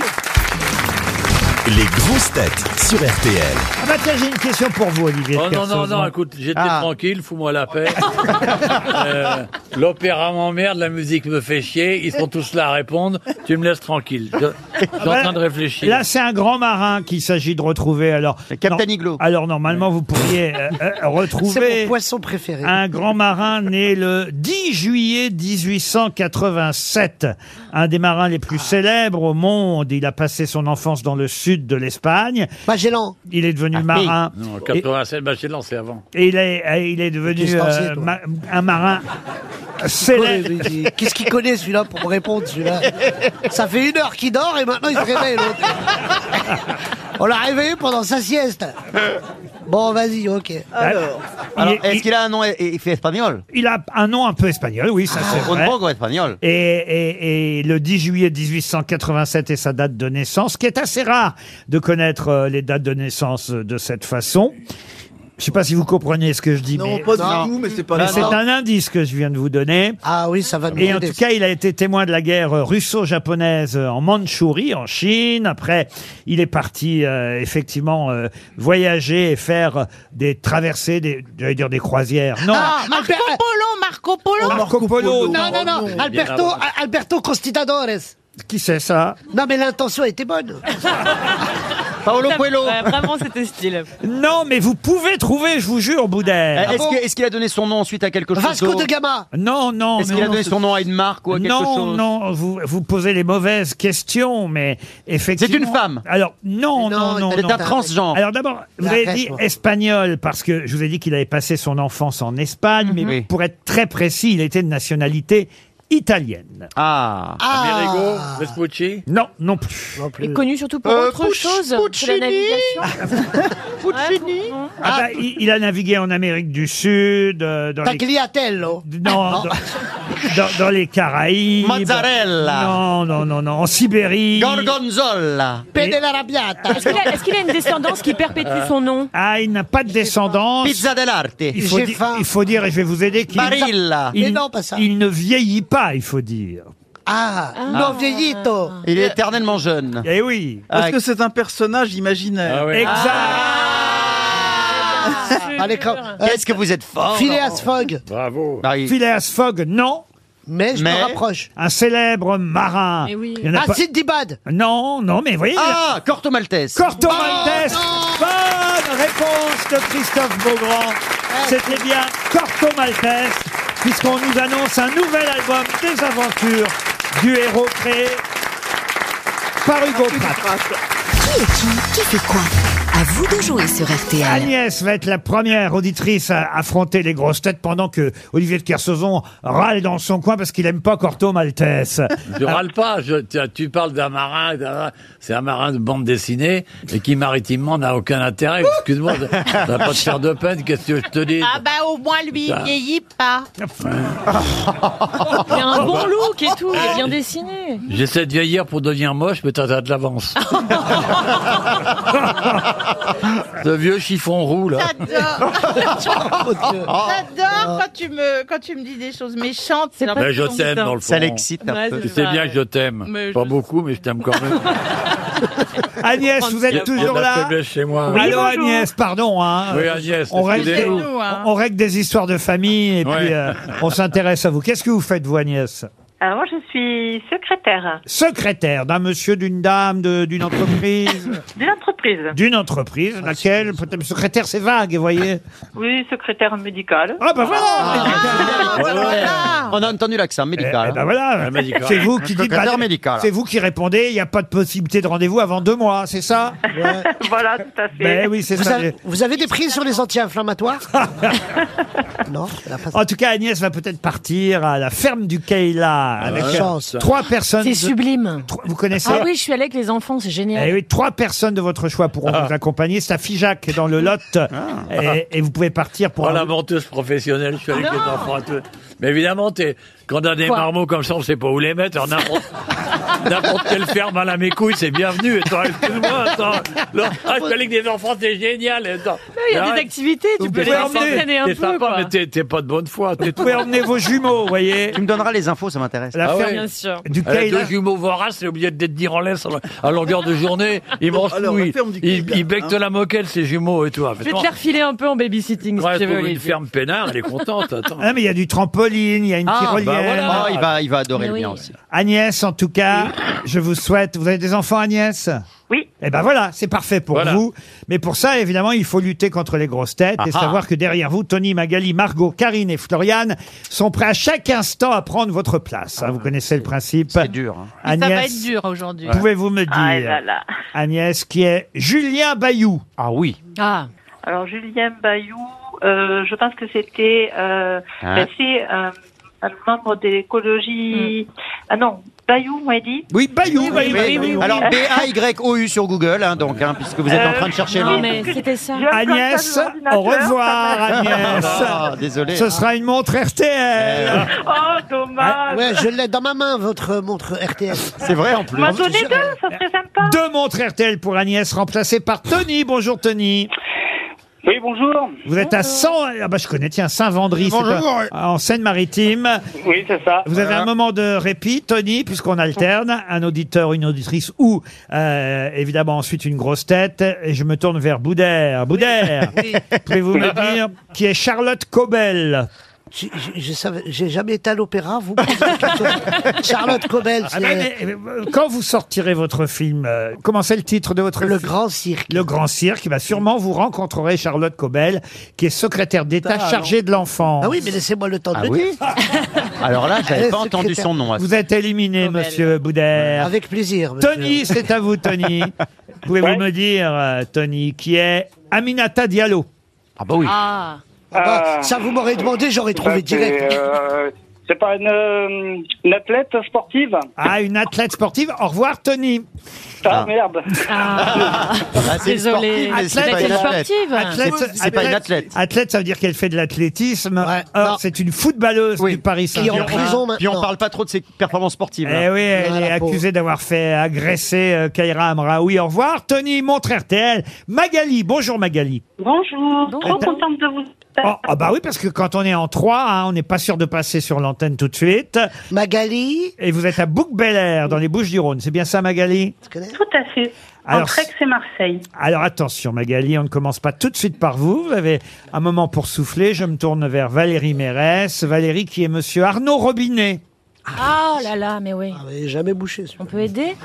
A: Les grosses têtes sur RTL.
B: Ah bah tiens, j'ai une question pour vous, Olivier.
E: Oh non, non,
B: Kersauzon.
E: non, écoute, j'étais
B: Ah.
E: tranquille, fous-moi la
B: *laughs*
E: paix. Euh, L'opéra m'emmerde, la musique me fait chier, ils sont tous là à répondre, tu me laisses tranquille. Je, je suis en train de réfléchir.
B: Ah bah, Là, c'est un grand marin qu'il s'agit de retrouver. Alors, Captain Iglo. Alors, normalement, vous pourriez
E: *laughs*
B: euh, euh, retrouver
I: poisson préféré.
B: un grand marin né le 10 juillet 1887. Un des marins les plus célèbres au monde. Il a passé son enfance dans le sud de l'Espagne.
I: Magellan.
B: Il est devenu marin.
E: Non,
B: Et-
E: 87, bah, c'est lancé avant.
B: et il est, euh, il est devenu
E: Qu'est-ce que t'en sais,
B: euh,
E: toi
B: ma- un marin
I: connaît,
B: célèbre.
I: lui, dit, Qu'est-ce qu'il connaît celui-là pour me répondre celui-là Ça fait une heure qu'il dort et maintenant il se réveille l'autre. On l'a réveillé pendant sa sieste. Bon, vas-y, ok.
D: Alors, est-ce qu'il a un nom et, et- il fait espagnol Ah,
B: Il a un nom un peu espagnol, oui, ça c'est vrai.
D: Rodrigo espagnol.
B: Et, et- et le 10 juillet 1887 est sa date de naissance, qui est assez rare de connaître euh, les dates de naissance euh, de cette façon. Je sais pas si vous comprenez ce que je dis,
H: Non,
B: mais
H: pas du tout, mais c'est pas
B: mais
H: grave.
B: c'est un indice que je viens de vous donner.
I: Ah oui, ça va nous
B: Et en
I: aider,
B: tout cas, il a été témoin de la guerre euh, russo-japonaise euh, en Mandchourie, en Chine. Après, il est parti euh, effectivement euh, voyager et faire euh, des traversées, des, j'allais dire des croisières. Non.
I: Ah, Marco Polo, Marco Polo.
B: Marco Polo,
I: Non, non, non. Alberto, Alberto Conquistadores.
B: Qui c'est ça
I: Non, mais l'intention était bonne.
D: Paolo Coelho.
K: Bah, vraiment, c'était
D: *laughs*
K: style.
B: Non, mais vous pouvez trouver, je vous jure, Boudère.
D: Euh, Est-ce que- est-ce qu'il a donné son nom ensuite à quelque chose
B: Vasco
D: d'autre
B: de Gama. Non, non.
D: Est-ce
B: non,
D: qu'il a
B: non,
D: donné
B: c'est-
D: son nom à une marque ou à quelque
B: non,
D: chose
B: non, vous, vous posez les mauvaises questions, mais effectivement.
D: C'est une femme.
B: Alors, non,
D: Mais
B: non,
D: non,
B: non.
D: elle est
B: non.
D: un transgenre.
B: Alors d'abord, vous
D: Mais
B: avez
D: arrête,
B: dit
D: toi.
B: espagnol, parce que je vous ai dit qu'il avait passé son enfance en Espagne, mais pour être très précis, il était de nationalité italienne.
D: Ah.
E: Amerigo, Vespucci
B: Non, non plus.
K: Et connu surtout pour
B: Euh,
K: autre
B: Pucci-
K: chose que la
D: *laughs*
K: navigation.
I: Puccini.
B: Ah bah, il, il a navigué en Amérique du Sud, euh, dans, les,
I: Tagliatello.
B: non,
I: *laughs*
B: dans- dans, dans les Caraïbes.
D: Mozzarella.
B: Non, non, non, non, en Sibérie.
D: Gorgonzola.
I: Pedela Rabiata.
K: Est-ce qu'il a, est-ce qu'il a une descendance qui perpétue son nom
B: Ah, il n'a pas de descendance.
D: Pizza dell'arte.
B: Il faut, di- il faut dire, et je vais vous aider, qu'il
D: Barilla.
B: il-
D: Mais
I: non, pas ça.
B: il ne vieillit pas, il faut dire.
I: Ah, non vieillito.
D: Il est éternellement jeune. Ah,
B: Eh oui.
H: Parce
I: Ah,
H: que c'est un personnage imaginaire.
I: Allez, quand- Ah,
D: Qu'est-ce que vous êtes fort
I: Phileas Fogg.
E: Bravo.
D: Marie.
B: Phileas Fogg, non.
I: Mais je
B: Mais-
I: me rapproche.
B: Un célèbre marin.
I: Mais oui.
B: Il y en a
I: Ah, Sid Dibad
B: Non, non, mais voyez.
I: Ah,
B: Corto Maltese. Corto
I: Oh,
B: Maltese. Bonne réponse de Christophe Beaugrand.
I: Eh.
B: C'était bien Corto Maltese, puisqu'on nous annonce un nouvel album des aventures du héros créé par Hugo Pratt.
L: Qui est qui Qui fait quoi À vous de jouer sur RTL.
B: Agnès va être la première auditrice à affronter les grosses têtes pendant que Olivier de Kersauzon râle dans son coin parce qu'il aime pas Corto
E: *laughs*
B: Maltese.
E: Je râle pas. je- tu, tu parles d'un marin, d'un- c'est un marin de bande dessinée et qui maritimement n'a aucun intérêt. Excuse-moi, ça va pas te faire de peine. Qu'est-ce que je te dis
F: Ah bah au moins lui, il
E: Putain.
F: vieillit pas.
K: Il y a un bon look et tout, il est bien dessiné.
E: J'essaie de vieillir pour devenir moche, mais t'as t'as de
D: *laughs*
E: l'avance. Ce vieux chiffon roux là.
F: J'adore. J'adore quand tu me quand tu me dis des choses méchantes. C'est
E: Ben, je t'aime dans le fond.
D: Ça l'excite un Ouais, peu.
E: Tu
D: c'est
E: sais
D: ça,
E: bien
D: ouais.
E: que je t'aime.
D: Mais
E: Pas
D: je-
E: beaucoup, mais je t'aime quand même.
B: Agnès,
E: Il
B: vous êtes
E: y a- il y a de
B: toujours
E: la
B: là
E: faiblesse chez moi.
B: Allô Agnès, pardon. Hein.
E: Oui, Agnès,
B: on règle, des,
E: excusez-nous.
B: on- on règle des histoires de famille et puis euh, on s'intéresse à vous. Qu'est-ce que vous faites, vous, Agnès
P: Alors, moi, je suis secrétaire
B: Secrétaire d'un monsieur, d'une dame, de- d'une entreprise
P: d'une entreprise.
B: D'une entreprise, laquelle Peut-être secrétaire, c'est vague, vous voyez
P: Oui, secrétaire médicale.
B: Ah, bah voilà Ah.
D: On a entendu l'accent médical.
B: Eh ben voilà, c'est vous qui dites.
D: Secrétaire
B: bah,
D: médical.
B: C'est vous qui répondez. Il n'y a pas de possibilité de rendez-vous avant deux mois, c'est ça
P: *laughs* voilà, tout à fait.
B: Ben oui, c'est
I: vous
B: ça.
I: avez- vous avez des prises sur les anti-inflammatoires Non.
B: En tout cas, Agnès va peut-être partir à la ferme du Kayla avec
I: Ah, la
B: euh,
I: chance.
B: trois personnes.
K: C'est
B: de-
K: sublime.
B: Trois- Vous connaissez
K: Ah oui, je suis allée avec les enfants, c'est génial.
B: Eh oui, trois personnes de votre choix pourront
I: Ah.
B: vous accompagner. C'est à Figeac dans le Lot. Et, et vous pouvez partir pour.
E: Oh, la
B: un-
E: menteuse professionnelle, je suis avec
K: Ah
B: Non.
E: les enfants. et tout. Mais évidemment, t'es- quand on a des
B: Quoi
E: marmots comme ça, on sait pas où les mettre. Alors, N'importe
K: *laughs*
E: n'importe quelle ferme à la mécouille, c'est bienvenu. Attends, excuse-moi, attends. Non, ah, je suis avec des enfants, c'est génial. Attends.
K: il y a des activités, tu peux les laisser traîner un
E: T'es
K: peu,
E: sympa,
K: quoi.
E: mais t'es- t'es pas de bonne foi.
K: *laughs*
E: Vous
B: pouvez emmener vos jumeaux, vous voyez.
D: Tu me donneras les infos, ça m'intéresse.
E: La Ah ferme ouais.
K: Bien sûr.
E: Du
D: Kayla.
E: deux jumeaux voraces, c'est obligé d'être dire en laisse à longueur de journée. Ils mangent
D: Alors,
E: tout.
D: la
E: Ils,
D: ferme du
E: ils,
D: Kayla,
E: ils becquent
D: hein.
E: de la moquette, ces jumeaux et tout. Ah,
K: Je vais te les refiler un peu en babysitting si tu veux.
E: une
K: Olivier.
E: ferme peinard, elle
K: *laughs*
E: est contente. Attends.
B: Ah, mais il y a du trampoline, il y a une
E: Ah,
B: tyrolienne.
E: bah voilà.
D: Ah, il va, il va adorer
B: Mais
D: le
B: oui.
D: bien aussi.
B: Agnès, en tout cas, je vous souhaite. Vous avez des enfants, Agnès
P: Oui.
B: Eh ben voilà, c'est parfait pour vous. Mais pour ça, évidemment, il faut lutter contre les grosses têtes et
D: Ah ah.
B: savoir que derrière vous, Tony, Magali, Margot, Karine et Floriane sont prêts à chaque instant à prendre votre place. hein. vous connaissez le principe. C'est
D: Ah, dur. hein.
F: Ça
B: Agnès,
F: va être dur aujourd'hui.
B: pouvez-vous me dire,
P: Ah, là, là.
B: Agnès, qui est Julien Bayou
D: Ah oui.
K: Ah.
P: Alors, Julien Bayou, euh, je pense que c'était. Euh,
B: Hein
P: ben, c'est euh, un membre d'écologie. Ah non, Bayou, vous m'avez dit
B: Oui, Bayou,
P: Bayou, Bayou.
D: Alors, B-A-Y-O-U sur Google, hein, donc, hein, puisque vous êtes en train
B: Euh,
D: de chercher
K: Non,
D: le-
K: mais c'était ça.
B: Agnès, au revoir, *laughs* Agnès.
D: Ah, désolé.
B: Ce sera une montre
D: hein.
B: RTL.
P: Oh,
J: Ah,
P: dommage.
I: Ouais, je l'ai dans ma main, votre montre RTS.
D: C'est vrai, en plus.
P: M'en donner deux, ça serait sympa.
B: Deux montres RTL pour Agnès, remplacées par Tony. Bonjour Tony.
Q: Oui, bonjour.
B: Vous êtes à 100, ah bah je connais, tiens, Saint-Vendry, c'est
Q: Bonjour.
B: pas- en Seine-Maritime.
Q: Oui, c'est ça.
B: Vous avez un moment de répit, Tony, puisqu'on alterne un auditeur, une auditrice ou euh, évidemment ensuite une grosse tête. Et je me tourne vers Boudère. Boudère, pouvez-vous me dire qui est Charlotte Cobel
I: Je, je, je savais- j'ai jamais été à l'opéra, vous. posez la
B: *laughs*
I: question. Charlotte Cobel,
B: Ah ben,
I: c'est-
B: mais, euh, quand vous sortirez votre film, euh, comment c'est le titre de votre
I: Le
B: film
I: Grand Cirque.
B: Le Grand Cirque, bah sûrement vous rencontrerez Charlotte Cobel, qui est secrétaire d'État
I: Ah,
B: chargée de l'enfant.
I: Ah oui, mais laissez-moi le temps de
D: Ah
I: le
D: oui.
I: dire.
D: Alors là, j'avais
I: Eh,
D: pas
I: secrétaire.
D: entendu son nom. à-
B: Vous êtes éliminé, monsieur Boudère.
I: Avec plaisir. monsieur.
B: Tony, c'est à
I: *laughs*
B: vous, Tony. Pouvez-vous me dire, euh, Tony, qui est Aminata Diallo
D: Ah bah
K: Ah.
I: Ah bah, ça, vous m'aurez demandé, j'aurais
Q: Bah,
I: trouvé
Q: c'est,
I: direct.
Q: euh, c'est pas une, euh, une athlète sportive
B: Ah, une athlète sportive. Au revoir, Tony.
Q: Ah, merde.
D: Ah, c'est une
K: Désolée.
D: sportive, mais c'est pas une athlète.
B: Athlète,
D: C'est pas une athlète.
B: Athlète, ça veut dire qu'elle fait de l'athlétisme. Or, c'est une footballeuse du Paris Saint-Germain.
D: Puis on parle pas trop de ses performances sportives.
B: Eh
D: là.
B: oui, elle est accusée d'avoir fait agresser euh, Kaira Amraoui. Au revoir, Tony, montre RTL. Magali, bonjour Magali.
P: Bonjour, trop contente de vous.
B: Oh, ah bah oui, parce que quand on est en trois, hein, on n'est pas sûr de passer sur l'antenne tout de suite.
I: Magali.
B: Et vous êtes à bouc air dans les Bouches-du-Rhône. C'est bien ça, Magali
P: Tout à fait.
B: Alors,
P: Entre Aix et Marseille.
B: Alors attention, Magali, on ne commence pas tout de suite par vous. Vous avez un moment pour souffler. Je me tourne vers Valérie Mérès. Valérie qui est monsieur Arnaud Robinet.
K: Ah, oh là là, mais oui.
I: J'avais jamais bouché.
K: On peut aider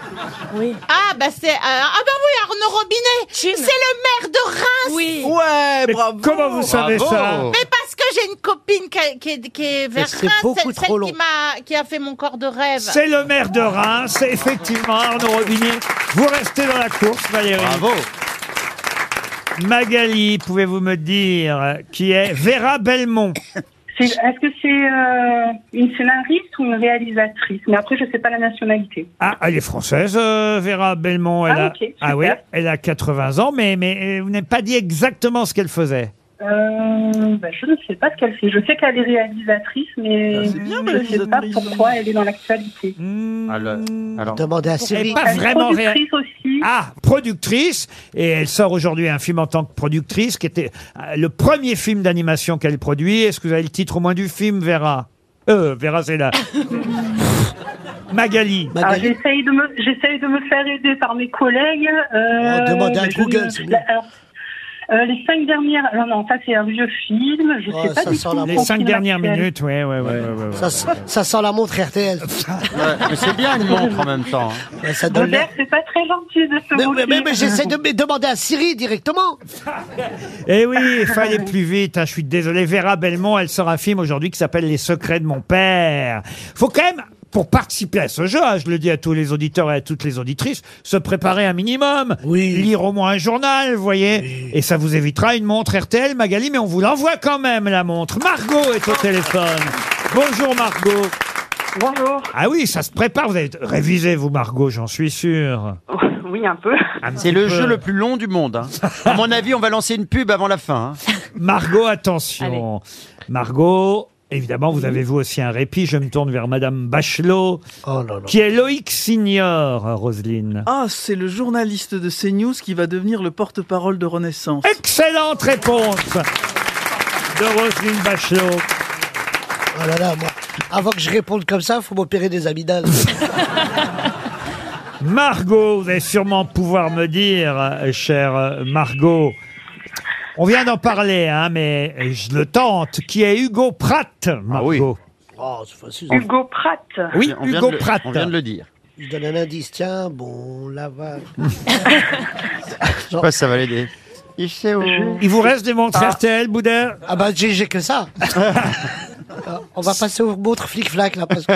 K: Oui.
F: Ah, bah c'est. euh, ah, bah oui, Arnaud Robinet C'est le maire de Reims
K: Oui
H: Ouais,
B: bravo Comment vous savez
F: Bravo.
B: ça
F: Mais parce que j'ai une copine qui, est- qui est- qui est vers
B: serait
F: Reims,
B: beaucoup
F: celle,
B: trop
F: celle
B: long.
F: qui, m'a- qui a fait mon corps de rêve.
B: C'est le maire de Reims, c'est effectivement Arnaud Robinet. Vous restez dans la course, Valérie. Bravo. Magali, pouvez-vous me dire euh, qui est Vera Belmont
Q: C'est- Est-ce que c'est euh, une scénariste ou une réalisatrice Mais après, je ne sais pas la nationalité.
B: Ah, elle est française, euh, Vera Belmont. Elle
Q: Ah,
B: a,
Q: ok, super.
B: ah oui, elle a 80 ans, mais, mais euh, vous n'avez pas dit exactement ce qu'elle faisait.
Q: Euh, bah, je ne sais pas ce qu'elle fait. Je sais qu'elle est réalisatrice,
B: Ah,
Q: mais je ne sais pas pourquoi elle est dans l'actualité.
B: Hmm.
D: Alors,
I: Demandez à
B: Elle
I: Siri.
B: est pas vraiment réa-
Q: productrice aussi.
B: Ah, productrice. Et elle sort aujourd'hui un film en tant que productrice, qui était euh, le premier film d'animation qu'elle produit. Est-ce que vous avez le titre au moins du film, Vera Euh, Vera, c'est
I: *coughs*
B: la... Magali.
I: Ah,
R: Ah,
Q: Alors, J'essaye de, me- j'essaye de me faire aider par mes collègues. Euh,
B: Oh, demandez à
Q: je
B: Google,
Q: ne-
B: c'est mieux.
Q: alors, euh, les cinq dernières. Non, non, ça c'est un vieux film.
B: Oh,
Q: Je sais pas du tout
B: Les
Q: son
B: cinq
Q: film
B: dernières
Q: actuel.
B: minutes, oui, oui, oui.
I: Ça, s- ça sent la montre RTL.
D: mais c'est bien une montre en même temps. hein.
I: Ouais, ça donne
Q: Robert,
I: l'air.
Q: c'est pas très gentil de se
I: Mais, mais-
Q: moquer.
I: mais- mais j'essaie de me demander à Siri directement.
B: Eh oui, *laughs* il fallait plus vite. hein, je suis désolé. Vera Belmont, elle sort un film aujourd'hui qui s'appelle Les secrets de mon père. Faut quand même, pour participer à ce jeu, hein, je le dis à tous les auditeurs et à toutes les auditrices, se préparer un minimum. Oui. Lire au moins un journal, vous voyez. Et ça vous évitera une montre RTL, Magali, mais on vous l'envoie quand même, la montre. Margot est au téléphone. Bonjour, Margot.
Q: Bonjour.
B: Ah oui, ça se prépare. Vous avez révisé, vous, Margot, j'en suis sûr.
D: *laughs*
Q: Oui, un peu.
D: C'est le jeu le plus long du monde. hein. *laughs*
B: *laughs*
D: À mon avis, on va lancer une pub avant la fin. hein.
B: Margot, attention. Margot, évidemment, vous avez vous aussi un répit. Je me tourne vers Madame Bachelot, qui est Loïc Signor, euh, Roselyne.
H: Ah, c'est le journaliste de CNews qui va devenir le porte-parole de Renaissance.
B: Excellente réponse de *laughs* Roselyne Bachelot.
I: Oh là là, moi, avant que je réponde comme ça, faut m'opérer des
B: *laughs*
I: amygdales.
B: Margot, vous allez sûrement pouvoir me dire, euh, chère euh, Margot, on vient d'en parler, hein, mais je le tente, qui est Hugo Pratt, Margot.
I: oh, c'est facile.
Q: Hugo Pratt.
B: Oui, Hugo Pratt.
D: dire.
I: Je donne un indice, tiens, bon, là va.
D: Je sais pas si ça va l'aider.
B: *laughs* Il vous reste des montres
I: Ah.
B: RTL, Boudin
I: Ah bah j'ai j'ai que
B: *laughs*
I: ça. Ah, On va passer aux montres flic-flac là. Parce que...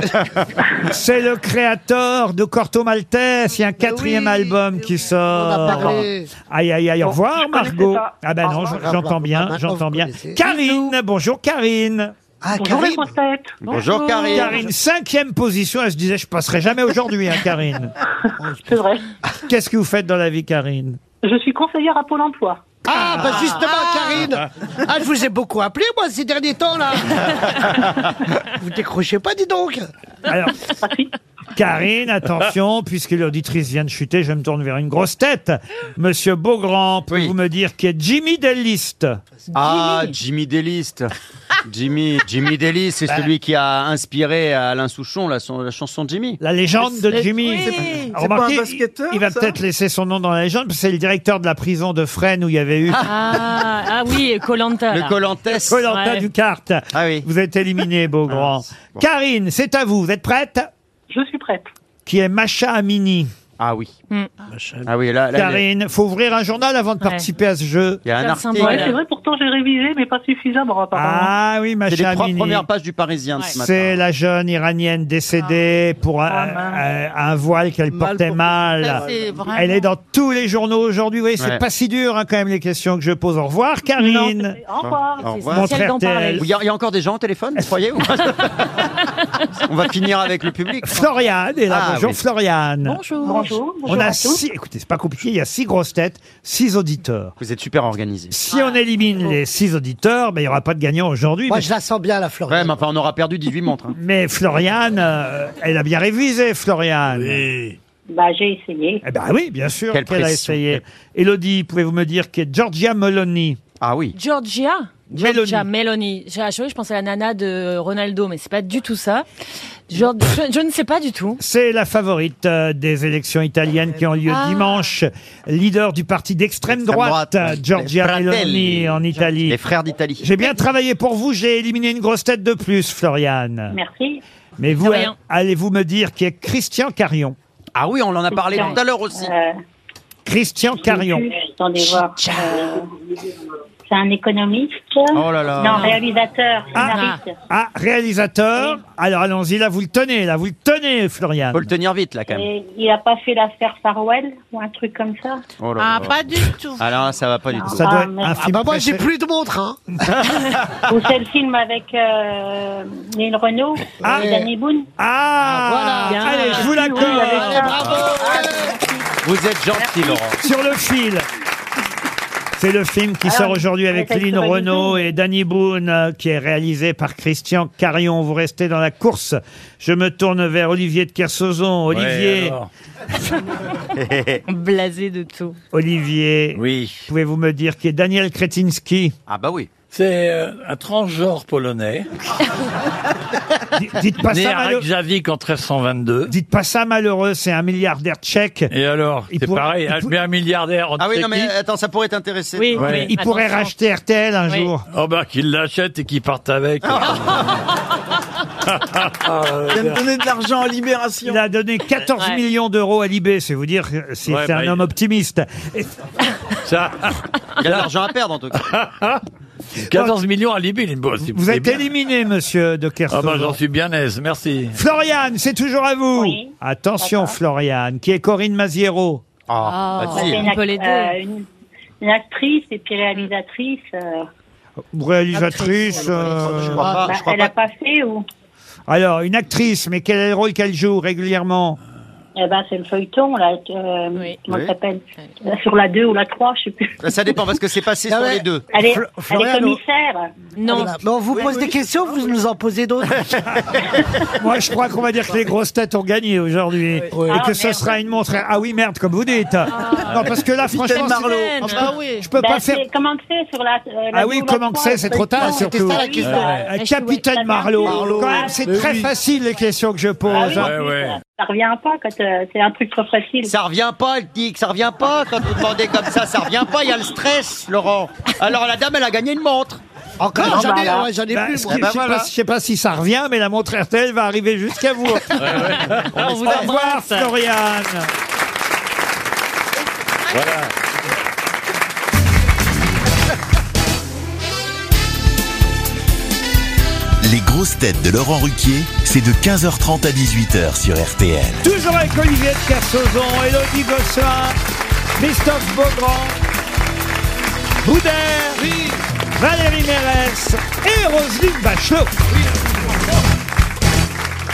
B: C'est le créateur de Corto Maltese. Il y a un quatrième album qui sort.
I: parlé.
B: Aïe, aïe, aïe. Au
I: Bon,
B: revoir,
I: je connaissais
B: Margot.
I: pas.
B: Ah ben
I: Au
B: non,
I: revoir.
B: j'en- j'entends bien,
I: Maintenant,
B: j'entends
I: vous
B: bien.
I: connaissez.
B: Karine, bonjour Karine.
I: Ah,
Q: Bonjour les grosses têtes.
D: Bonjour, Karine.
B: Karine, cinquième position. Elle se disait, je passerai jamais aujourd'hui, hein, Karine.
Q: *laughs* C'est vrai.
B: Qu'est-ce que vous faites dans la vie, Karine
Q: Je suis conseillère à Pôle emploi.
I: Ah, bah justement, Karine Ah, je vous ai beaucoup appelé, moi, ces derniers temps, là Vous décrochez pas, dis donc
B: *laughs* Alors,
D: *laughs*
B: Karine, attention, puisque l'auditrice vient de chuter, je me tourne vers une grosse tête. Monsieur Beaugrand, pouvez-vous me dire qui est Jimmy Deliste
D: Ah, Jimmy *laughs* Deliste. Jimmy, Jimmy Deliste, c'est
B: Bah.
D: celui qui a inspiré à Alain Souchon la, son- la chanson de Jimmy.
B: La légende de Jimmy.
D: C'est pas-
B: Remarquez,
D: c'est pas un
B: il, il va
D: ça
B: peut-être laisser son nom dans la légende, parce que c'est le directeur de la prison de Fresnes où il y avait *laughs* eu
K: Ah, ah oui, Colanta.
B: Colanta du Carte.
D: Ah
B: Vous êtes éliminé, Beaugrand. Karine, c'est à vous. Vous êtes prête
Q: Je suis prête.
B: Qui est Macha Amini.
D: Ah oui. Ah oui, là, là,
B: Karine, faut ouvrir un journal avant de participer à ce jeu.
D: Il y a un
Q: Ouais,
D: article.
Q: c'est vrai, pourtant j'ai révisé, mais pas suffisamment apparemment.
B: Ah oui,
D: C'est les
B: Macha
D: trois
B: Amini.
D: premières pages du Parisien de ce matin.
B: C'est la jeune iranienne décédée pour un, un- un voile qu'elle portait mal.
D: Ça, c'est vraiment-
B: Elle est dans tous les journaux aujourd'hui. Vous voyez, c'est
D: Ouais.
B: pas si dur hein, quand même les questions que je pose. Au revoir, Karine.
D: Au revoir.
B: Montre RTL.
D: Il y, a, il y a encore des gens au téléphone, vous croyez ou pas On va finir avec le public.
B: Floriane est là.
D: Ah,
B: bonjour
D: oui.
B: Floriane.
Q: Bonjour. Bonjour.
B: On a six, écoutez, c'est pas compliqué, il y a six grosses têtes, six auditeurs.
D: Vous êtes super organisé.
B: Si on élimine les six auditeurs, ben, il n'y aura pas de gagnant aujourd'hui.
I: Moi,
B: mais-
I: je la sens bien, la Florian.
D: Ouais, mais enfin, on aura perdu 18 montres. hein.
B: Mais Floriane, euh, elle a bien révisé, Floriane.
Q: Bah, j'ai essayé.
B: Eh ben oui, bien sûr
D: Quelle
B: qu'elle a
D: pression.
B: essayé. Elodie, pouvez-vous me dire qui est Giorgia Meloni
D: Ah oui.
K: Georgia Georgia Meloni. J'ai la chose, je pensais à la nana de Ronaldo, mais c'est pas du tout ça. Geor- je, je ne sais pas du tout.
B: C'est la favorite euh, des élections italiennes qui ont lieu
K: Ah.
B: dimanche. Leader du parti d'extrême
D: Extrême
B: droite,
D: droite,
B: euh,
D: les
B: Giorgia
D: Fratelli.
B: Meloni en Italie.
D: Les frères d'Italie.
B: J'ai bien travaillé pour vous, j'ai éliminé une grosse tête de plus, Floriane.
Q: Merci.
B: Mais vous, euh,
D: Rien.
B: allez-vous me dire qui est Christian Carion
D: Ah oui, on en a parlé tout à l'heure aussi.
B: Christian Carion.
S: Attendez voir. euh, c'est un économiste.
B: Oh là là.
S: Non, réalisateur,
B: Ah.
S: scénariste.
B: Ah, réalisateur. Alors allons-y, là vous le tenez, là vous le tenez, Florian. Faut le
D: tenir vite là
S: Et il n'a pas fait l'affaire Farwell ou un truc comme ça
D: Oh
F: Ah,
D: là là. Alors là, ça va pas du tout.
S: Ça doit Ah, être un merde. film
I: bah moi, j'ai
S: préféré.
I: plus de montre,
B: *laughs*
I: hein.
S: Ou c'est le film avec euh, Neil Renault
B: Ah.
S: et Danny Boone
B: Ah,
S: voilà.
B: Allez, je vous l'accorde.
D: Vous êtes gentil, Laurent.
B: Sur le fil. C'est le film qui
D: Ah,
B: sort aujourd'hui avec
D: ça, je
B: Lynn
D: saurais du
B: Renault et Danny Boone, euh, qui est réalisé par Christian Carion. Vous restez dans la course. Je me tourne vers Olivier de Kersauzon. Olivier,
J: *laughs*
K: Blasé de tout.
B: Olivier.
E: Oui.
B: Pouvez-vous me dire qui est Daniel Kretinsky
D: Ah bah oui.
E: C'est euh, un transgenre polonais.
B: dites pas
E: né
B: ça,
E: à
B: Malo.
E: Reykjavik en 1322.
B: Dites pas ça malheureux, c'est un milliardaire tchèque.
E: Et alors C'est
B: pourrait-
E: pareil,
B: il
E: ah, mais un milliardaire en
D: Ah oui, non, mais
E: Tchéquie.
D: attends, ça pourrait t'intéresser. toi.
E: Ouais.
B: Il pourrait racheter RTL un
E: Oui.
B: jour.
E: Oh bah qu'il l'achète et qu'il parte avec.
D: Ah.
E: *laughs* Ah,
H: vient de donner de l'argent à Libération.
B: Il a donné 14
H: Ouais.
B: millions d'euros à Libé, c'est vous dire si
E: Ouais,
B: c'est
E: bah,
B: un
E: il-
B: homme optimiste. Et-
E: Ça.
D: Il a de l'argent à perdre, en tout
E: *laughs*
D: cas.
E: 14 millions à Libye, il est beau, c'est-
B: Vous
E: c'est
B: êtes
E: bien.
B: éliminé, monsieur de
E: Ah bah
B: Kersauzon.
E: j'en suis bien aise, merci.
B: Floriane, c'est toujours à vous. Attention, Floriane, qui est Corinne Maziero.
S: Ah, c'est une, act- euh, une- une actrice et puis réalisatrice. euh,
B: Réalisatrice. euh,
S: bah, elle n'a pas fait ou
B: Alors, une actrice, mais quel est le rôle qu'elle joue régulièrement
S: Eh ben, c'est le feuilleton, là. euh, Comment
D: Oui.
S: ça s'appelle Sur la 2 ou la 3, je sais plus.
D: Ça dépend parce que c'est passé
I: Ah
B: Ah
D: sur les deux.
S: Elle est, elle est
D: Florian,
S: commissaire.
I: Voilà. Mais on vous pose des questions, vous nous en posez d'autres.
B: *laughs* Moi, je crois qu'on va dire que les grosses têtes ont gagné aujourd'hui. Et
I: Ah,
B: que ce
I: merde.
B: sera une montre. à- Ah oui, merde, comme vous dites. Non, parce que là,
S: Capitaine
B: franchement, c'est- Ah,
S: Marlowe.
B: je peux,
F: Ah
B: je peux
S: Ah. Ben,
F: Bah,
B: pas
S: c'est
B: faire.
S: Comment que c'est sur la. euh, la
B: Ah
S: deux
B: oui,
S: ou la
B: comment que
S: trois,
B: c'est C'est trop tard,
S: feuilleton.
B: surtout.
S: Ah oui, bah,
B: Euh, Capitaine Marlowe. Quand même, c'est
S: Mais
B: très
S: oui.
B: facile les questions que je pose.
S: Ah oui,
B: hein.
S: mais ça- Ça revient pas quand euh, c'est un truc trop facile.
D: Ça revient pas, elle dit que ça revient pas. Quand vous demandez comme ça, ça revient pas. Il y a le stress, Laurent. Alors la dame, elle a gagné une montre.
B: Ah,
D: Encore
B: bah alors. Bah, ce qui-
D: Eh ben
B: je, sais
D: voilà.
B: pas, si- je sais pas si ça revient, mais la montre RTL va arriver jusqu'à
D: On
B: vous. Au
D: vous
B: revoir,
D: embrasse.
B: Florian.
E: Voilà.
A: Les grosses têtes de Laurent Ruquier, c'est de 15h30 à 18h sur RTL.
B: Toujours avec Olivier de Kersauzon, Elodie Gosselin, Christophe Beaugrand, Boudère, Valérie Mérès et Roselyne Bachelot.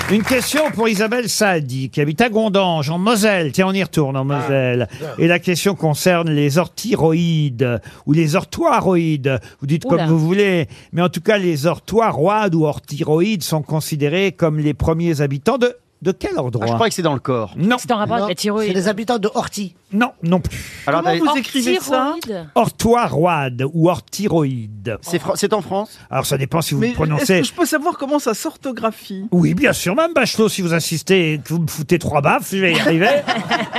B: Une question pour Isabelle Saadi, qui habite à Gondange, en Moselle. Tiens, on y retourne en Moselle. Et la question concerne les orthyroïdes ou les orthoiroïdes. Vous dites
R: Oula.
B: comme vous voulez. Mais en tout cas, les orthoiroides ou orthyroïdes sont considérés comme les premiers habitants de, de quel endroit
D: je crois que c'est dans le corps.
B: Non.
K: C'est en rapport avec la thyroïde.
I: C'est les habitants de Horty.
B: Non, non plus.
D: Alors, Comment t'as- vous écrivez ça
K: Orthyroïde.
B: Orthoiroide ou orthyroïde.
D: C'est fran- c'est en France
B: Alors, ça dépend si vous
H: Mais
B: le prononcez.
H: est-ce que je peux savoir comment ça s'orthographie
B: Oui, bien sûr, même Bachelot, si vous insistez et que vous me foutez trois baffes, je vais y arriver.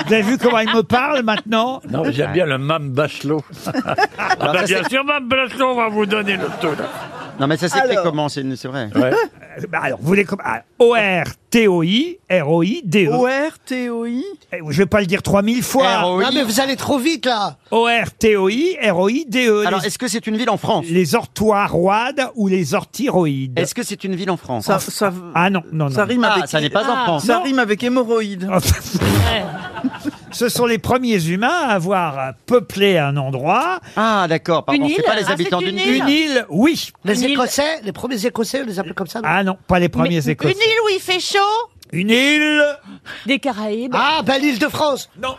B: vous avez vu comment il me parle maintenant
E: Non, mais j'aime bien le Mam
B: *laughs*
E: Bachelot. ah bah,
D: ça,
E: bien
D: c'est-
E: sûr, Mam Bachelot, on va vous donner le tout.
D: Non, mais ça s'écrit
E: Alors.
D: comment C'est c'est vrai.
B: Euh, bah, alors, vous voulez comme. ah, O-R-T-O-I-R-O-I-D-E.
H: O-R-T-O-I
B: Eh, Je vais pas le dire 3000 fois.
I: Non, mais vous allez trop vite, là.
B: O-R-T-O-I-R-O-I-D-E.
D: Alors,
B: E. Les-
D: est-ce que c'est une ville en France
B: Les orthoiroides ou les orthyroïdes
D: Est-ce que c'est une ville en France
H: Ça- ça-
B: Ah non, non, non.
H: Ça rime
D: Ah,
H: avec.
D: ça n'est pas en France.
H: Ça
D: Non.
H: rime avec hémorroïde.
B: *laughs* Ce sont les premiers humains à avoir peuplé un endroit.
D: Ah, d'accord, pardon, Une c'est pas île les Ah, habitants c'est d'une une île
B: Une île, oui.
I: Les Écossais, les premiers Écossais, on les appelait comme ça. non
B: Ah non, pas les premiers
I: Mais-
B: Écossais.
I: une île
F: où il fait chaud
B: Une île
K: Des Caraïbes.
I: Ah, ben l'île de France
B: Non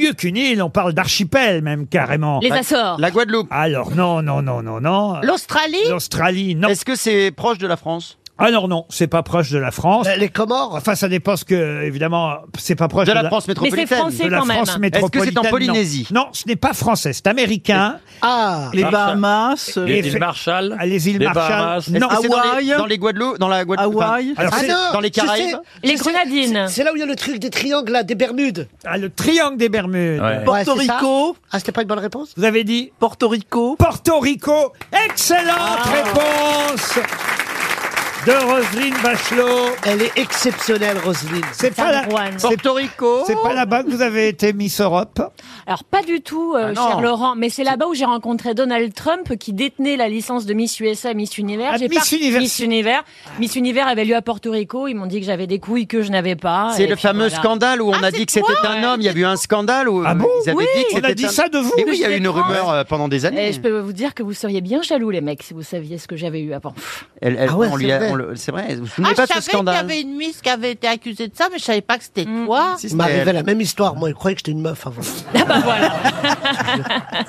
B: Mieux qu'une île, on parle d'archipel même carrément.
K: Les Açores.
D: La Guadeloupe.
B: Alors non, non, non, non, non.
F: L'Australie
B: L'Australie, non.
D: Est-ce que c'est proche de la France
B: Alors non, c'est pas proche de la France.
I: Euh, Les Comores
B: Enfin, ça dépend ce que, évidemment, c'est pas proche
D: De la France métropolitaine. Mais c'est français
B: de la
D: quand même.
B: France
D: Est-ce que c'est en
B: métropolitaine. non.
D: Polynésie
B: Non, ce n'est pas français, c'est américain.
I: Ah
H: Les
E: Marshall.
H: Bahamas.
E: Les
B: Eff-
E: îles Marshall.
B: Ah, les îles
E: les
B: Marshall.
E: Bahamas.
B: Non.
D: Est-ce que c'est dans les,
B: Hawaï.
D: dans les Guadeloupe, dans la Guadeloupe
H: Hawaï.
D: pardon.
B: Alors,
D: Est-ce que
B: c'est-
D: dans les
I: Je Ah sais, ah,
D: Caraïbes
I: je
K: Les
I: sais,
K: Grenadines.
I: c'est- C'est là où il y a le truc des triangles, là, des Bermudes.
B: Ah, le triangle des Bermudes.
E: Ouais.
I: Ouais,
H: Porto
I: c'est ça.
H: Rico.
I: Ah, c'était pas une bonne réponse
B: Vous avez dit Ah.
H: Porto Rico.
B: Porto Rico. Excellente réponse de Roselyne Bachelot.
I: Elle est exceptionnelle, Roselyne.
B: C'est pas la...
K: Juan.
B: c'est-
K: Porto Rico.
B: C'est pas là-bas que vous avez été Miss Europe.
K: Alors pas du tout, euh,
B: Ah non.
K: cher Laurent, mais c'est là-bas où j'ai rencontré Donald Trump qui détenait la licence de Miss USA, Miss Univers.
B: Ah,
K: J'ai
B: Miss Univers.
K: Miss Univers.
D: Ah.
K: Miss Univers avait lieu à Porto Rico. Ils m'ont dit que j'avais des couilles que je n'avais pas.
D: C'est
K: et
D: le
K: puis
D: fameux
K: voilà.
D: scandale où on a dit que c'était un homme. Il y a eu un scandale où ah bon ils avaient
K: Oui.
D: dit que
K: On a
D: c'était
K: dit
D: un-
K: ça de vous.
D: Et oui, il y a eu
K: C'était
D: une
K: étrange.
D: rumeur euh, pendant des
K: Et
D: années.
K: Eh, je peux vous dire que vous seriez bien jaloux, les mecs, si vous saviez ce que j'avais eu avant.
D: Elle- elle-
K: Ah ouais,
D: on lui
K: c'est
D: a-
K: vrai.
D: on le- C'est vrai. Vous vous
F: Ah,
D: souvenez
F: je
D: pas de ce
F: savais qu'il y
D: scandale
F: avait une miss qui avait été accusée de ça, mais je savais pas que c'était
K: Mm.
F: toi.
I: Il
D: Bah,
I: m'arrivait la même histoire. Moi, je croyais que j'étais une meuf avant. *laughs*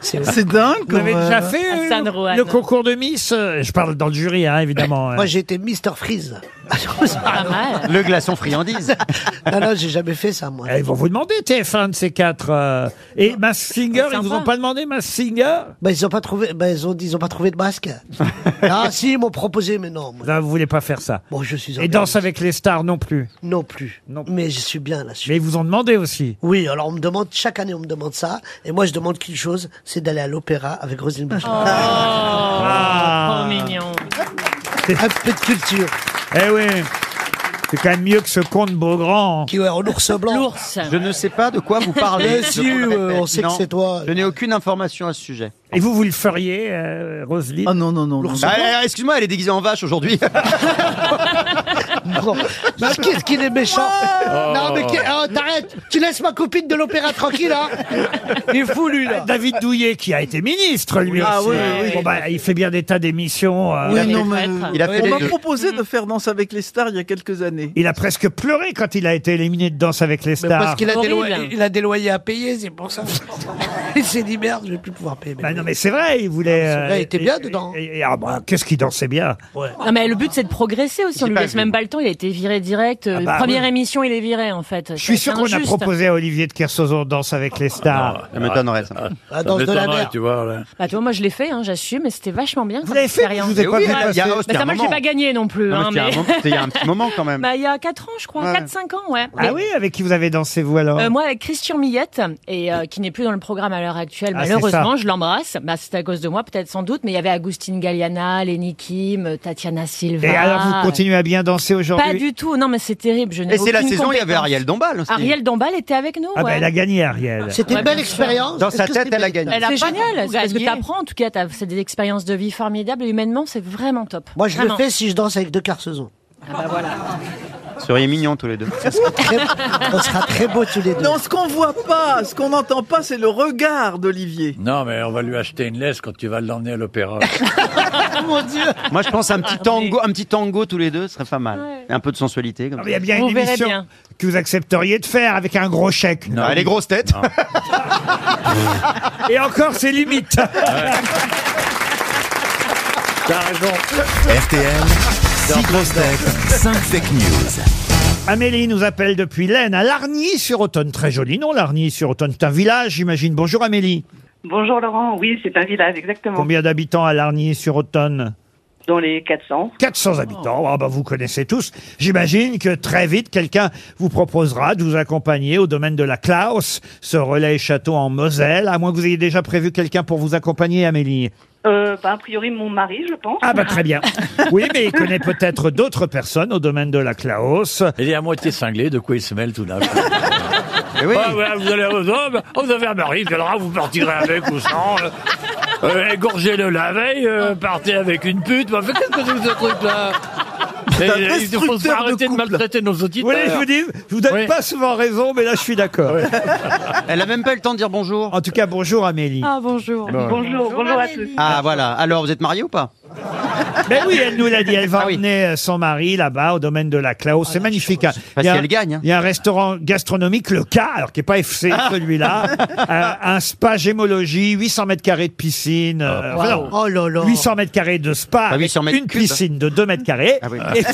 H: C'est dingue.
B: Vous avez
I: comme,
B: déjà
I: euh,
B: fait euh,
I: Hassan Rohan.
B: le concours de Miss euh, Je parle dans le jury, hein, évidemment.
I: Moi,
B: hein.
I: j'étais Mister Freeze.
K: Ah.
D: Le glaçon friandise.
I: *laughs* non, non, j'ai jamais fait ça, moi.
B: Eh, Ils vont vous demander TF1 de ces quatre. euh, Et Mass Singer, ils vous ont
I: sympa.
B: pas demandé Mass Singer
I: Bah, ils ont pas trouvé, bah, ils ont dit, ils ont pas trouvé de masque. ah, si, ils m'ont proposé, mais non. moi.
B: Là, vous voulez pas faire ça.
I: Bon, je suis
B: Et
I: emmerdé.
B: Danse avec les stars non plus.
I: Non plus. Mais je suis bien là-dessus.
B: Mais ils vous ont demandé aussi.
I: Oui, alors on me demande, chaque année on me demande ça, et moi je demande qu'une chose, c'est d'aller à l'opéra avec Roselyne Bachelot. *laughs*
B: Ah. trop
K: Oh, mignon.
I: Un peu de culture.
B: Eh oui. C'est quand même mieux que ce conte Beaugrand.
I: Qui est en ours blanc.
D: Je ne sais pas de quoi
I: *laughs*
D: vous parlez.
I: Bien
D: je
I: sûr,
D: vous le répète.
B: euh,
I: on sait que
D: Non,
I: c'est toi.
D: Je n'ai aucune information à ce sujet.
B: Et vous, vous le feriez, euh, Roselyne
D: Ah non, non, non.
B: L'ours blanc
D: Excuse-moi, elle est déguisée en vache aujourd'hui.
I: Mais qu'est-ce qu'il est méchant Non mais
D: Oh.
I: qu'est- oh, t'arrêtes Tu laisses ma copine de l'opéra tranquille, hein Il est fou, lui, là
B: Ah, David Douillet, qui a été ministre, lui
H: Ah
B: aussi.
H: oui, oui, oui.
B: Bon, bah, il fait bien des tas d'émissions.
I: Ah.
B: euh,
H: Oui, non, mais-
B: Il a fait Mm.
H: on
B: les
H: m'a
B: deux.
H: proposé de faire Danse avec les stars il y a quelques années.
B: Il a presque pleuré quand il a été éliminé de Danse avec les stars.
I: Parce qu'il a, des loyers- il a des loyers à payer, c'est pour ça. *laughs* Il s'est dit merde, je vais plus pouvoir payer. mes
B: Bah non,
I: loyers.
B: mais c'est vrai, il voulait.
I: Ah, c'est vrai,
B: euh,
I: il était
B: et-
I: bien
B: et-
I: dedans.
B: et- et- ah, bah, Qu'est-ce qu'il dansait bien
K: Non mais le but c'est de progresser aussi, on lui
B: pas
K: laisse
B: vu.
K: même pas le temps, il a été viré direct, Euh,
B: Ah bah,
K: première
B: oui.
K: émission il est viré en fait.
B: Je suis sûr qu'on a proposé à Olivier de Kersauzon Danse avec les stars.
D: Ah, Ça m'étonnerait, ça.
E: Ah, Ça m'étonnerait, tu vois. là.
K: Bah tu vois moi je l'ai fait, hein, j'assume, mais c'était vachement bien. Bah, Vous
B: l'avez fait
D: vous ai pas vu passer. Eh bah, Il y a- c'était
K: Mais
D: un
K: ça moi je l'ai
D: moment.
K: pas gagné non plus.
D: Non,
K: hein,
D: mais c'était un moment- c'était il y a
K: *laughs*
D: un petit moment, quand même.
K: Bah, il y a 4 ans je crois,
D: Ouais.
K: 4-5 ans ouais. Mais-
B: Ah oui, avec qui vous avez dansé, vous alors
K: Euh, moi, avec Christian Millette, et euh, qui n'est plus dans le programme à l'heure actuelle,
B: Ah, c'est
K: malheureusement,
B: ça.
K: je l'embrasse. Bah, c'est à cause de moi, peut-être sans doute, mais il y avait Agustine Galliana, Lenny Kim, euh, Tatiana Silva.
B: Et alors, vous continuez à bien danser aujourd'hui
K: Pas du tout, non, mais c'est terrible. Je n'ai
D: Et c'est la
K: aucune
D: saison où il y avait
K: compétence.
D: Ariel Dombal aussi.
K: Ariel Dombal était avec nous.
D: Ah, bah,
K: ouais.
D: elle a
B: ben, gagné, Ariel.
I: C'était
K: Ouais,
I: une belle
K: bien sûr.
I: expérience.
D: Dans sa tête, elle a gagné.
K: Elle a
I: C'est
K: pas
I: génial,
K: génial,
I: tout
K: c'est parce que
I: gagné.
K: t'apprends, en tout cas, t'as- c'est des expériences de vie formidables, et humainement, c'est vraiment top.
I: Moi, je
K: Vraiment.
I: le fais si je danse avec deux
B: *laughs*
I: carcesons.
D: Vous seriez mignons tous les deux.
I: On sera très beaux tous les deux.
H: Non, ce qu'on voit pas, ce qu'on n'entend pas, c'est le regard d'Olivier.
E: Non, mais on va lui acheter une laisse quand tu vas l'emmener à l'opéra.
I: *laughs* Mon Dieu
D: Moi, je pense un
J: Ah,
D: petit tango, un petit tango tous les deux serait pas mal. Un peu de sensualité. Comme
B: Il y a bien
D: ça.
B: une émission que vous accepteriez de faire avec un gros chèque.
D: Non, elle est grosse tête.
B: Et encore, c'est limite.
E: T'as raison.
A: RTL, 6 grosses têtes, 5 fake news.
B: Amélie nous appelle depuis l'Aisne à Largny-sur-Automne. Très joli nom, Largny-sur-Automne. C'est un village, j'imagine. Bonjour Amélie.
R: Bonjour Laurent, oui, c'est un village, exactement.
B: Combien d'habitants à Largny-sur-Automne
R: Dans les 400.
B: 400 habitants, Ah bah, vous connaissez tous. J'imagine que très vite, quelqu'un vous proposera de vous accompagner au domaine de la Klaus, ce relais château en Moselle, à moins que vous ayez déjà prévu quelqu'un pour vous accompagner, Amélie.
R: Euh, bah, a priori, mon mari, je pense.
B: Ah bah
R: *laughs*
O: *laughs*
B: très bien. Oui, mais il connaît peut-être d'autres personnes au domaine de la Klaus.
E: Il est à moitié cinglé, de quoi il se mêle tout d'un
B: *laughs*
E: coup.
B: Eh
E: Ah, voilà, vous, allez, oh, bah, vous avez un mari, puis alors ah, vous partirez avec ou sans. Euh, euh, égorgez-le la veille, euh, partez avec une pute. Bah, fait, Qu'est-ce que c'est que ce truc-là
B: C'est un
E: Et, euh, Il faut
B: destructeur de
E: arrêter de,
B: couple.
E: maltraiter nos
B: Vous
E: auditeurs.
B: voulez, je vous dis, je vous donne
E: Oui.
B: pas souvent raison, mais là je suis d'accord.
D: Elle a même pas eu le temps de dire bonjour.
B: En tout cas, bonjour Amélie.
K: Ah, bonjour.
D: Bon.
R: Bonjour, bonjour à tous.
D: Ah voilà. Alors, vous êtes mariés ou pas
B: Ben oui, elle nous l'a dit, elle
D: Ah
B: va emmener euh, son mari là-bas au domaine de la Klaus. C'est magnifique. hein.
D: Enfin,
B: Il y a
D: si
B: un-
D: elle gagne, hein. Ah.
B: Il y a un restaurant gastronomique, le K, alors qui n'est pas FC
D: *laughs*
B: celui-là. Euh, un spa gémologie, 800 mètres carrés de piscine. euh,
I: Wow.
B: enfin, non,
I: Oh là là.
B: 800 mètres carrés de spa,
D: Ah,
B: avec
D: 800 mètres
B: une
D: cubes.
B: piscine de 2 mètres carrés.
D: Ah oui.
B: Et-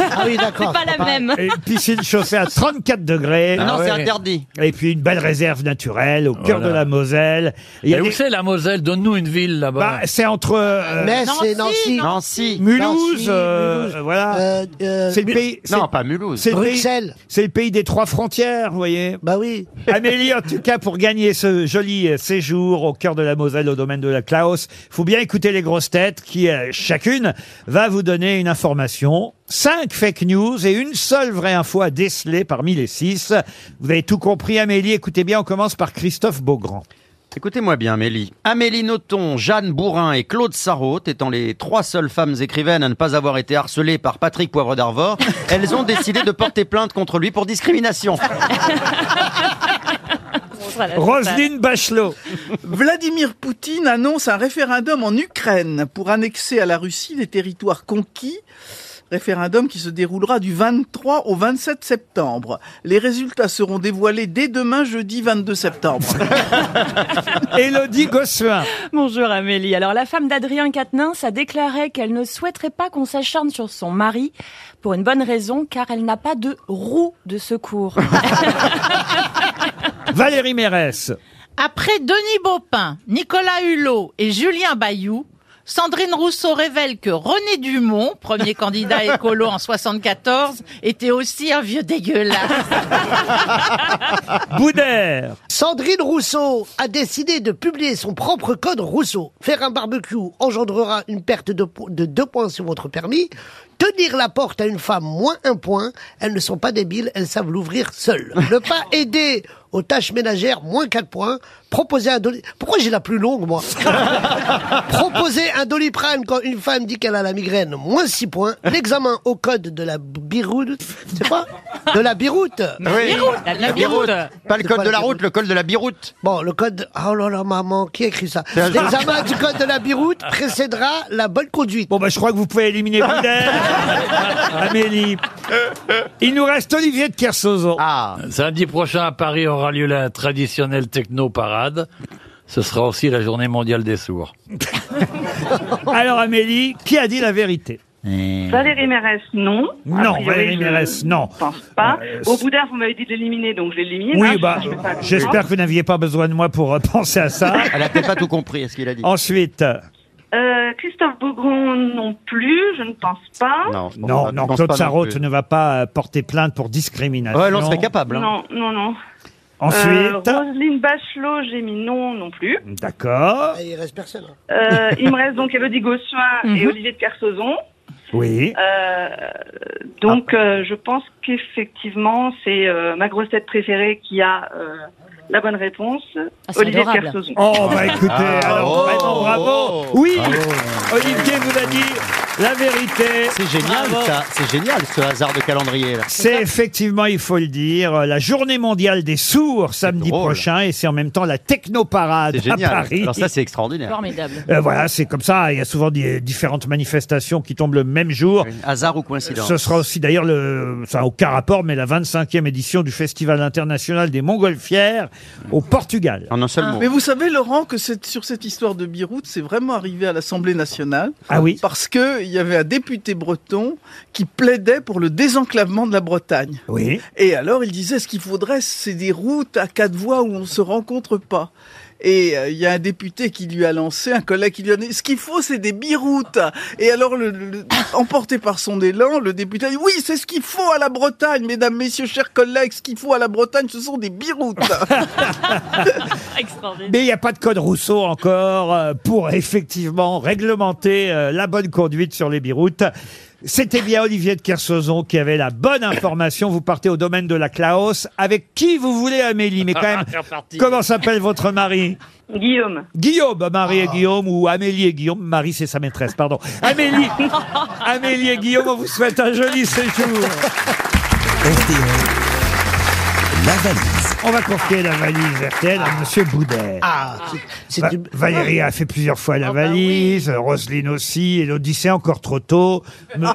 I: Ah oui, d'accord.
K: C'est pas la
B: pareil.
K: même.
B: Et Une piscine chauffée à 34 degrés.
D: Ah non, c'est interdit.
B: Et puis une belle réserve naturelle au cœur
E: Voilà.
B: de la Moselle. Il y
E: Et
B: a
E: où
B: des-
E: c'est la Moselle Donne-nous une ville là-bas.
B: Bah, c'est entre euh,
I: Metz et Nancy.
D: Nancy, Nancy.
B: Mulhouse, euh, euh, voilà. c'est le
D: Mul-
B: pays.
D: Non,
B: c'est-
D: pas Mulhouse.
B: c'est le pays-
D: Bruxelles.
B: C'est le pays des trois frontières, vous voyez.
I: Bah oui.
B: *laughs* Amélie, en tout cas, pour gagner ce joli euh, séjour au cœur de la Moselle, au domaine de la Klaus, faut bien écouter les grosses têtes qui, euh, chacune, va vous donner une information. Cinq fake news et une seule vraie info à déceler parmi les six. Vous avez tout compris, Amélie. Écoutez bien, on commence par Christophe Beaugrand.
D: Écoutez-moi bien, Amélie. Amélie Nothomb, Jeanne Bourrin et Claude Sarraute étant les trois seules femmes écrivaines à ne pas avoir été harcelées par Patrick Poivre
B: *laughs*
D: d'Arvor, elles ont décidé de porter plainte contre lui pour discrimination.
B: Roselyne Bachelot.
H: Vladimir Poutine annonce un référendum en Ukraine pour annexer à la Russie les territoires conquis. Référendum qui se déroulera du 23 au 27 septembre. Les résultats seront dévoilés dès demain, jeudi 22 septembre.
B: *laughs* Elodie Gossuin.
K: *laughs* Bonjour Amélie. Alors la femme d'Adrien Quatennens a déclaré qu'elle ne souhaiterait pas qu'on s'acharne sur son mari pour une bonne raison car elle n'a pas de roue de secours.
D: *laughs*
B: Valérie Mérès.
F: Après Denis Baupin, Nicolas Hulot et Julien Bayou, Sandrine Rousseau révèle que René Dumont,
D: *laughs*
F: premier candidat écolo en 74, était aussi un vieux dégueulasse.
D: *laughs*
B: Boudère.
I: Sandrine Rousseau a décidé de publier son propre code Rousseau. Faire un barbecue engendrera une perte de, po- de deux points sur votre permis. Tenir la porte à une femme, moins un point. Elles ne sont pas débiles, elles savent l'ouvrir seules. Ne pas aider aux tâches ménagères, moins quatre points. Proposer un doli... Pourquoi j'ai la plus longue, moi *laughs* Proposer un doliprane quand une femme dit qu'elle a la migraine, moins six points. L'examen au code de la biroute, c'est quoi De la biroute
D: La biroute. Pas le
I: C'est
D: code de la
I: biroute.
D: route, le code de la biroute.
I: Bon, le code. Oh là là, maman, qui a écrit ça
D: C'est un-
I: L'examen du code de la biroute précédera la bonne conduite.
B: Bon, bah, je crois que vous pouvez
I: *laughs*
B: éliminer Amélie. Il nous reste Olivier de Kersozo.
E: Samedi prochain à Paris aura lieu la traditionnelle techno parade. Ce sera aussi la journée mondiale des sourds.
B: Alors Amélie, qui a dit la vérité
D: Euh.
R: Valérie Mérès, non. A
B: Non,
R: priori,
B: Valérie
R: je
B: Mérès, non.
R: ne pense Pas.
B: Euh,
R: Au
B: c'est-
R: bout d'un, vous m'avez dit de l'éliminer, donc je l'élimine. hein,
B: Oui,
R: je-
B: bah,
R: je fais pas
B: j'espère que vous n'aviez pas besoin de moi pour euh, *laughs* penser à ça.
D: Elle a peut-être pas tout compris, ce qu'il a dit.
B: Ensuite, euh,
R: Euh, Christophe Beaugrand non plus, je ne pense pas.
D: Non,
B: non, non, Claude Sarraute ne va pas euh, porter plainte pour discrimination.
D: Ouais, elle en serait capable, hein.
R: Non, non, non.
B: Ensuite,
R: Euh, Roselyne Bachelot, j'ai mis non non plus.
B: d'accord,
I: Ah, Il reste personne. hein.
R: Euh,
I: *laughs*
R: il me reste donc Elodie Gossuin et
B: Mhm.
R: Olivier de Kersauzon.
B: oui.
R: Euh, donc
B: Ah.
R: euh, je pense qu'effectivement c'est euh, ma grosse tête préférée qui a euh, la bonne réponse.
B: Ah, c'est
R: Olivier de
B: adorable.
R: Kersauzon.
B: Oh,
D: Ah,
B: bah écoutez, alors
D: oh,
B: vraiment bravo. Oui, Olivier vous a dit la vérité.
D: C'est génial
B: Bravo.
D: ça, c'est génial ce hasard de calendrier là.
B: C'est effectivement, il faut le dire, euh, la journée mondiale des sourds samedi prochain et c'est en même temps la technoparade
D: C'est génial.
B: à Paris.
D: Alors ça c'est extraordinaire.
K: Formidable.
B: Euh, voilà, c'est comme ça. Il y a souvent des différentes manifestations qui tombent le même jour.
D: Hasard ou coïncidence.
B: Ce sera aussi d'ailleurs le, ça n'a aucun rapport, mais la 25e édition du Festival international des Montgolfières au Portugal.
D: En un seul
H: Mais vous savez, Laurent, que cette- sur cette histoire de Biroute, c'est vraiment arrivé à l'Assemblée nationale.
B: Ah oui
H: Parce qu'il y avait un député breton qui plaidait pour le désenclavement de la Bretagne.
B: Oui.
H: Et alors, il disait ce qu'il faudrait, c'est des routes à quatre voies où on ne se rencontre pas. Et euh, il y a un député qui lui a lancé, un collègue qui lui a dit ce qu'il faut, c'est des biroutes. Et alors, le- le- le- emporté par son élan, le député a dit oui, c'est ce qu'il faut à la Bretagne, mesdames, messieurs, chers collègues, ce qu'il faut à la Bretagne, ce sont des *laughs* biroutes.
B: Mais il n'y a pas de code Rousseau encore euh, pour effectivement réglementer euh, la bonne conduite sur les biroutes. C'était bien Olivier de Kersauzon qui avait la bonne information. Vous partez au domaine de la Klaus avec qui vous voulez, Amélie. Mais quand même,
E: *laughs* C'est reparti.
B: comment s'appelle votre mari
R: Guillaume.
B: Guillaume, Marie
E: Ah.
B: et Guillaume, ou Amélie et Guillaume. Marie, c'est sa maîtresse, pardon. Amélie, Amélie et Guillaume, on vous souhaite un joli séjour.
A: La valise.
B: On va confier la valise RTL à Monsieur Boudet.
I: Ah, c'est
B: Va-
I: du- Ah, bah
B: Valérie a fait plusieurs fois la valise, Roselyne aussi, Elodie, c'est encore
I: *laughs*
B: trop tôt. Me-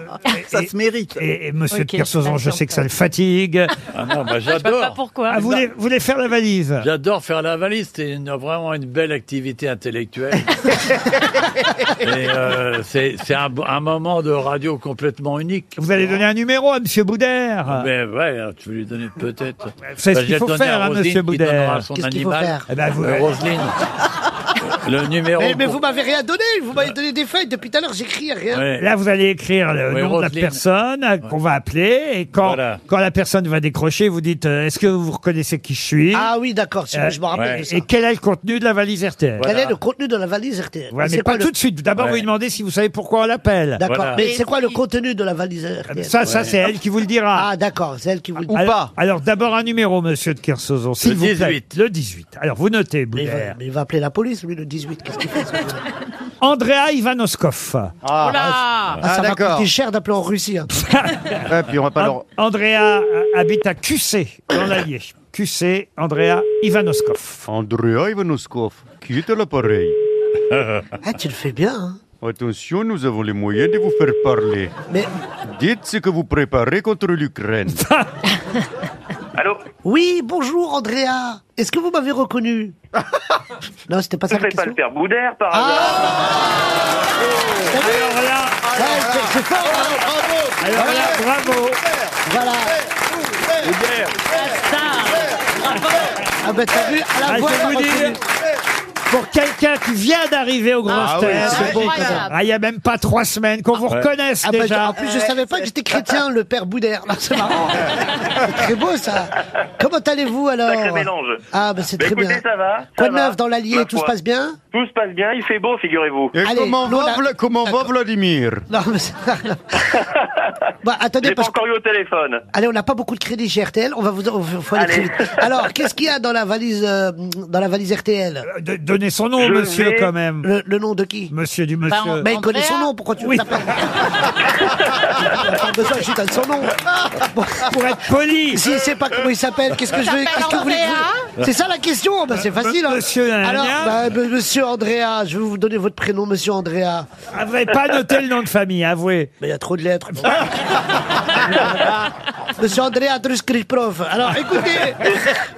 H: Ça se mérite.
B: et, et Monsieur
K: Ok,
B: de Kersauzon, je
K: patiente.
B: sais que ça le fatigue.
E: Ah non, bah,
K: Je sais pas
E: j'adore. Bah-
K: pourquoi.
B: Ah, vous, voulez, vous voulez faire la valise *laughs*
E: J'adore faire la valise, c'est une- vraiment une belle activité
B: *laughs*
E: intellectuelle. Et, euh, c'est c'est un, un moment de radio complètement unique.
B: Vous allez donner un numéro à Monsieur Boudère
E: Mais ouais, hein, tu veux lui donner peut-être.
B: C'est ce
E: Bah, je
B: qu'il
E: vais
B: faut
E: donner à
B: faire, hein,
E: Roselyne
B: monsieur
E: qui
B: Boudère.
E: donnera son
B: Qu'est-ce qu'il faut *laughs*
E: animal.
B: faire Eh ben, vous-
E: Euh, Roselyne. Le numéro.
I: Mais, mais
E: pour-
I: vous m'avez rien donné, vous m'avez donné des feuilles. Depuis tout à l'heure, j'écris rien.
B: Là, vous allez écrire le
E: Oui,
B: nom de la
E: Roselyne.
B: personne euh, qu'on va appeler. Et quand, quand la personne va décrocher, vous dites euh, Est-ce que vous reconnaissez qui je suis
I: Ah oui, d'accord, c'est- je me rappelle de ça.
B: Et quel est le contenu de la valise RTL
I: Quel est le contenu de la valise RTL
B: Voilà,
I: Et
B: mais
I: c'est
B: pas
I: quoi le-
B: tout de suite. D'abord, vous lui demandez si vous savez pourquoi on l'appelle.
I: D'accord, mais c'est quoi le contenu de la valise RTL
B: Ah, Ça, ça, c'est elle qui vous le dira.
I: Ah d'accord, c'est elle qui vous le
B: alors, Alors, d'abord, un numéro, monsieur de Kersozon, s'il
I: Le
B: vous plaît.
I: 18.
B: Le 18. Alors, vous notez,
I: Mais il, va,
B: Boudère.
I: mais il va appeler la police, lui, le 18. Qu'est-ce qu'il
B: *laughs*
I: fait ce gars
B: Andrea Ivanoskov.
I: Ah, ah, ça va coûter cher d'appeler en Russie.
B: *laughs*
I: hein.
B: puis on va pas Andrea euh, habite à QC, dans l'Allier. QC, Andrea Ivanoskov.
T: Andrea Ivanoskov, qui est à l'appareil
I: *laughs* Ah, tu le fais bien.
T: Attention, nous avons les moyens de vous faire parler.
I: Mais...
T: Dites ce que vous préparez contre
I: *laughs*
T: l'Ukraine.
I: Oui, bonjour Andrea. Est-ce que vous m'avez
D: *laughs*
I: reconnu Non, c'était pas ça. la question.
U: père Boudère
I: Oh
U: par hasard
B: Alors là,
I: c'est fort. hein.
B: Alors là, bravo.
I: Voilà. Ah ben t'as vu, à la
B: Ah,
I: voix,
B: je vais
I: elle a
B: vous
I: reconnu.
B: dire, pour quelqu'un qui vient d'arriver aux grosses
I: Ah oui,
B: têtes,
I: c'est beau, ça.
B: Ah, il n'y a même pas trois semaines qu'on vous
I: Ouais.
B: reconnaisse
I: Ah bah,
B: déjà.
I: En plus, je savais pas que j'étais chrétien, le père Boudère. Non, c'est
B: *laughs*
I: marrant. C'est très beau, ça. Comment allez-vous, alors
U: Sacré mélange.
I: Ah, bah, c'est
U: Bah,
I: très
U: écoutez,
I: bien.
U: ça va, ça
I: Quoi de
U: va,
I: neuf dans l'Allier
U: ma
I: Tout se
U: foi.
I: passe bien
U: Tout se passe bien, il fait beau, figurez-vous.
T: Et comment, va, Vla- comment va Vladimir
I: Non, mais c'est- Bah,
U: Je
I: attendez,
U: l'ai pas
I: parce que...
U: encore eu au téléphone.
I: Allez, on n'a pas beaucoup de crédit chez RTL, on va vous... on va- faut aller
U: Allez.
I: très vite. Alors, qu'est-ce qu'il y a dans la valise, euh, dans la valise RTL
B: Euh, Donnez son nom, monsieur, quand même.
I: Le, le nom de qui
B: Monsieur du monsieur.
I: Bah, il connaît son nom, pourquoi tu veux
B: *laughs*
I: l'appelles Pas besoin, je donne son nom.
B: Pour être poli.
I: S'il ne sait pas comment il s'appelle, qu'est-ce que je vais.
F: T'appelles
I: Qu'est-ce que vous voulez que je-
B: Andrea
I: C'est ça la question, bah, c'est facile. hein.
B: Monsieur Nana.
I: Alors, bah, bah, monsieur Andrea, je vais vous donner votre prénom, monsieur Andrea.
B: Ah, vous n'avez pas noté le nom de famille, avouez.
I: Mais il y a trop de
B: *laughs*
I: lettres. Monsieur Andrea Druskriprov. Alors, écoutez,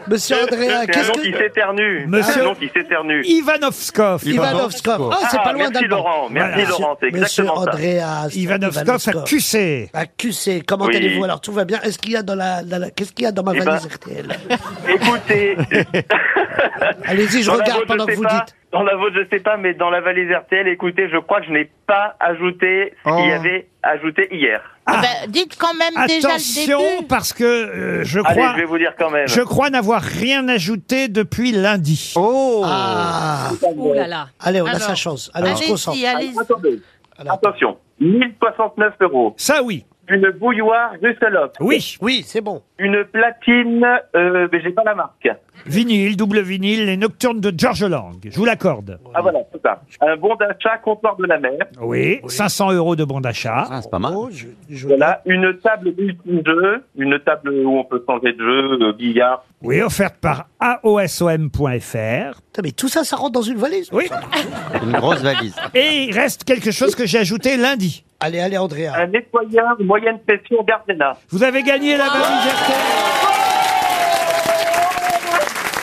I: monsieur Andrea,
U: C'est un
I: qu'est-ce
U: nom
I: que.
U: qui s'éternue.
I: Monsieur-
U: Un nom qui s'éternue.
B: Ivanovskov.
I: Ivanovskov. Ah, c'est pas
U: Ah,
I: loin
U: Merci
I: d'Alban.
U: Laurent, merci
I: Voilà.
U: Laurent, c'est
I: Monsieur
U: exactement ça.
I: Andreas.
B: Ivanovskov, ça QC.
I: À QC. Comment
U: Oui.
I: allez-vous Alors, tout va bien. Est-ce qu'il y a dans la, dans la- qu'est-ce qu'il y a dans ma
U: Eh ben,
I: valise RTL
U: Écoutez.
I: *laughs* Allez-y, je
U: Dans la
I: regarde
U: vôtre,
I: pendant
U: je
I: que
U: sais
I: vous
U: pas.
I: dites.
U: Dans la vôtre, je sais pas, mais dans la valise RTL, écoutez, je crois que je n'ai pas ajouté ce qu'il y avait ajouté hier.
F: Bah, dites quand même déjà le
B: Attention,
F: début.
B: parce que euh, je crois.
U: Allez, je vais vous dire quand même.
B: Je crois n'avoir rien ajouté depuis lundi. Oh
I: Ah.
F: Ouh là là.
I: Allez, on a
F: Alors,
I: sa chance. Allez, on se
F: allez-y,
I: concentre.
F: allez-y.
U: Ah, Attendez. Attention, 1069 euros.
B: Ça, oui.
U: Une bouilloire Russelope.
B: Oui.
I: Oui, c'est bon.
U: Une platine, euh, mais j'ai pas la marque.
B: Vinyle, double vinyle, les nocturnes de George Lang. Je vous l'accorde.
U: Ah voilà, c'est ça. Un bon d'achat, comptoir de la mer.
B: Oui, 500 euros de bon d'achat.
D: Ah,
B: c'est pas mal.
I: Oh,
U: Voilà, une table multi-jeu, une table où on peut changer de jeu, euh, billard.
B: Oui, offerte par aosom.fr.
I: Putain, Mais tout ça, ça rentre dans une valise
B: Oui.
D: Une grosse valise.
B: Et il reste quelque chose que j'ai ajouté lundi.
I: Allez, allez, Andrea.
U: Un nettoyeur moyenne pression Gardena.
B: Vous avez gagné la valise RTL.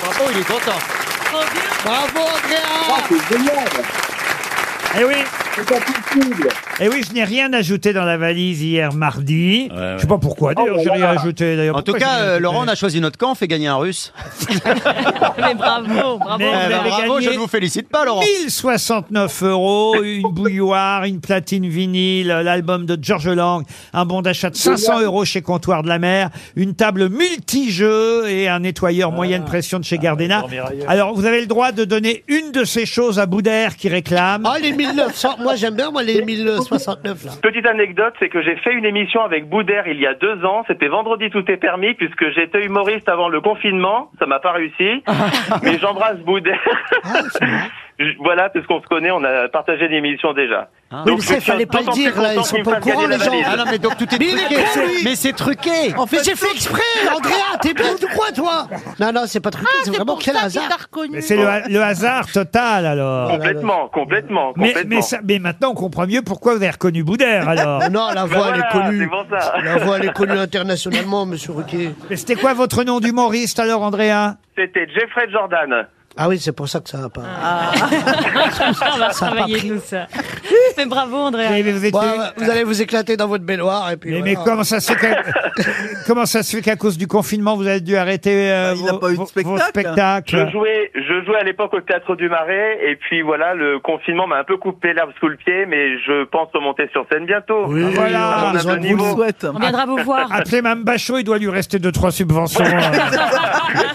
D: Bravo, il est content.
I: Bravo, Andrea
U: Ah, c'est génial
B: Eh oui. Eh oui, je n'ai rien ajouté dans la valise hier mardi. Je sais pas
U: Ah,
B: pourquoi.
I: Oh,
B: D'ailleurs,
U: bah
B: j'ai rien ajouté. D'ailleurs,
D: En tout
B: pourquoi j'ai
D: cas,
B: rien
D: euh,
B: ajouté
D: Laurent, on a choisi notre camp, on fait gagner un russe.
K: Mais bravo, bravo.
B: Mais
D: Eh
B: vous
D: ben,
B: avez
D: bravo,
B: gagné
D: je ne vous félicite pas, Laurent.
B: 1069 euros, une bouilloire, une platine vinyle, l'album de George Lang, un bon d'achat de 500 euros chez Comptoir de la Mer, une table multi-jeux et un nettoyeur moyenne pression de chez Gardena.
E: Ah. dormir ailleurs.
B: Alors, vous avez le droit de donner une de ces choses à Boudère qui réclame.
I: Ah, les 1900. Moi, j'aime bien, moi, les 1069, là.
U: Petite anecdote, c'est que j'ai fait une émission avec Boudère il y a deux ans. C'était vendredi, tout est permis, puisque j'étais humoriste avant le confinement. Ça m'a
I: *laughs*
U: pas réussi. mais j'embrasse Boudère.
I: Ah,
U: Je- voilà, parce qu'on se connaît, on a partagé l'émission déjà.
I: Ah.
B: Ah.
I: Oui, mais ça,
U: je suis
I: fallait pas le
U: d'autant plus
I: dire, là,
U: content
I: ils sont
U: qu'il
I: pas
U: me
I: au
U: fasse
I: courant,
U: gagner
I: les
U: la
I: gens.
U: valise.
I: Ah non, mais donc, tout est Mais il est
U: Eh
I: truqué. con, lui. Mais
D: c'est truqué.
I: En fait, j'ai fait
D: *laughs*
I: exprès, Andrea. T'es bien ou quoi, toi
U: Ah,
I: Non, non, c'est pas truqué. c'est vraiment quel hasard.
B: Mais C'est le, ha- le hasard total,
I: Ah.
B: alors.
U: Complètement, complètement,
B: Mais,
U: complètement.
B: mais, ça- mais maintenant, on comprend mieux pourquoi vous avez reconnu Boudère, alors.
I: Non, la voix,
U: Bah
I: elle est
U: voilà,
I: connue.
U: c'est pour ça.
I: La voix, elle est connue internationalement, monsieur Ruquier.
B: Mais c'était quoi votre nom d'humoriste, alors, Andrea
U: C'était Jeffrey Jordan.
I: *laughs*
K: *laughs*
I: Ah oui, c'est pour ça que ça va pas.
K: on va
I: Ça a pas
K: travailler
I: pris.
K: tout ça. Mais bravo, André.
I: Ouais, ouais, vous allez vous éclater dans votre baignoire. Et puis
B: Mais, mais comment ça se fait
I: *laughs*
B: qu'à- comment ça se fait qu'à cause du confinement, vous avez dû arrêter
I: Bah,
B: euh, vos, vos- vos spectacles
U: Je jouais, je jouais à l'époque au Théâtre du Marais, et puis voilà, le confinement m'a un peu coupé l'herbe sous le pied, mais je pense remonter sur scène bientôt.
B: Ah, Voilà.
U: On a le niveau.
K: On viendra
U: *laughs*
K: vous voir.
B: *laughs* Appelez Mme Bachot, il doit lui rester 2-3 subventions. hein.
K: *laughs*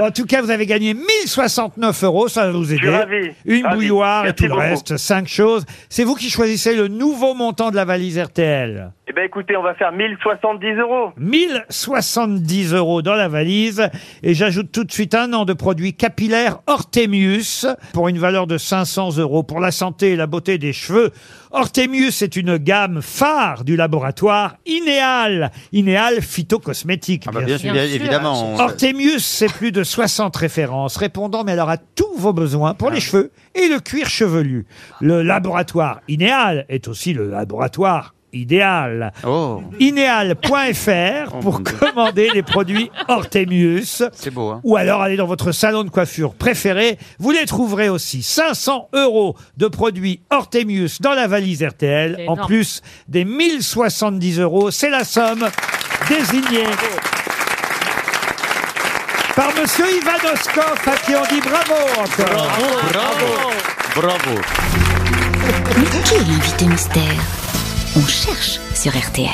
B: en tout cas, vous avez gagné 1069 euros, ça va vous
U: Je suis
B: aider.
U: ravi.
B: Une
U: Ravi.
B: bouilloire et
U: Merci
B: tout le
U: beaucoup.
B: reste, cinq choses. C'est vous qui choisissez le nouveau montant de la valise RTL.
U: Eh ben écoutez, on va faire 1070 euros.
B: 1070 euros dans la valise. Et j'ajoute tout de suite un an de produits capillaires Hortemius pour une valeur de 500 euros pour la santé et la beauté des cheveux. Hortemius est une gamme phare du laboratoire Inéal. Inéal phytocosmétique.
D: Ah bah bien sûr, Bien sûr. évidemment.
B: Hortemius, c'est plus de 60 références répondant mais alors à tous vos besoins pour les cheveux et le cuir chevelu. Le laboratoire Inéal est aussi le laboratoire idéal.
I: Oh
B: Inéal.fr pour commander les produits Hortemius.
D: C'est beau, hein.
B: Ou alors allez dans votre salon de coiffure préféré. Vous les trouverez aussi. 500 euros de produits Hortemius dans la valise RTL.
V: C'est
B: En
V: énorme.
B: plus des 1070 euros. C'est la somme désignée par monsieur Ivan Oskov à qui on dit bravo encore.
D: Bravo.
L: Mais qui est l'invité mystère On cherche sur RTL.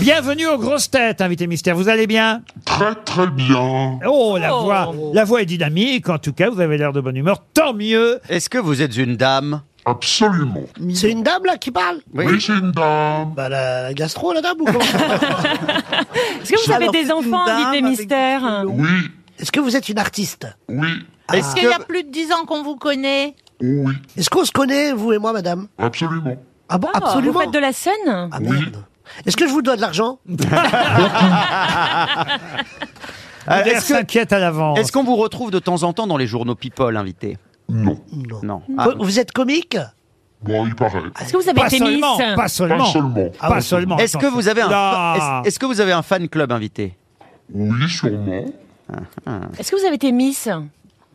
B: Bienvenue aux grosses têtes, invité mystère. Vous allez bien
W: Très très bien.
B: Oh, la
W: Oh.
B: voix, la voix est dynamique. En tout cas, vous avez l'air de bonne humeur. Tant mieux.
D: Est-ce que vous êtes une dame
W: Absolument.
I: C'est une dame là qui parle
D: Oui.
W: c'est une dame.
I: Bah la, la gastro la dame
K: *laughs*
I: ou comment Est-ce
K: que vous avez Alors, des c'est une enfants, dame invité avec mystère
W: Oui.
I: Est-ce que vous êtes une artiste Ah.
W: Oui. Ah.
F: Est-ce qu'il y a plus de 10 ans qu'on vous connaît
W: Oh Oui.
I: Est-ce qu'on se connaît, vous et moi, madame
W: Absolument.
I: Ah bon,
K: Ah,
I: absolument.
K: Vous faites de la scène
I: Ah merde. Est-ce que je vous dois de l'argent
W: Ah.
B: Alors,
D: Ah, est-ce
B: elle
D: que-
B: s'inquiète à l'avance.
D: Est-ce qu'on vous retrouve de temps en temps dans les journaux People invités
W: Non.
D: Non. Ah,
I: Vous- Vous êtes comique
W: Bon, il paraît.
K: Est-ce que vous avez
B: Pas
K: été
B: seulement,
K: Miss
B: pas seulement.
W: Pas seulement.
B: Pas seulement.
D: Est-ce que vous avez un
B: Là.
D: fa- est-ce est-ce que vous avez un fan club invité
W: Oui, sûrement.
K: Est-ce que vous avez été Miss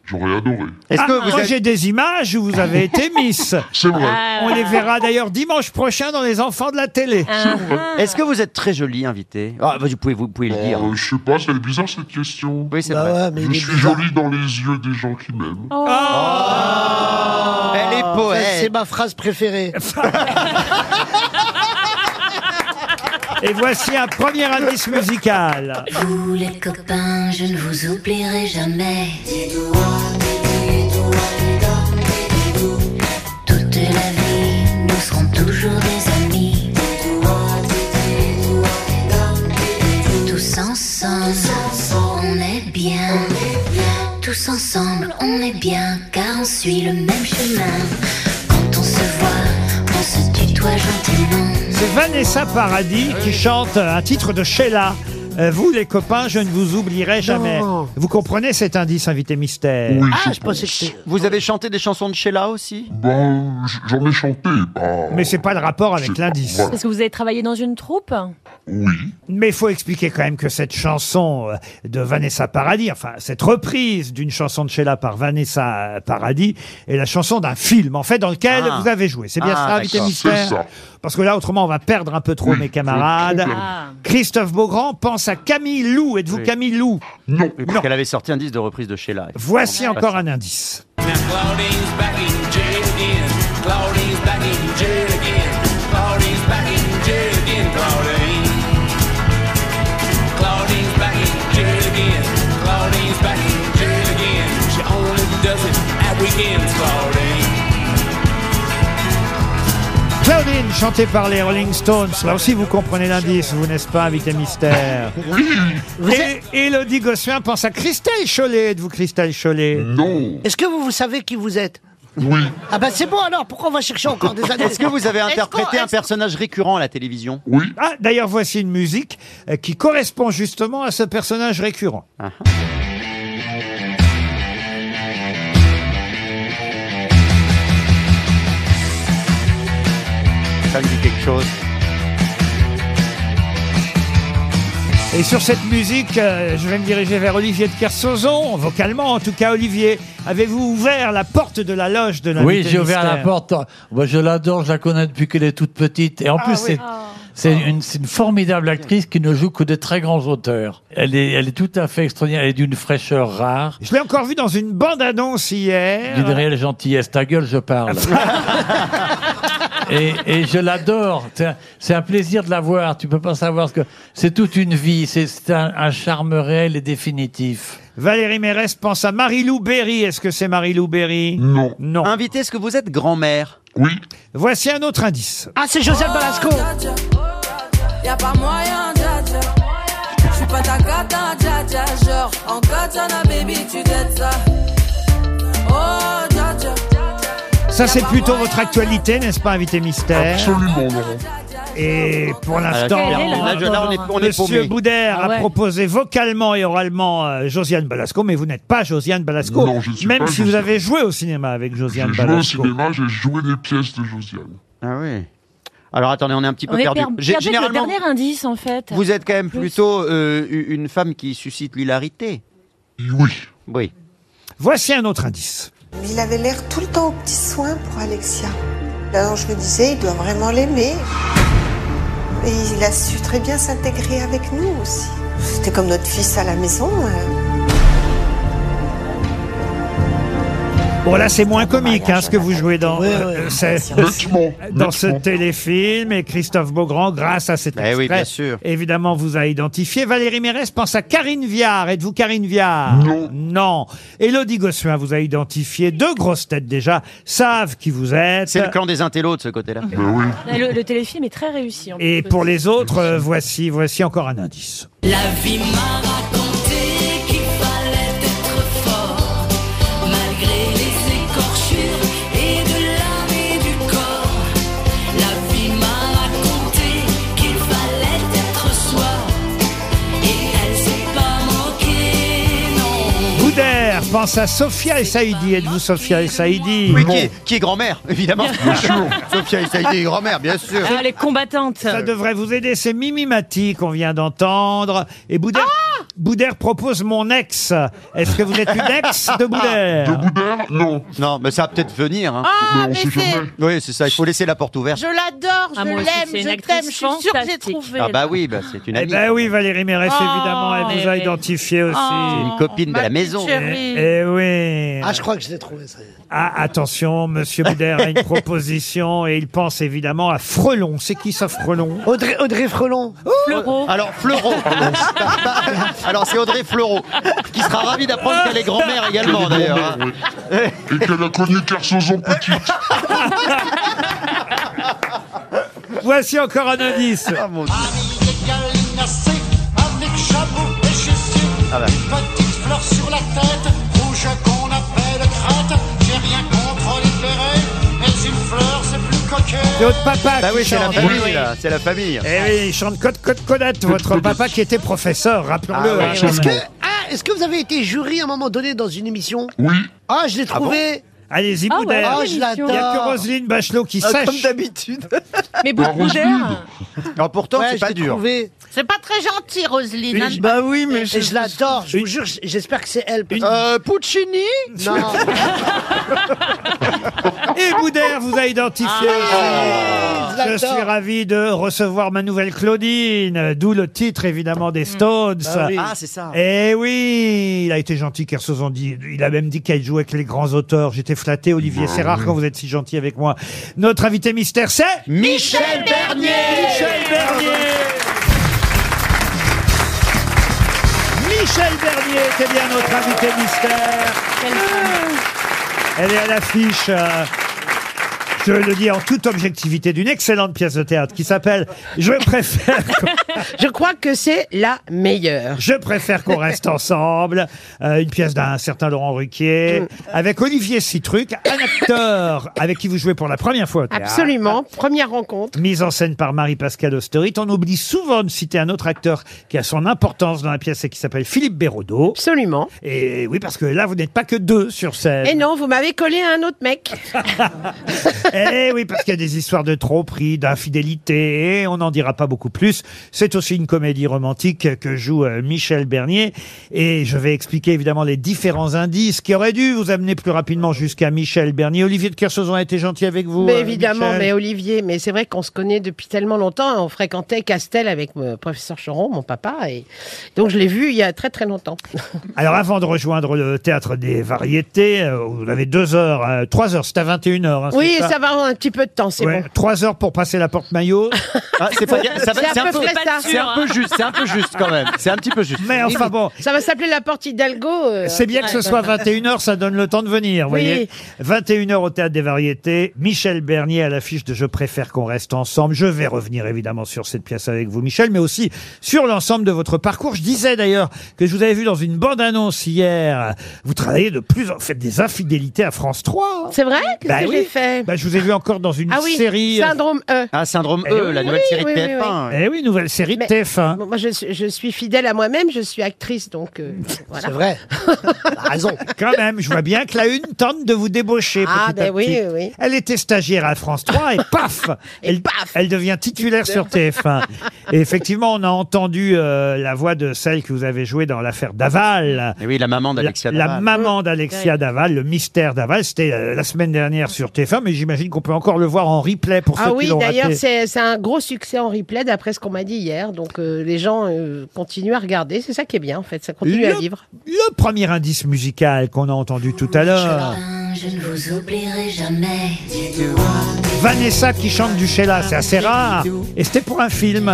W: J'aurais adoré.
D: Est-ce
B: Ah,
D: que vous
B: moi,
D: êtes-
B: j'ai des images où vous
W: *laughs*
B: avez été Miss.
W: C'est vrai.
K: Ah,
B: On
K: ouais.
B: les verra d'ailleurs dimanche prochain dans les enfants de la télé.
K: Ah.
D: est-ce que vous êtes très jolie invité Ah, bah, vous pouvez vous pouvez le dire.
W: Euh, je sais pas, c'est bizarre cette question.
D: Oui, c'est
I: Bah
D: vrai.
I: ouais, mais
W: Je
I: il est
W: suis
I: bizarre.
W: jolie dans les yeux des gens qui m'aiment.
K: Oh.
D: Ah. Elle est
I: Ah, Ça, C'est
D: poète.
I: ma phrase
D: *laughs*
I: préférée.
B: Et voici un premier indice musical.
L: Vous les copains, je ne vous oublierai jamais. Toute la vie, nous serons toujours des amis. Tous ensemble, on est bien. Tous ensemble, on est bien, car on suit le même chemin. Quand on se voit, on se tutoie gentiment.
B: C'est Vanessa Paradis qui chante un titre de Sheila. Euh, Vous, les copains, je ne vous oublierai jamais. Vous comprenez cet indice, invité mystère
W: Oui,
I: Ah, je
W: je pense.
I: pensais que c'était...
D: Vous avez chanté des chansons de Sheila aussi
W: Bah, j- j'en ai chanté. Bah,
B: Mais c'est pas le rapport avec l'indice.
K: Est-ce que vous avez travaillé dans une troupe
W: oui.
B: Mais il faut expliquer quand même que cette chanson euh, de Vanessa Paradis, enfin cette reprise d'une chanson de Sheila par Vanessa Paradis, est la chanson d'un film en fait dans lequel
D: Ah.
B: vous avez joué. C'est bien
D: Ah,
B: ça, invité
D: d'accord.
B: mystère.
W: C'est ça.
B: Parce que là, autrement, on va perdre un peu trop
W: Oui,
B: mes camarades.
W: complètement.
K: Ah.
B: Christophe Beaugrand pense à Camille Lou. Êtes-vous
D: Oui.
B: Camille Lou
W: Non.
D: Oui, parce qu'elle avait sorti un disque de reprise de Sheila.
B: Voici
D: Ah,
B: encore un indice.
J: Now Claudine's back in jail again. Claudine's back in jail again. Claudine's back in jail again, Claudine. Claudine's back in jail again. Claudine's back in jail again. She only does it at weekends, Claudine.
B: Claudine, chantée par les Rolling Stones. Là aussi, vous comprenez l'indice, vous n'est-ce pas, invité mystère Et Elodie Gossuin pense à Christelle Chollet. Êtes-vous Christelle Chollet
W: Non.
I: Est-ce que vous, vous savez qui vous êtes
W: Oui.
I: Ah bah c'est bon alors, pourquoi on va chercher encore des indices
D: Est-ce que vous avez
F: Est-ce qu'on-
D: interprété un
F: est-ce-
D: personnage récurrent à la télévision
W: Oui.
B: Ah, d'ailleurs, voici une musique euh, qui correspond justement à ce personnage récurrent.
C: Uh-huh.
D: Ça me dit quelque chose.
B: Et sur cette musique, euh, je vais me diriger vers Olivier de Kersauzon, vocalement en tout cas. Olivier, avez-vous ouvert la porte de la loge de l'invité
C: Oui, j'ai ouvert la
B: mystère
C: porte. Moi, je l'adore, je la connais depuis qu'elle est toute petite. Et en
B: Ah
C: plus,
B: oui.
C: c'est c'est une, c'est une formidable actrice qui ne joue que de très grands auteurs. Elle est, elle est tout à fait extraordinaire. Elle est d'une fraîcheur rare,
B: Je l'ai encore vu dans une bande-annonce hier.
C: d'une réelle gentillesse. Ta gueule, je parle. et, et je l'adore. C'est un- C'est un, plaisir de la voir. Tu peux pas savoir ce que. C'est toute une vie. C'est- C'est un, un charme réel et définitif.
B: Valérie Mérès pense à Marie-Lou Berry. Est-ce que c'est Marie-Lou Berry Non. Non. Invité, est-ce que vous êtes grand-mère Oui. Voici un autre indice.
I: Ah, c'est Joseph Balasco.
G: Oh, Y'a pas moyen, dja dja. J'suis pas ta cata, dja dja. Genre, en katana, baby, tu dettes ça. Oh, dja dja.
B: Ça, c'est plutôt votre actualité, n'est-ce pas, invité mystère
W: Absolument, Laurent.
B: Et pour
W: Ah,
B: l'instant,
W: là, clairement. Là, là, on est- on est
B: Monsieur
W: paumé.
B: Boudère
W: Ah ouais.
B: a proposé vocalement et oralement euh, Josiane Balasco, mais vous n'êtes pas Josiane Balasco,
W: Non, je ne suis
B: même
W: pas
B: si vous
W: Josiane.
B: avez joué au cinéma avec Josiane
W: J'ai joué au
B: Balasco.
W: cinéma, j'ai joué des pièces de Josiane.
D: Ah oui. Alors attendez, on est un petit peu
K: On est
D: perdu.
K: per-
D: J'ai-
K: perdu avec le
D: généralement,
K: dernier indice, en fait.
D: vous êtes quand même
K: Plus.
D: plutôt euh, u- une femme qui suscite l'hilarité.
W: Oui.
D: Oui.
B: Voici un autre indice.
V: Mais il avait l'air tout le temps aux petits soins pour Alexia. Alors je me disais, il doit vraiment l'aimer. Et il a su très bien s'intégrer avec nous aussi. C'était comme notre fils à la maison. euh.
B: Bon, là, c'est moins comique, hein, ce que vous jouez dans, euh, c'est- *laughs* dans ce
W: Nettement.
B: téléfilm. Et Christophe Beaugrand, grâce à cet
D: Eh
B: extrait,
D: oui, bien sûr.
B: évidemment, vous a identifié. Valérie Mérès pense à Karine Viard. Êtes-vous Karine Viard Non. Non. Élodie Gossuin vous a identifié. Deux grosses têtes, déjà, savent qui vous êtes.
D: C'est le clan des intellos de ce côté-là.
K: Le, le téléfilm est très réussi. en
B: Et
K: plus.
B: pour les autres, euh, voici, voici encore un indice.
G: La vie m'a raconté qu'il fallait être fort, malgré les écorchures et de l'âme et du corps. La vie m'a raconté qu'il fallait être soi, et elle s'est pas manquée, non.
B: Boudère pense à Sophia et Saïdi. Êtes-vous Sophia et Saïdi
D: Oui, qui est, qui est grand-mère, évidemment. Bien sûr. *laughs* Sophia et Saïdi est grand-mère, bien sûr.
K: Ah, les combattantes.
B: Ça devrait vous aider. C'est Mimimati qu'on vient d'entendre. Et Boudère, Boudère propose mon ex. Est-ce que vous êtes une ex de Boudère
D: Ah. De Boudère, non. Non, mais ça va peut-être venir. Hein.
F: Ah, mais c'est-
D: Oui, c'est ça, il faut laisser la porte ouverte.
F: Je l'adore, je
K: Ah, moi aussi, c'est
F: l'aime,
K: une
F: je
K: actrice
F: t'aime, je suis sûre que j'ai trouvé.
D: Ah bah oui, bah, c'est une
B: Eh
D: amie.
B: ben oui, Valérie Mérès,
K: Oh,
B: évidemment, elle vous a identifié aussi.
D: C'est une copine de la maison.
B: Eh eh oui.
I: Ah, je crois que je l'ai trouvé, ça.
B: Ah, attention, Monsieur
D: *laughs*
B: Boudère a une proposition et il pense évidemment à Frelon. C'est qui ça, Frelon Oh,
I: Audrey, Audrey Frelon.
D: Fleurot. Alors, Fleurot. Alors, c'est Audrey Fleurot, qui sera ravie
B: Ah,
D: d'apprendre qu'elle est grand-mère également, d'ailleurs. hein.
W: Et qu'elle a connu Kersauzon petite.
B: Voici encore un indice.
D: Ah,
J: avec chapeau et chaussures.
B: Ah bah.
J: Une petite fleur sur la tête, rouge qu'on appelle crête. J'ai rien contre les perets, mais une fleur c'est plus coquet.
B: C'est votre papa
J: Bah
B: qui
J: oui, c'est la
B: chante.
J: famille,
B: Eh oui.
J: là,
D: c'est la famille.
B: Eh oui, il chante Code Code Codette, votre papa qui était professeur, rappelons-le.
I: Ah ouais,
B: hein.
I: Est-ce que, ah, est-ce que vous avez été jury à un moment donné dans une émission
B: Oui.
I: Ah, je l'ai trouvé.
B: Allez-y,
I: Ah ouais,
B: Boudère.
I: Ah, je l'adore.
B: Il n'y a que Roselyne Bachelot qui
I: Ah,
B: sache.
I: comme
B: d'habitude.
K: Mais beaucoup d'air.
D: Alors pourtant,
I: Ouais,
D: c'est
I: je
D: pas
I: l'ai
D: dur.
I: trouvé.
F: C'est pas très gentil, Roselyne. hein.
I: Bah oui, mais je, l'adore. Je vous jure, j'espère que c'est elle.
D: Euh, Puccini
I: Non.
B: Et Boudère vous a identifié.
I: Ah,
B: aussi. je
I: j'adore.
B: suis ravi de recevoir ma nouvelle Claudine, d'où le titre évidemment des Stones.
D: Ah oui. Ah, c'est ça.
B: Eh oui, il a été gentil, Kersozon dit. Il a même dit qu'elle jouait avec les grands auteurs. J'étais flatté, Olivier. C'est rare quand vous êtes si gentil avec moi. Notre invité mystère, c'est
J: Michel Bernier
B: Michel Bernier Michel Bernier était bien notre invité mystère. Elle est à l'affiche. euh, je le dis en toute objectivité d'une excellente pièce de théâtre qui s'appelle Je préfère.
X: *laughs* Je crois que c'est la meilleure.
B: Je préfère qu'on reste ensemble. Euh, une pièce d'un certain Laurent
X: Mm.
B: Ruquier avec Olivier Citruc, un acteur avec qui vous jouez pour la première fois. au théâtre.
X: Absolument. Première rencontre.
B: Mise en scène par Marie-Pascale Osterite. On oublie souvent de citer un autre acteur qui a son importance dans la pièce et qui s'appelle Philippe Béraudot.
X: Absolument.
B: Et oui, parce que là, vous n'êtes pas que deux sur scène. *laughs*
X: Et Eh non, vous m'avez collé à un autre
B: Ah,
X: *laughs* mec.
B: Eh oui, parce qu'il y a des histoires de tromperie, d'infidélité, et on n'en dira pas beaucoup plus. C'est C'est aussi une comédie romantique que joue euh, Michel Bernier. Et je vais expliquer évidemment les différents indices qui auraient dû vous amener plus rapidement jusqu'à Michel Bernier. Olivier de Kersauzon a été gentil avec vous.
X: Mais
B: euh,
X: évidemment,
B: Michel.
X: mais Olivier, mais c'est vrai qu'on se connaît depuis tellement longtemps. On fréquentait Castel avec le professeur Choron, mon papa, et donc je l'ai vu il y a très très longtemps.
B: Alors avant de rejoindre le théâtre des variétés, euh, vous avez deux heures, euh, trois heures, c'est à 21 heures. hein,
X: oui,
B: c'est
X: ça va avoir un petit peu de temps, c'est
B: Ouais,
X: bon.
B: Trois heures pour passer la porte maillot.
D: Ah,
X: c'est pas- ça va- C'est un c'est un peu peu- près ça. c'est un peu juste, *laughs* c'est un peu juste quand même.
B: C'est un petit peu juste. Mais
X: Oui,
B: enfin
X: oui.
B: bon.
X: Ça va s'appeler la porte Hidalgo. euh.
B: C'est bien que ce soit 21h, ça donne le temps de venir, vous
X: Oui.
B: voyez. 21h au Théâtre des Variétés, Michel Bernier à l'affiche de Je préfère qu'on reste ensemble. Je vais revenir évidemment sur cette pièce avec vous, Michel, mais aussi sur l'ensemble de votre parcours. Je disais d'ailleurs que je vous avais vu dans une bande-annonce hier. Vous travaillez de plus en fait des infidélités à France 3.
X: C'est vrai Qu'est-ce
B: Bah
X: que
B: oui.
X: j'ai fait
B: Bah, je vous ai vu encore dans une
X: Ah oui,
B: série. euh,
X: Syndrome E.
D: Ah, Syndrome
B: Eh
D: E,
B: oui.
D: la nouvelle
X: Oui,
D: série de
X: oui, oui,
D: TF1.
B: Eh oui, nouvelle série de
X: Mais-
B: TF1.
X: Bon, moi, je, suis- je suis fidèle à moi-même, je suis actrice, donc
B: *laughs*
X: euh, voilà. *laughs*
B: C'est vrai. raison. Quand même, je vois bien que la une tente de vous débaucher.
X: Ah,
B: petit à
X: ben oui,
B: petit.
X: oui, oui.
B: Elle était stagiaire à France 3 et
X: *laughs*
B: paf elle, elle devient titulaire sur TF1. Et effectivement, on a entendu euh, la voix de celle que vous avez jouée dans l'affaire *laughs* Daval.
D: Et Eh oui, la maman d'Alexia
B: La
D: Daval.
B: maman d'Alexia Daval, le mystère Daval, c'était euh, la semaine dernière sur TF1, mais j'imagine qu'on peut encore le voir en replay pour ceux
X: Ah oui,
B: qui l'ont
X: d'ailleurs,
B: raté.
X: c'est c'est un gros succès en replay, d'après ce qu'on m'a dit hier. Donc, euh, les gens euh, continuent à regarder. C'est ça qui est bien, en fait. Ça continue à
B: Le-
X: vivre.
B: Le premier indice musical qu'on a entendu tout à l'heure.
L: Je ne vous oublierai jamais.
B: Vanessa qui chante du Sheila, c'est assez rare. Et c'était pour un film.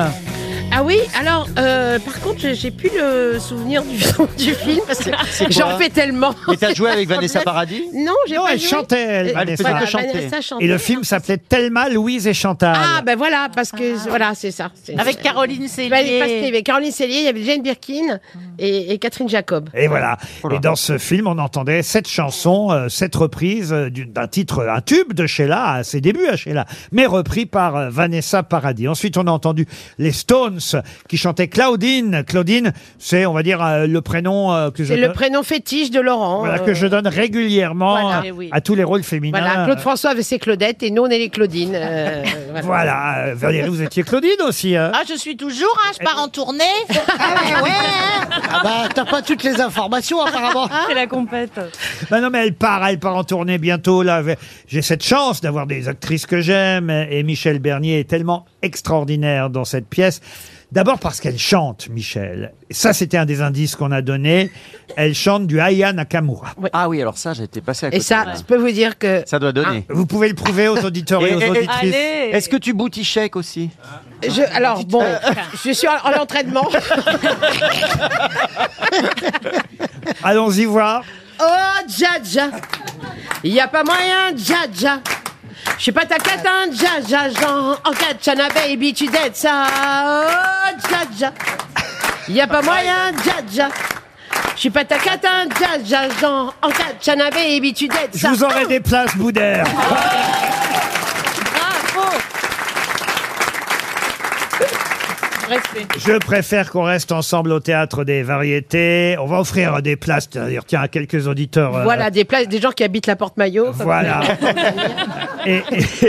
X: Ah oui, alors, euh, par contre, j'ai- j'ai plus le souvenir du, *laughs* du film parce que
D: C'est quoi
X: j'en fais tellement.
D: Mais t'as joué avec Vanessa Paradis
X: Non, j'ai
B: Non,
X: pas
B: elle
X: joué.
B: chantait, elle,
X: Euh,
B: Vanessa.
X: voilà, Vanessa chantait.
B: Et le film s'appelait Thelma, Louise et Chantal.
X: Ah ben voilà, parce que voilà, c'est ça. C'est-
F: Avec Caroline Cellier.
X: Bah, parce qu'il y avait Caroline Cellier, il y avait Jane Birkin et, et Catherine Jacob.
B: Et voilà. Et dans ce film, on entendait cette chanson, euh, cette reprise euh, du- d'un titre, un tube de Sheila à ses débuts à Sheila, mais repris par euh, Vanessa Paradis. Ensuite, on a entendu les Stones qui chantaient Claudine. Claudine, c'est, on va dire, euh, le prénom euh, que je
X: C'est le
B: don-
X: prénom fétiche de Laurent.
B: voilà,
X: euh,
B: que je donne régulièrement
X: voilà.
B: à-
X: Eh oui.
B: à tous les rôles féminins.
X: Voilà, Claude François avait ses Claudettes et nous on est les Claudines. euh, voilà.
B: Voilà, euh, Valérie, vous étiez Claudine aussi. hein
F: Ah, je suis toujours, hein, je pars en
D: *laughs*
F: tournée. ah ouais,
I: bah, t'as pas toutes les informations,
F: *laughs*
I: apparemment.
K: C'est la compète.
B: Bah non, mais elle part, elle part en tournée bientôt. Là, j'ai cette chance d'avoir des actrices que j'aime. Et Michel Bernier est tellement extraordinaire dans cette pièce. D'abord parce qu'elle chante, Michel. Ça, c'était un des indices qu'on a donné. Elle chante du Aya Nakamura.
D: Ah oui, alors ça, j'étais passé à côté.
X: Et ça, je peux vous dire que
D: Ça doit donner.
B: Ah, Vous pouvez le prouver aux auditeurs et,
D: Et-
B: aux
D: et- et-
B: auditrices.
D: Allez. Est-ce que tu boutichèques
B: Ah.
D: aussi
X: je, alors bon, euh, je suis en, en
B: *laughs*
X: entraînement.
B: Allons-y voir.
X: Oh dja dja, il y a pas moyen dja dja. Je suis pas ta catin dja dja Jean, en katchana baby tu dettes ça. Oh dja dja, il y a pas moyen dja dja. Je suis pas ta catin dja dja Jean, en katchana baby tu dettes
B: Je
X: ça.
B: vous aurai des places, Boudère.
X: Bravo.
B: Je préfère qu'on reste ensemble au théâtre des variétés. On va offrir des places, d'ailleurs, tiens, à quelques auditeurs. euh,
X: Voilà des places, des gens qui habitent la porte maillot. *laughs*
B: Voilà. Et,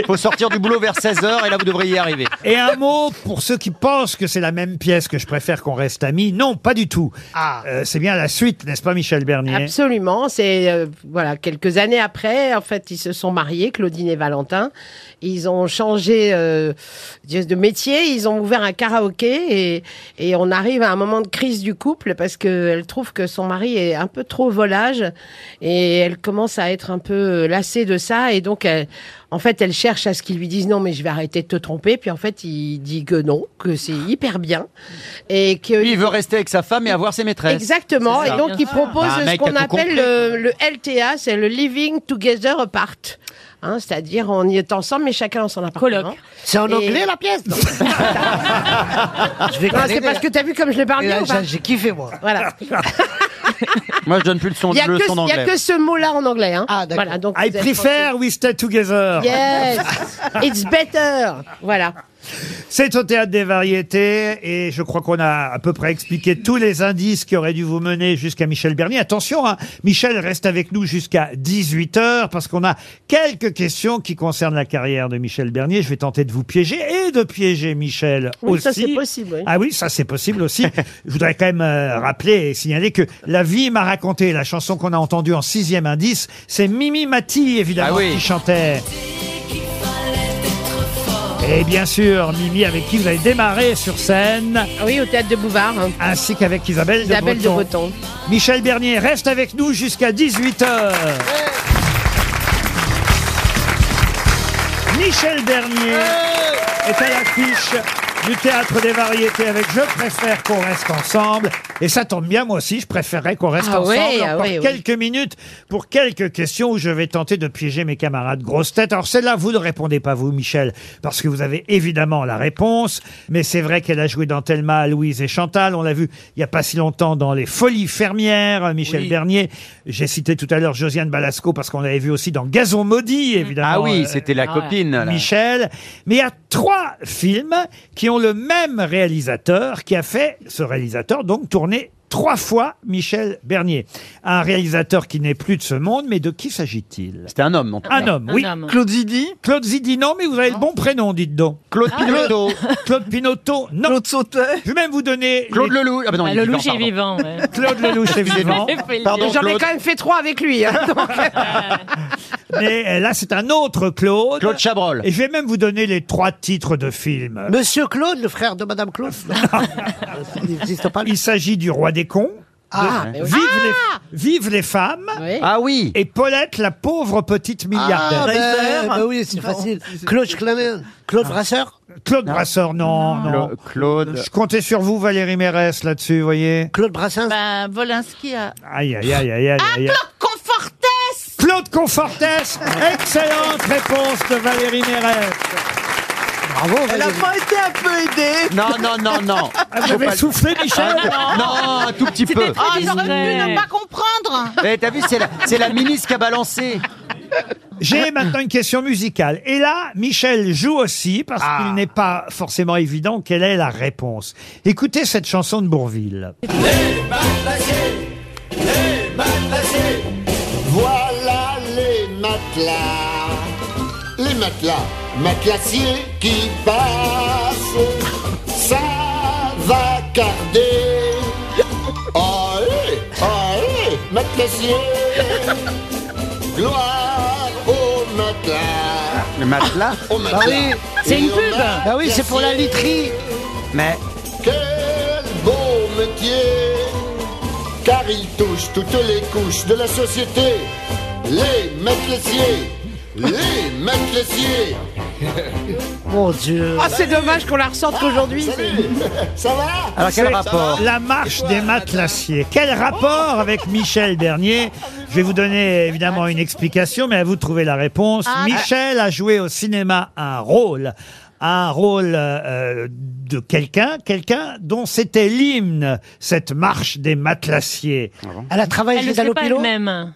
D: Faut sortir du boulot vers 16h et là, vous devriez y arriver.
B: Et un mot pour ceux qui pensent que c'est la même pièce que je préfère qu'on reste amis. Non, pas du tout. Euh, c'est bien la suite, n'est-ce pas, Michel Bernier
X: Absolument, c'est euh, voilà quelques années après, en fait, ils se sont mariés, Claudine et Valentin. Ils ont changé euh, de métier, ils ont ouvert un karaoké et, et on arrive à un moment de crise du couple parce que elle trouve que son mari est un peu trop volage et elle commence à être un peu euh, lassée de ça et donc elle, en fait, elle cherche à ce qu'ils lui disent non, mais je vais arrêter de te tromper. Puis en fait, il dit que non, que c'est hyper bien et que
D: Lui, il veut rester avec sa femme et avoir ses maîtresses.
X: Exactement.
D: C'est ça.
X: Et donc, il propose
D: Bah, un
X: ce
D: mec qui
X: qu'on
D: a tout
X: appelle
D: compris.
X: le, le LTA, c'est le Living Together Apart. Hein, C'est-à-dire, on y est ensemble, mais chacun dans son appartement.
I: C'est en
X: Et-
I: anglais, la pièce
X: *laughs*
I: non Je vais
X: Non,
I: galérer.
X: c'est parce que t'as vu comme je l'ai parlé
I: Et là,
X: ou pas
I: J'ai kiffé, moi.
X: Voilà.
D: Moi, je donne plus le son,
X: Il n'y a,
D: le
X: que-
D: son
X: il y a
D: d'anglais.
X: que ce mot-là en anglais. Hein. Ah, voilà, donc
B: I
X: vous êtes
B: prefer we stay together.
X: tranquille. Yes, it's better. Voilà.
B: C'est au théâtre des variétés et je crois qu'on a à peu près expliqué tous les indices qui auraient dû vous mener jusqu'à Michel Bernier. Attention, hein, Michel reste avec nous jusqu'à 18h parce qu'on a quelques questions qui concernent la carrière de Michel Bernier. Je vais tenter de vous piéger et de piéger Michel
X: Oui,
B: aussi.
X: ça, c'est possible, oui.
B: Ah oui, ça c'est possible
X: *laughs*
B: aussi. je voudrais quand même euh, rappeler et signaler que La vie m'a raconté, la chanson qu'on a entendue en sixième indice, c'est Mimi Mati
X: Ah
B: évidemment qui chantait. Et bien sûr, Mimi, avec qui vous avez démarré sur scène.
X: Ah Oui, au théâtre de Bouvard. hein.
B: Ainsi qu'avec Isabelle,
X: Isabelle
B: de
X: de
B: Breton.
X: Breton.
B: Michel Bernier reste avec nous jusqu'à 18h. Michel Bernier est à l'affiche du Théâtre des Variétés avec Je préfère qu'on reste ensemble. Et ça tombe bien, moi aussi, je préférerais qu'on reste
X: Ah
B: ensemble
X: ouais, ah
B: encore
X: ouais, ouais.
B: quelques minutes pour quelques questions où je vais tenter de piéger mes camarades grosses têtes. Alors celle-là, vous ne répondez pas, vous, Michel, parce que vous avez évidemment la réponse. Mais c'est vrai qu'elle a joué dans Thelma, Louise et Chantal. On l'a vu il n'y a pas si longtemps dans Les Folies Fermières, Michel
D: Oui.
B: Bernier. J'ai cité tout à l'heure Josiane Balasco parce qu'on l'avait vu aussi dans Gazon Maudit, évidemment. euh,
D: Ah oui, c'était la copine, là.
B: Michel. Mais il y a trois films qui ont le même réalisateur, qui a fait ce réalisateur donc tourner trois fois Michel Bernier. Un réalisateur qui n'est plus de ce monde, mais de qui s'agit-il
D: C'était un homme. en tout cas.
B: Un homme, oui. Claude Zidi Claude Zidi, non, mais vous avez le bon prénom, dites donc.
D: Claude Ah. Pinoteau.
B: *laughs* Claude Pinoteau, non. Claude Sautet Je vais même vous donner...
D: Claude
B: les-
D: Lelouch. Ah, bah non, il est Lelouch vivant, est pardon. vivant, ouais.
X: *laughs*
D: *laughs*
B: Claude Lelouch est vivant.
X: J'en ai quand même fait trois avec lui. hein, donc.
B: Mais euh, là, c'est un autre Claude. Claude
D: Chabrol.
B: Et je vais même vous donner les trois titres de films.
I: Monsieur Claude, le frère de Madame *laughs* Claude.
B: Il s'agit du roi des cons.
I: Ah,
B: de-
I: mais oui.
B: vive, les, Vive les femmes.
D: Ah oui.
B: Et Paulette, la pauvre petite milliardaire.
I: Ah, ben, ben oui, c'est facile. Claude Clanen, Claude Brasseur.
B: Claude Brasseur, non, non.
D: Claude.
B: Je comptais sur vous, Valérie Mérès, là-dessus, vous voyez.
I: Claude Brassens.
F: Ben, Volinsky a.
B: Aïe, aïe, aïe, aïe, aïe. aïe.
F: Confortesse
B: Claude Confortès, excellente réponse de Valérie Mérès. Bravo,
H: Elle n'a pas été un peu aidée.
D: Non,
J: *laughs*
D: non, non, non.
B: Ah, vous
D: Faut
B: avez
D: pas le-
B: soufflé, Michel
D: Ah, Non, un tout petit peu.
F: Ah, j'aurais pu ne pas comprendre
D: Eh, T'as vu, c'est la, c'est la ministre qui a balancé.
B: J'ai maintenant une question musicale. Et là, Michel joue aussi parce
D: Ah.
B: qu'il n'est pas forcément évident quelle est la réponse. Écoutez cette chanson de Bourville.
J: Les matelassés, voilà les matelas, les matelas, matelassiers qui passent, ça va carder.
D: *laughs*
J: Allez, allez,
D: *laughs*
J: matelassiers, gloire aux matelas.
D: Le matelas.
J: Aux matelas. Et aux
I: Ah Bah oui, c'est pour la literie.
D: Mais
J: Quel beau métier Car il touche toutes les couches de la société Les maîtressiers Les maîtressiers
I: Mon Dieu.
X: Ah, c'est dommage qu'on la ressente aujourd'hui.
J: Ah, Ça va
D: Alors, quel
B: C'est
D: rapport
B: La marche des matelassiers. Quel rapport avec Michel Bernier Je vais vous donner évidemment une explication, mais à vous de trouver la réponse.
J: Ah.
B: Michel a joué au cinéma un rôle. Un rôle euh, de quelqu'un, quelqu'un dont c'était l'hymne, cette marche des matelassiers.
I: Elle a travaillé chez Dalopilo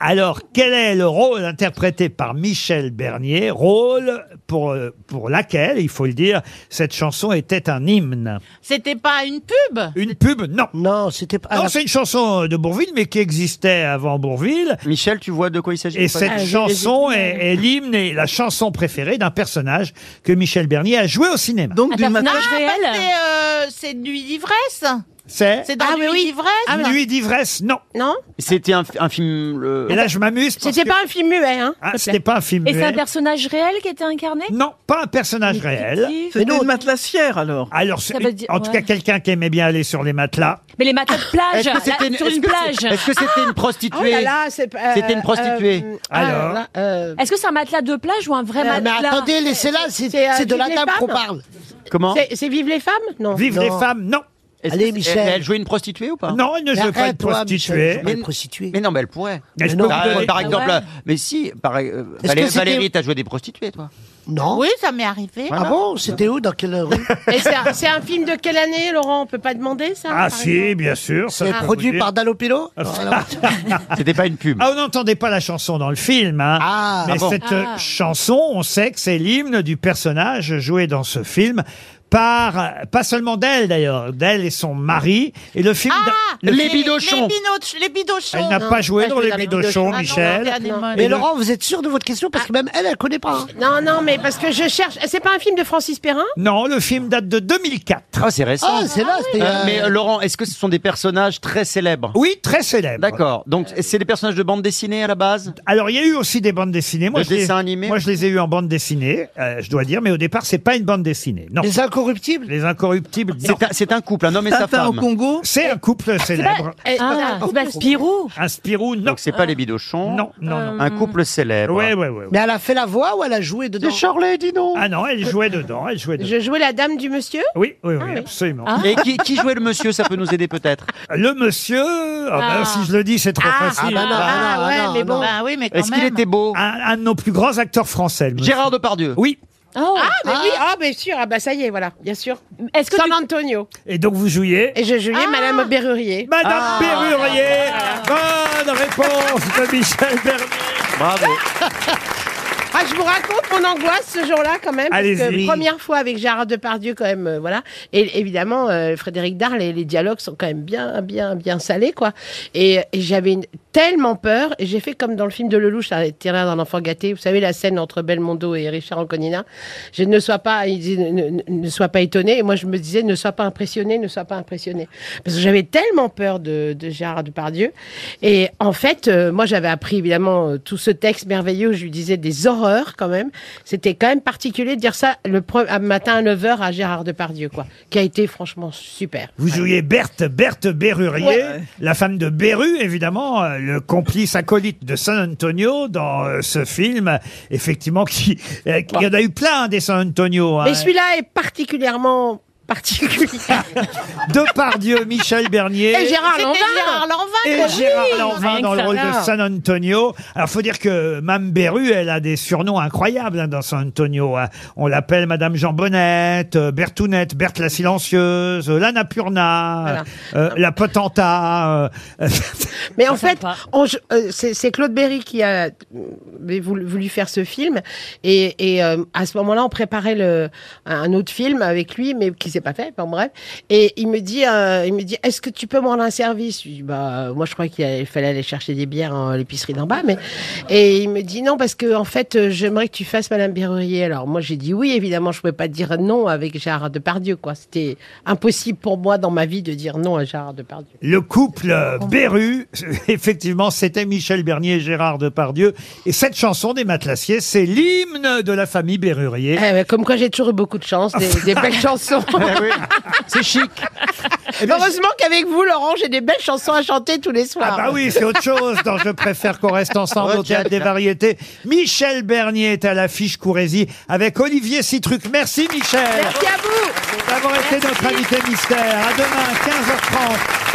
B: Alors, quel est le rôle interprété par Michel Bernier Rôle pour, euh, pour laquelle, il faut le dire, cette chanson était un hymne.
F: C'était pas une pub
B: Une pub Non.
I: Non, c'était pas.
B: Non, c'est une chanson de Bourville, mais qui existait avant Bourville.
D: Michel, tu vois de quoi il s'agit
B: Et
D: ou pas
B: cette
D: Ah, j'ai-
B: chanson
D: j'ai-
B: est, est l'hymne et la chanson préférée d'un personnage que Michel Bernier a joué au cinéma.
H: Donc,
F: Ah, bah, c'est, euh, C'est nuit d'ivresse
B: C'est Ah,
F: C'est
D: Ah,
F: dans nuit d'ivresse
B: Nuit d'ivresse, non.
X: Non
D: C'était un, un film. le-
B: Et là, je m'amuse. parce
X: C'était
B: que-
X: pas un film muet, hein
B: Ah, c'était pas un film.
K: Et c'est un
B: réel.
K: personnage réel qui était incarné
B: Non, pas un personnage réel.
K: fictif.
H: C'était une matelassière alors.
B: Alors, c'est-
K: Ça veut dire-
B: en tout cas,
K: ouais.
B: quelqu'un qui aimait bien aller sur les matelas.
K: Mais les matelas de plage,
D: Ah. Est-ce que
K: là,
D: c'était une,
K: sur
D: est-ce
K: une
D: que c'est-
K: plage. Ah.
D: est-ce que c'était une prostituée
X: Oh là là, c'est pas- euh,
D: C'était une prostituée. Ah,
X: euh,
B: Alors
X: là, euh,
K: Est-ce que c'est un matelas de plage ou un vrai
I: Mais
K: matelas
I: attendez, laissez-la, c'est c'est de
X: Vive
I: la
X: les
I: dame qu'on
X: femmes
I: parle.
D: Comment
X: c'est- C'est Vive les femmes Non.
B: Vive
I: Non.
B: les femmes, non.
D: Est-ce
I: Allez,
D: que-
I: Michel.
D: Elle, elle jouait une prostituée ou pas
B: Non, elle ne
I: Mais
B: joue pas de
I: arrête-toi, Michel,
B: prostituée.
I: je vais
D: Mais-
I: me prostituer.
D: Mais non, mais elle pourrait.
B: Mais je
I: non.
B: peux vous
D: Par, euh,
B: donner-
D: par exemple,
K: ouais.
D: mais si, par, euh,
I: que
D: Valé-
I: c'était-
D: Valérie, t'as joué des prostituées, toi
I: Non.
F: Oui, ça m'est arrivé.
I: Ah bon C'était où Dans quelle rue
X: Et c'est un- C'est un film de quelle année, Laurent On peut pas demander ça
B: Ah
X: par
B: si,
X: exemple
B: bien sûr. ça,
I: C'est
B: je peux vous
I: produit
B: dire.
I: par
B: *laughs*
I: *laughs* Dalopilo
D: C'était pas une pub.
B: Ah, on n'entendait pas la chanson dans le film, hein.
I: Ah,
B: mais
D: bon.
B: cette euh, chanson, on sait que c'est l'hymne du personnage joué dans ce film par, pas seulement d'elle d'ailleurs, d'elle et son mari. Et le film. le-
F: ah, Les, binoch- les bidochons.
B: Elle n'a pas joué dans les
X: Ah
B: bidochons, Michel.
I: Mais
B: Et le-
I: Laurent, vous êtes sûr de votre question Parce que même elle, elle connaît pas. hein.
X: Non, non, mais parce que je cherche. C'est pas un film de Francis Perrin
B: Non, le film date de 2004.
D: Ah, c'est récent.
X: Ah, c'est là, c'était, euh,
D: Mais euh, Laurent, est-ce que ce sont des personnages très célèbres
B: Oui, très célèbres. Euh,
D: D'accord. Donc, c'est des personnages de bande dessinée à la base
B: Alors, il y a eu aussi des bandes dessinées. Moi,
D: De
B: je les-
D: dessins animés
B: Moi, je les ai eues en bande dessinée, euh, je dois dire, mais au départ, c'est pas une bande dessinée. Non. Les Incorruptibles Les Incorruptibles, non.
D: C'est un couple, un homme et sa Tintin au femme. Congo
B: C'est un couple célèbre.
X: eh, Ah, c'est pas
B: Spirou Un Spirou, non. Donc,
D: c'est pas les Bidochons
B: Non, non, non.
D: Un couple célèbre.
B: Ouais, ouais, ouais.
I: Mais elle a fait la voix ou elle a joué dedans C'est
D: Charlie, dis donc
B: Ah non, elle jouait dedans, elle jouait dedans.
X: Je jouais la dame du monsieur
B: Oui, oui, oui, absolument.
X: Ah.
D: Et qui, qui jouait le monsieur Ça peut nous aider peut-être.
B: Le monsieur, ah bah,
D: Ah.
B: si je le dis, c'est trop
D: Ah,
B: facile.
D: ah bah non, Ah, ah non, ouais, ah non, mais bon. non.
F: Bah oui, mais quand
D: Est-ce qu'il
F: même.
D: était beau
B: un, un de nos plus grands acteurs français. Gérard
D: Depardieu.
B: Oui.
X: ah, mais oui, ah, bien sûr, ah, bah ça y est, voilà, bien sûr. Est-ce que San Antonio.
B: Et donc vous jouiez
X: Et je jouais Madame Berrurier.
B: Madame Berrurier Eh, Bonne réponse de Michel Bernier.
D: Bravo.
X: *laughs* Ah, je vous raconte mon angoisse ce jour-là quand même. Parce que
B: Allez-y.
X: première fois avec Gérard Depardieu quand même, euh, voilà. Et évidemment, euh, Frédéric Dard, les, les dialogues sont quand même bien, bien, bien salés, quoi. Et, et j'avais une- tellement peur. Et J'ai fait comme dans le film de Lelouch, là, Tiré d'un enfant gâté. Vous savez la scène entre Belmondo et Richard Anconina. Je ne sois pas, il dit, ne, ne- ne sois pas étonné. Et moi, je me disais, ne sois pas impressionné, ne sois pas impressionné, parce que j'avais tellement peur de, de Gérard Depardieu. Et en fait, euh, moi, j'avais appris évidemment euh, tout ce texte merveilleux. où Je lui disais des horreurs quand même. C'était quand même particulier de dire ça le pre- à matin à 9h à Gérard Depardieu, quoi. Qui a été franchement super.
B: Vous jouiez Berthe, Berthe Berrurier,
X: Ouais.
B: la femme de Berru, évidemment, euh, le complice acolyte de San Antonio dans euh, ce film, euh, effectivement, qui, euh, qui- il y en a eu plein hein, des San Antonio.
X: Mais celui-là est particulièrement
B: *laughs*
X: particulier.
B: De Pardieu, Michel Bernier.
X: Et Gérard Lanvin.
F: Gérard Lanvin,
B: Et
F: quoi.
B: Gérard
F: Oui, Ah, rien
B: Lanvin
F: que
B: dans le
F: ça.
B: rôle de
F: Alors.
B: San Antonio. Alors, faut dire que Mme Berru, elle a des surnoms incroyables hein, dans San Antonio. hein. On l'appelle Madame Jambonnette, euh, Bertounette, Berthe la Silencieuse, euh, la Napurna, euh, la Potenta. euh, *laughs*
X: *laughs* Mais en fait, on- je- euh, c'est c'est Claude Berry qui a euh, voulu, voulu faire ce film. Et, et, euh, à ce moment-là, on préparait le, un autre film avec lui, mais qui s'est pas fait. Bon, bref. Et il me dit, euh, il me dit, est-ce que tu peux me rendre un service Je lui dis, bah, euh, moi, je croyais qu'il allait- fallait aller chercher des bières à l'épicerie d'en bas, mais et il me dit non parce que en fait, euh, j'aimerais que tu fasses Madame Berrurier. Alors moi, j'ai dit oui, évidemment, je pouvais pas dire non avec Gérard Depardieu, quoi. C'était impossible pour moi dans ma vie de dire non à Gérard Depardieu.
B: Le couple euh, Berru, *laughs* effectivement, c'était Michel Bernier et Gérard Depardieu. Et cette chanson des Matelassiers, c'est l'hymne de la famille Berrurier.
X: Eh ben, comme quoi, j'ai toujours eu beaucoup de chance,
B: *laughs*
X: des, des belles chansons.
B: Eh
D: C'est chic.
X: Heureusement qu'avec vous, Laurent, j'ai des belles chansons à chanter tous les soirs.
B: Ah bah oui, c'est autre chose. Dans Je préfère qu'on reste ensemble au théâtre des variétés. Michel Bernier est à l'affiche Couraisie avec Olivier Citruc. Merci Michel.
X: Merci à vous
B: d'avoir été notre invité mystère. À demain, 15h30.